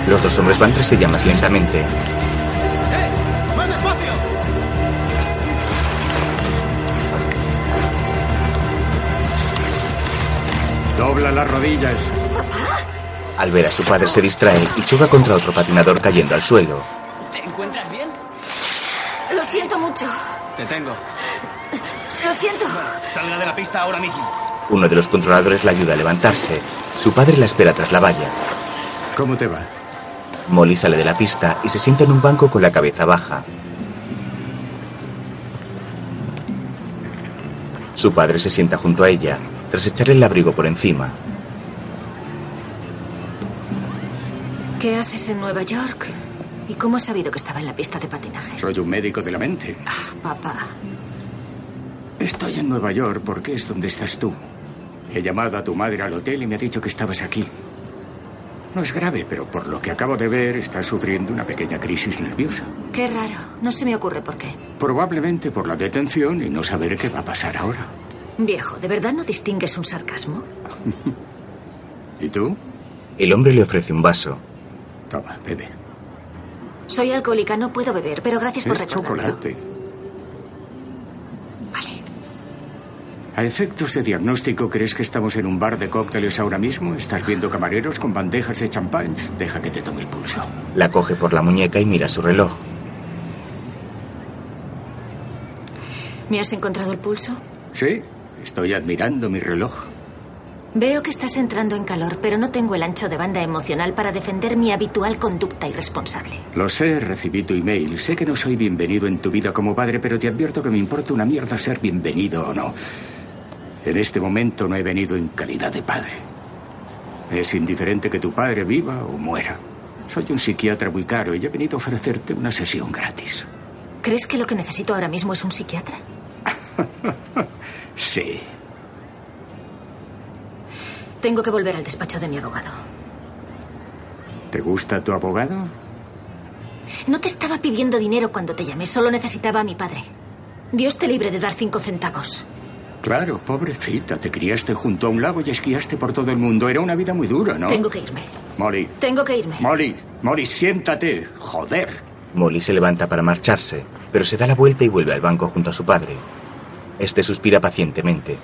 Los dos hombres van tras ella más lentamente. ¡Más despacio! Dobla las rodillas. Al ver a su padre se distrae y choca contra otro patinador cayendo al suelo. ¿Te encuentras bien? Lo siento mucho. Te tengo. Lo siento. Salga de la pista ahora mismo. Uno de los controladores la ayuda a levantarse. Su padre la espera tras la valla. ¿Cómo te va? Molly sale de la pista y se sienta en un banco con la cabeza baja. Su padre se sienta junto a ella, tras echarle el abrigo por encima. ¿Qué haces en Nueva York? ¿Y cómo has sabido que estaba en la pista de patinaje? Soy un médico de la mente. Ah, papá. Estoy en Nueva York porque es donde estás tú. He llamado a tu madre al hotel y me ha dicho que estabas aquí. No es grave, pero por lo que acabo de ver, estás sufriendo una pequeña crisis nerviosa. Qué raro. No se me ocurre por qué. Probablemente por la detención y no saber qué va a pasar ahora. Viejo, ¿de verdad no distingues un sarcasmo? ¿Y tú? El hombre le ofrece un vaso. Toma, bebe. Soy alcohólica, no puedo beber, pero gracias por es recordármelo. chocolate. Vale. A efectos de diagnóstico, ¿crees que estamos en un bar de cócteles ahora mismo? ¿Estás viendo camareros con bandejas de champán? Deja que te tome el pulso. La coge por la muñeca y mira su reloj. ¿Me has encontrado el pulso? Sí, estoy admirando mi reloj. Veo que estás entrando en calor, pero no tengo el ancho de banda emocional para defender mi habitual conducta irresponsable. Lo sé, recibí tu email. Sé que no soy bienvenido en tu vida como padre, pero te advierto que me importa una mierda ser bienvenido o no. En este momento no he venido en calidad de padre. Es indiferente que tu padre viva o muera. Soy un psiquiatra muy caro y he venido a ofrecerte una sesión gratis. ¿Crees que lo que necesito ahora mismo es un psiquiatra? Sí. Tengo que volver al despacho de mi abogado. ¿Te gusta tu abogado? No te estaba pidiendo dinero cuando te llamé, solo necesitaba a mi padre. Dios te libre de dar cinco centavos. Claro, pobrecita, te criaste junto a un lago y esquiaste por todo el mundo. Era una vida muy dura, ¿no? Tengo que irme. Molly, Tengo que irme. Molly, Molly, siéntate. Joder. Molly se levanta para marcharse, pero se da la vuelta y vuelve al banco junto a su padre. Este suspira pacientemente.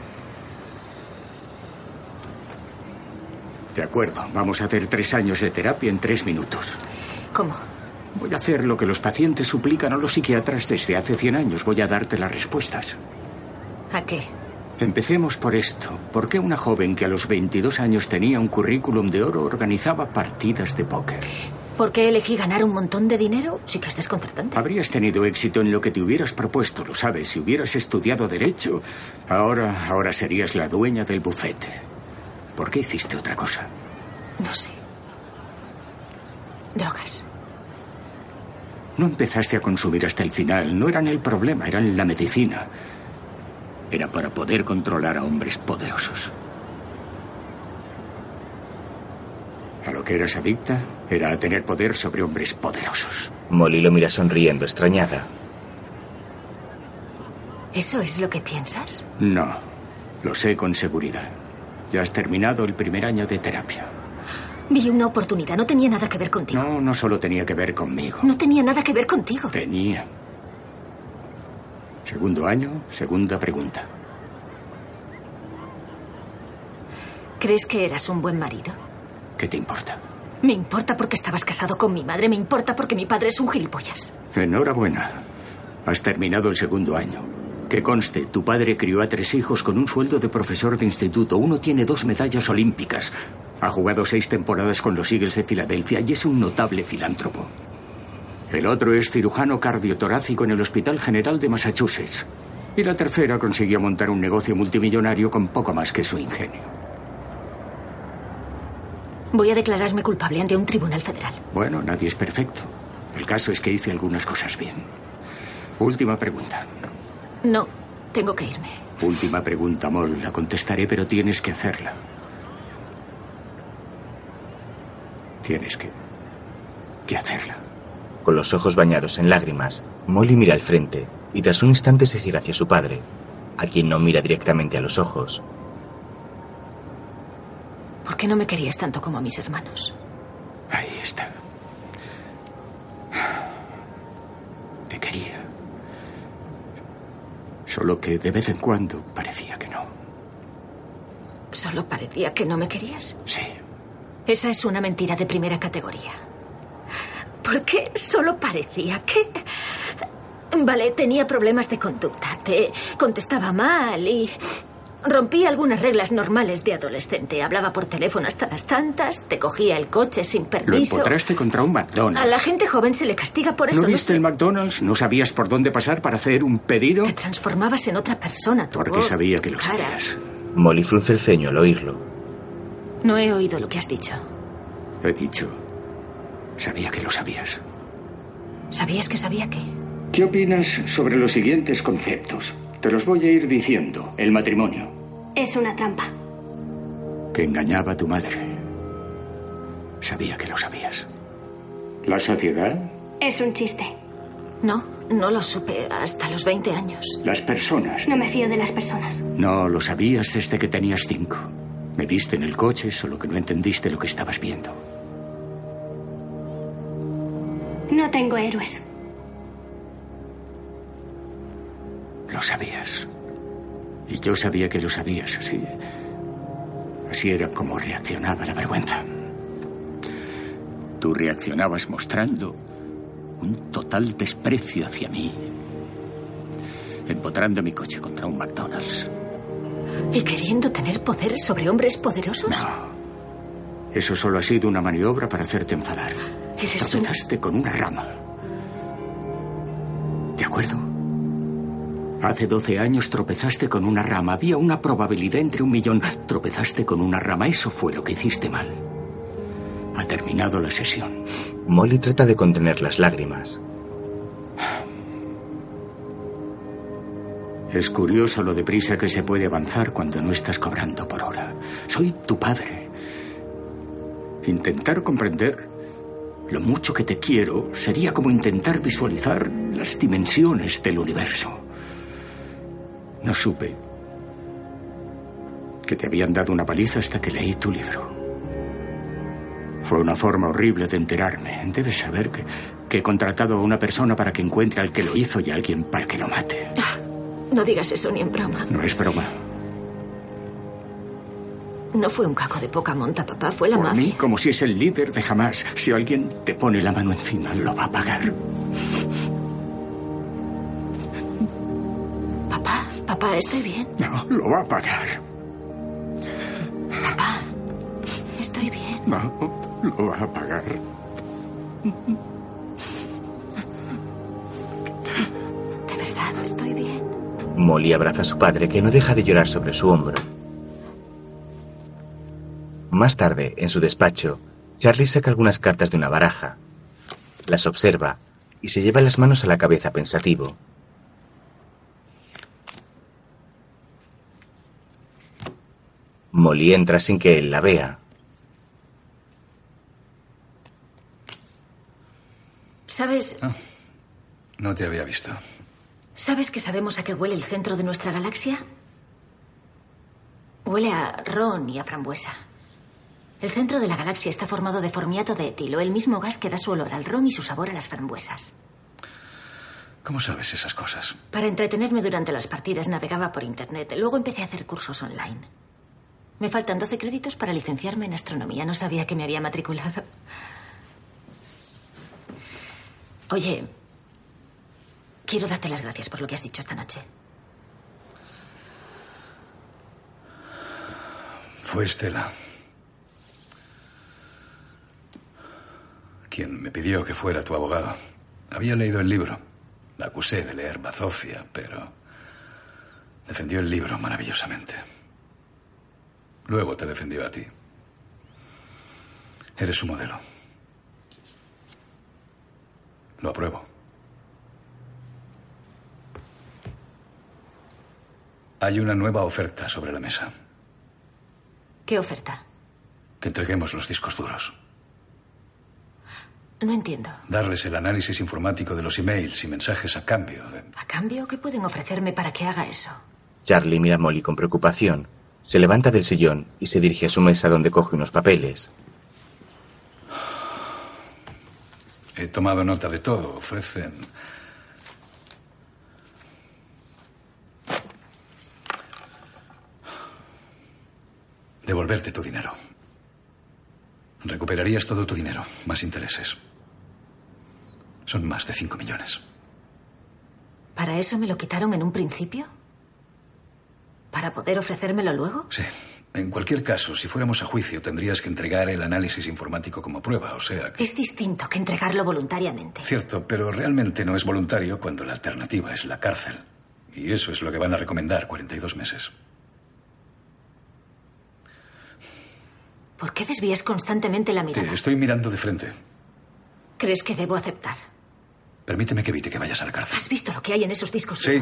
De acuerdo, vamos a hacer tres años de terapia en tres minutos. ¿Cómo? Voy a hacer lo que los pacientes suplican a los psiquiatras desde hace 100 años. Voy a darte las respuestas. ¿A qué? Empecemos por esto. ¿Por qué una joven que a los 22 años tenía un currículum de oro organizaba partidas de póker? ¿Por qué elegí ganar un montón de dinero? Sí que es desconcertante. Habrías tenido éxito en lo que te hubieras propuesto, lo sabes. Si hubieras estudiado derecho, ahora, ahora serías la dueña del bufete. ¿Por qué hiciste otra cosa? No sé. Drogas. No empezaste a consumir hasta el final. No eran el problema, eran la medicina. Era para poder controlar a hombres poderosos. A lo que eras adicta era a tener poder sobre hombres poderosos. Molly lo mira sonriendo, extrañada. ¿Eso es lo que piensas? No, lo sé con seguridad. Ya has terminado el primer año de terapia. Vi una oportunidad, no tenía nada que ver contigo. No, no solo tenía que ver conmigo. No tenía nada que ver contigo. Tenía. Segundo año, segunda pregunta. ¿Crees que eras un buen marido? ¿Qué te importa? Me importa porque estabas casado con mi madre, me importa porque mi padre es un gilipollas. Enhorabuena. Has terminado el segundo año. Que conste, tu padre crió a tres hijos con un sueldo de profesor de instituto. Uno tiene dos medallas olímpicas. Ha jugado seis temporadas con los Eagles de Filadelfia y es un notable filántropo. El otro es cirujano cardiotorácico en el Hospital General de Massachusetts. Y la tercera consiguió montar un negocio multimillonario con poco más que su ingenio. Voy a declararme culpable ante un tribunal federal. Bueno, nadie es perfecto. El caso es que hice algunas cosas bien. Última pregunta. No, tengo que irme. Última pregunta, Mol. La contestaré, pero tienes que hacerla. Tienes que. que hacerla. Con los ojos bañados en lágrimas, Molly mira al frente y tras un instante se gira hacia su padre, a quien no mira directamente a los ojos. ¿Por qué no me querías tanto como a mis hermanos? Ahí está. Te quería. Solo que de vez en cuando parecía que no. ¿Solo parecía que no me querías? Sí. Esa es una mentira de primera categoría. ¿Por qué solo parecía que... Vale, tenía problemas de conducta, te contestaba mal y... Rompí algunas reglas normales de adolescente. Hablaba por teléfono hasta las tantas, te cogía el coche sin Lo permiso. empotraste contra un McDonald's. A la gente joven se le castiga por eso. ¿No no viste el McDonald's? ¿No sabías por dónde pasar para hacer un pedido? Te transformabas en otra persona, tu Porque voz, sabía tu que lo cara. sabías. Molly frunce el ceño al oírlo. No he oído lo que has dicho. He dicho. Sabía que lo sabías. ¿Sabías que sabía qué? ¿Qué opinas sobre los siguientes conceptos? Te los voy a ir diciendo. El matrimonio. Es una trampa. Que engañaba a tu madre. Sabía que lo sabías. La sociedad. Es un chiste. No, no lo supe hasta los 20 años. Las personas. No me fío de las personas. No, lo sabías desde que tenías cinco. Me diste en el coche, solo que no entendiste lo que estabas viendo. No tengo héroes. Lo sabías. Y yo sabía que lo sabías, así. Así era como reaccionaba la vergüenza. Tú reaccionabas mostrando un total desprecio hacia mí, empotrando mi coche contra un McDonald's. ¿Y queriendo tener poder sobre hombres poderosos? No. Eso solo ha sido una maniobra para hacerte enfadar. Eres un... Tropezaste con una rama. ¿De acuerdo? Hace 12 años tropezaste con una rama. Había una probabilidad entre un millón. Tropezaste con una rama. Eso fue lo que hiciste mal. Ha terminado la sesión. Molly trata de contener las lágrimas. Es curioso lo deprisa que se puede avanzar cuando no estás cobrando por hora. Soy tu padre. Intentar comprender lo mucho que te quiero sería como intentar visualizar las dimensiones del universo. No supe que te habían dado una paliza hasta que leí tu libro. Fue una forma horrible de enterarme. Debes saber que, que he contratado a una persona para que encuentre al que lo hizo y a alguien para que lo mate. No digas eso ni en broma. No es broma. No fue un caco de poca monta, papá. Fue la Por mí, mafia. como si es el líder de jamás. Si alguien te pone la mano encima, lo va a pagar. Papá, papá, estoy bien. No, lo va a pagar. Papá, estoy bien. No, lo va a pagar. De verdad, estoy bien. Molly abraza a su padre, que no deja de llorar sobre su hombro. Más tarde, en su despacho, Charlie saca algunas cartas de una baraja. Las observa y se lleva las manos a la cabeza pensativo. Molly entra sin que él la vea. ¿Sabes? No te había visto. ¿Sabes que sabemos a qué huele el centro de nuestra galaxia? Huele a ron y a frambuesa. El centro de la galaxia está formado de formiato de etilo, el mismo gas que da su olor al ron y su sabor a las frambuesas. ¿Cómo sabes esas cosas? Para entretenerme durante las partidas navegaba por internet. Luego empecé a hacer cursos online. Me faltan 12 créditos para licenciarme en astronomía. No sabía que me había matriculado. Oye, quiero darte las gracias por lo que has dicho esta noche. Fue Estela. Quien me pidió que fuera tu abogado. Había leído el libro. La acusé de leer bazofia, pero. defendió el libro maravillosamente. Luego te defendió a ti. Eres su modelo. Lo apruebo. Hay una nueva oferta sobre la mesa. ¿Qué oferta? Que entreguemos los discos duros. No entiendo. Darles el análisis informático de los emails y mensajes a cambio de ¿A cambio qué pueden ofrecerme para que haga eso? Charlie mira a Molly con preocupación. Se levanta del sillón y se dirige a su mesa donde coge unos papeles. He tomado nota de todo. Ofrecen. Devolverte tu dinero. Recuperarías todo tu dinero, más intereses. Son más de 5 millones. ¿Para eso me lo quitaron en un principio? ¿Para poder ofrecérmelo luego? Sí. En cualquier caso, si fuéramos a juicio, tendrías que entregar el análisis informático como prueba, o sea que... Es distinto que entregarlo voluntariamente. Cierto, pero realmente no es voluntario cuando la alternativa es la cárcel. Y eso es lo que van a recomendar 42 meses. ¿Por qué desvías constantemente la mirada? Te estoy mirando de frente. ¿Crees que debo aceptar? Permíteme que evite que vayas a la cárcel. ¿Has visto lo que hay en esos discos? Sí,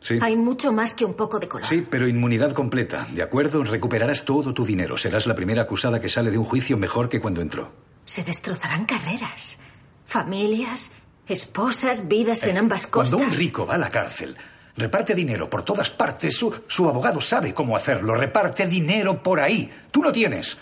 sí. Hay mucho más que un poco de color. Sí, pero inmunidad completa, ¿de acuerdo? Recuperarás todo tu dinero. Serás la primera acusada que sale de un juicio mejor que cuando entró. Se destrozarán carreras, familias, esposas, vidas Eh, en ambas costas. Cuando un rico va a la cárcel, reparte dinero por todas partes. Su, su abogado sabe cómo hacerlo. Reparte dinero por ahí. Tú no tienes.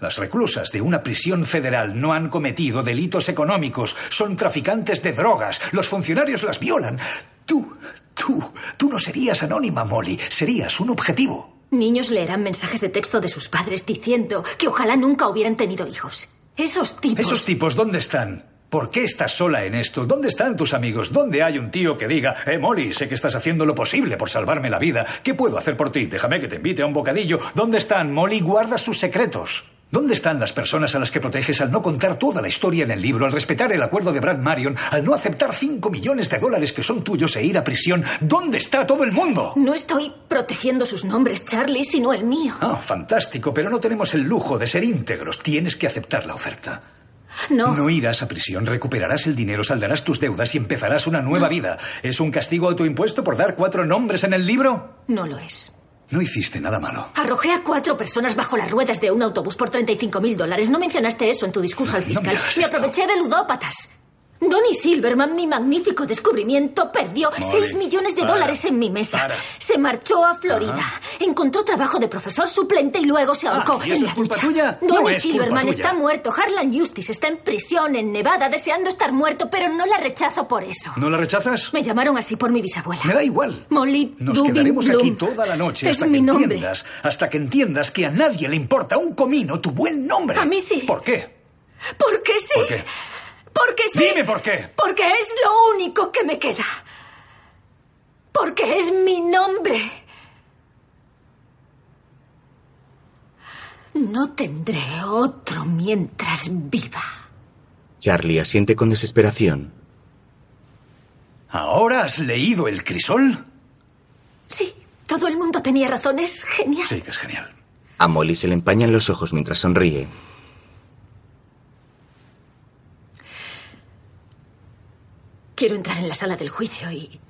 Las reclusas de una prisión federal no han cometido delitos económicos, son traficantes de drogas, los funcionarios las violan. Tú, tú, tú no serías anónima, Molly, serías un objetivo. Niños leerán mensajes de texto de sus padres diciendo que ojalá nunca hubieran tenido hijos. Esos tipos. Esos tipos, ¿dónde están? ¿Por qué estás sola en esto? ¿Dónde están tus amigos? ¿Dónde hay un tío que diga, eh, Molly, sé que estás haciendo lo posible por salvarme la vida. ¿Qué puedo hacer por ti? Déjame que te invite a un bocadillo. ¿Dónde están, Molly? Guarda sus secretos. ¿Dónde están las personas a las que proteges al no contar toda la historia en el libro, al respetar el acuerdo de Brad Marion, al no aceptar 5 millones de dólares que son tuyos e ir a prisión? ¿Dónde está todo el mundo? No estoy protegiendo sus nombres, Charlie, sino el mío. Ah, fantástico, pero no tenemos el lujo de ser íntegros. Tienes que aceptar la oferta. No. No irás a prisión, recuperarás el dinero, saldarás tus deudas y empezarás una nueva vida. ¿Es un castigo autoimpuesto por dar cuatro nombres en el libro? No lo es. No hiciste nada malo. Arrojé a cuatro personas bajo las ruedas de un autobús por 35 mil dólares. No mencionaste eso en tu discurso al fiscal. digas Me aproveché de ludópatas. Donny Silverman, mi magnífico descubrimiento, perdió Molly, 6 millones de para, dólares en mi mesa. Se marchó a Florida. Encontró trabajo de profesor suplente y luego se ahorcó Ah, ¿y en eso la es culpa ducha. tuya? No Donny es culpa Silverman tuya. está muerto. Harlan Justice está en prisión en Nevada deseando estar muerto, pero no la rechazo por eso. ¿No la rechazas? Me llamaron así por mi bisabuela. Me da igual. Molly Nos Dubin quedaremos aquí Bloom. toda la noche Es hasta mi que nombre. entiendas, hasta que entiendas que a nadie le importa un comino tu buen nombre. A mí sí. ¿Por qué? ¿Por qué sí? ¿Por qué? Porque sí. Dime por qué. Porque es lo único que me queda. Porque es mi nombre. No tendré otro mientras viva. Charlie asiente con desesperación. ¿Ahora has leído El Crisol? Sí, todo el mundo tenía razón. Es genial. Sí, que es genial. A Molly se le empañan los ojos mientras sonríe. Quiero entrar en la sala del juicio y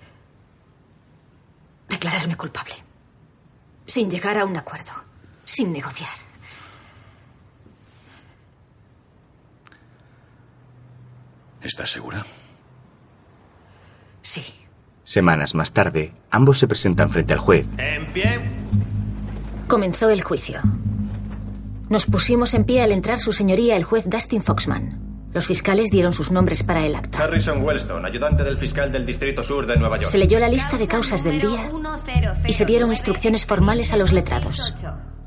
declararme culpable. Sin llegar a un acuerdo. Sin negociar. ¿Estás segura? Sí. Semanas más tarde, ambos se presentan frente al juez. En pie. Comenzó el juicio. Nos pusimos en pie al entrar su señoría el juez Dustin Foxman. Los fiscales dieron sus nombres para el acta. Harrison Wellston, ayudante del fiscal del Distrito Sur de Nueva York. Se leyó la lista de causas del día y se dieron instrucciones formales a los letrados.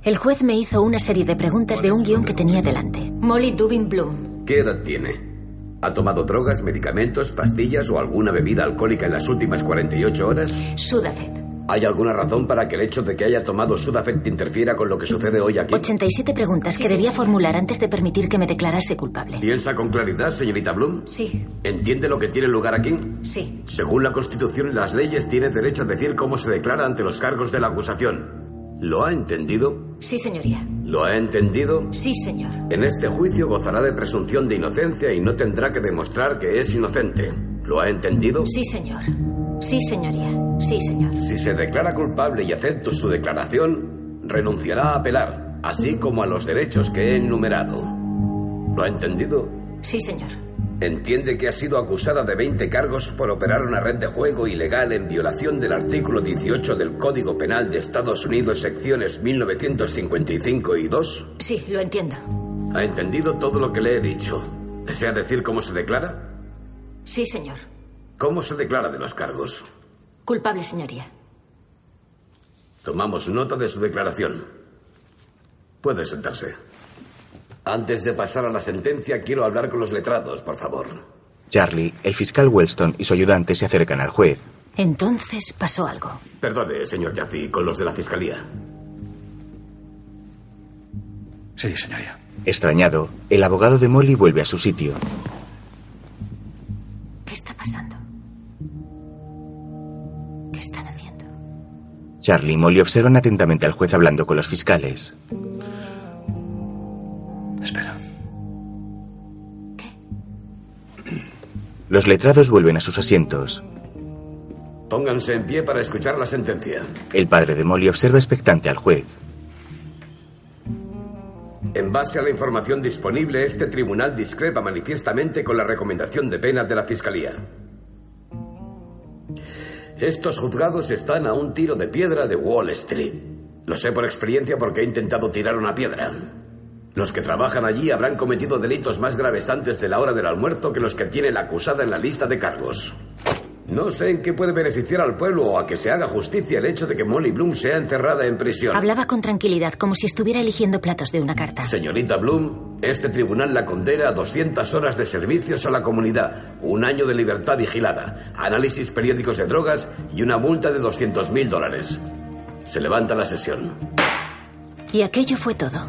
El juez me hizo una serie de preguntas de un guión que tenía delante. Molly Dubin Bloom. ¿Qué edad tiene? ¿Ha tomado drogas, medicamentos, pastillas o alguna bebida alcohólica en las últimas 48 horas? Sudafed. ¿Hay alguna razón para que el hecho de que haya tomado Sudafed interfiera con lo que sucede hoy aquí? 87 preguntas que debía formular antes de permitir que me declarase culpable. ¿Piensa con claridad, señorita Bloom? eh. Sí, ¿Entiende lo que tiene lugar aquí? sí. Según la Constitución y las leyes, tiene derecho a decir cómo se declara ante los cargos de la acusación. ¿Lo ha entendido? Sí, señoría. ¿Lo ha entendido? Sí, señor. En este juicio gozará de presunción de inocencia y no tendrá que demostrar que es inocente. ¿Lo ha entendido? Sí, señor. Sí, señoría. Sí, señor. Si se declara culpable y acepto su declaración, renunciará a apelar, así como a los derechos que he enumerado. ¿Lo ha entendido? Sí, señor. Entiende que ha sido acusada de 20 cargos por operar una red de juego ilegal en violación del artículo 18 del Código Penal de Estados Unidos, secciones 1955 y 2. Sí, lo entiendo. ¿Ha entendido todo lo que le he dicho? ¿Desea decir cómo se declara? Sí, señor. ¿Cómo se declara de los cargos? Culpable, señoría. Tomamos nota de su declaración. Puede sentarse. Antes de pasar a la sentencia, quiero hablar con los letrados, por favor. Charlie, el fiscal Wellston y su ayudante se acercan al juez. Entonces pasó algo. Perdone, señor Jaffe, con los de la fiscalía. Sí, señoría. Extrañado, el abogado de Molly vuelve a su sitio. ¿Qué está pasando? ¿Qué están haciendo? Charlie y Molly observan atentamente al juez hablando con los fiscales. Espera. Los letrados vuelven a sus asientos. Pónganse en pie para escuchar la sentencia. El padre de Molly observa expectante al juez. En base a la información disponible, este tribunal discrepa manifiestamente con la recomendación de penas de la Fiscalía. Estos juzgados están a un tiro de piedra de Wall Street. Lo sé por experiencia porque he intentado tirar una piedra. Los que trabajan allí habrán cometido delitos más graves antes de la hora del almuerzo que los que tiene la acusada en la lista de cargos. No sé en qué puede beneficiar al pueblo o a que se haga justicia el hecho de que Molly Bloom sea encerrada en prisión. Hablaba con tranquilidad, como si estuviera eligiendo platos de una carta. Señorita Bloom, este tribunal la condena a 200 horas de servicios a la comunidad, un año de libertad vigilada, análisis periódicos de drogas y una multa de 200 mil dólares. Se levanta la sesión. Y aquello fue todo.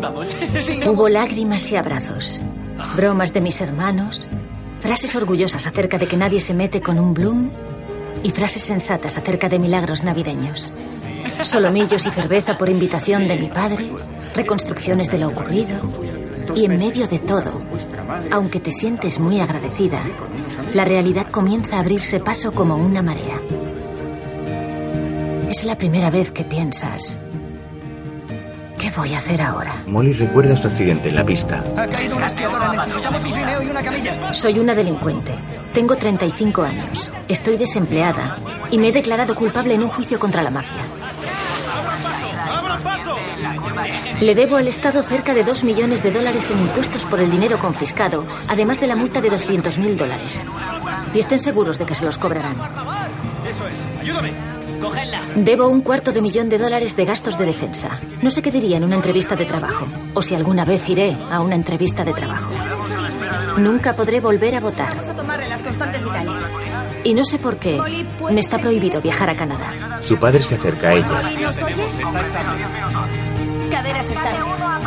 Vamos. Hubo lágrimas y abrazos, bromas de mis hermanos, frases orgullosas acerca de que nadie se mete con un bloom y frases sensatas acerca de milagros navideños. Solomillos y cerveza por invitación de mi padre, reconstrucciones de lo ocurrido. Y en medio de todo, aunque te sientes muy agradecida, la realidad comienza a abrirse paso como una marea. Es la primera vez que piensas, ¿qué voy a hacer ahora? Molly recuerda su accidente en la pista. Ha caído una esquiadora. Necesitamos un trineo y una camilla. Soy una delincuente. Tengo 35 años. Estoy desempleada y me he declarado culpable en un juicio contra la mafia. Le debo al Estado cerca de 2 millones de dólares en impuestos por el dinero confiscado, además de la multa de 200 mil dólares. Y estén seguros de que se los cobrarán. Eso es. Ayúdame. Cogedla. Debo un cuarto de millón de dólares de gastos de defensa. No sé qué diría en una entrevista de trabajo, o si alguna vez iré a una entrevista de trabajo. Nunca podré volver a votar. Vamos a tomarle las constantes vitales. Y no sé por qué me está prohibido viajar a Canadá. Su padre se acerca a ella. Molly, ¿nos oyes? Caderas estables.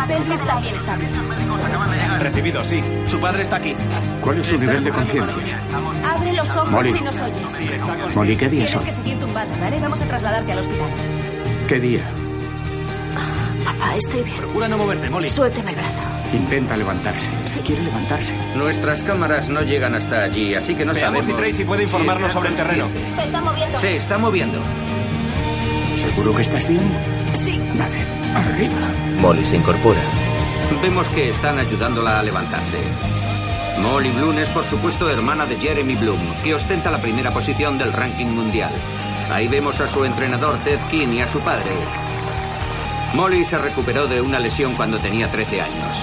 Pelvis también estable. Recibido, sí. Su padre está aquí. ¿Cuál es su nivel de conciencia? Abre los ojos Molly. si nos oyes. Molly, ¿qué día Tienes es hoy? que seguir tumbada, ¿vale? Vamos a trasladarte al hospital. ¿Qué día? Papá, estoy bien. Procura no moverte, Molly. Suéltame el brazo. Intenta levantarse. Quiere levantarse. Nuestras cámaras no llegan hasta allí, así que no Veamos sabemos. si Tracy puede informarnos está sobre el terreno. consciente. Se está moviendo. Se está moviendo. ¿Seguro que estás bien? Sí. Vale, arriba. Molly se incorpora. Vemos que están ayudándola a levantarse. Molly Bloom es, por supuesto, hermana de Jeremy Bloom, que ostenta la primera posición del ranking mundial. Ahí vemos a su entrenador Ted King y a su padre. Molly se recuperó de una lesión cuando tenía 13 años.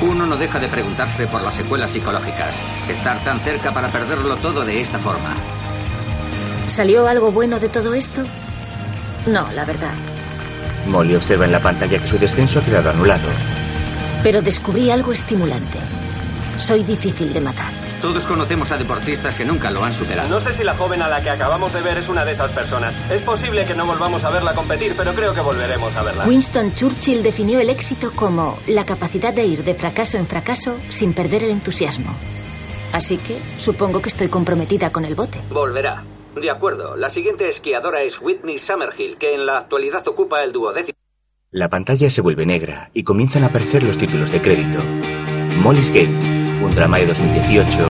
Uno no deja de preguntarse por las secuelas psicológicas. Estar tan cerca para perderlo todo de esta forma. ¿Salió algo bueno de todo esto? No, la verdad. Molly observa en la pantalla que su descenso ha quedado anulado. Pero descubrí algo estimulante. Soy difícil de matar. Todos conocemos a deportistas que nunca lo han superado. No sé si la joven a la que acabamos de ver es una de esas personas. Es posible que no volvamos a verla competir, pero creo que volveremos a verla. Winston Churchill definió el éxito como la capacidad de ir de fracaso en fracaso sin perder el entusiasmo. Así que supongo que estoy comprometida con el bote. Volverá. De acuerdo. La siguiente esquiadora es Whitney Summerhill, que en la actualidad ocupa el duodécimo. La pantalla se vuelve negra y comienzan a aparecer los títulos de crédito. Molly's Game, un drama de 2018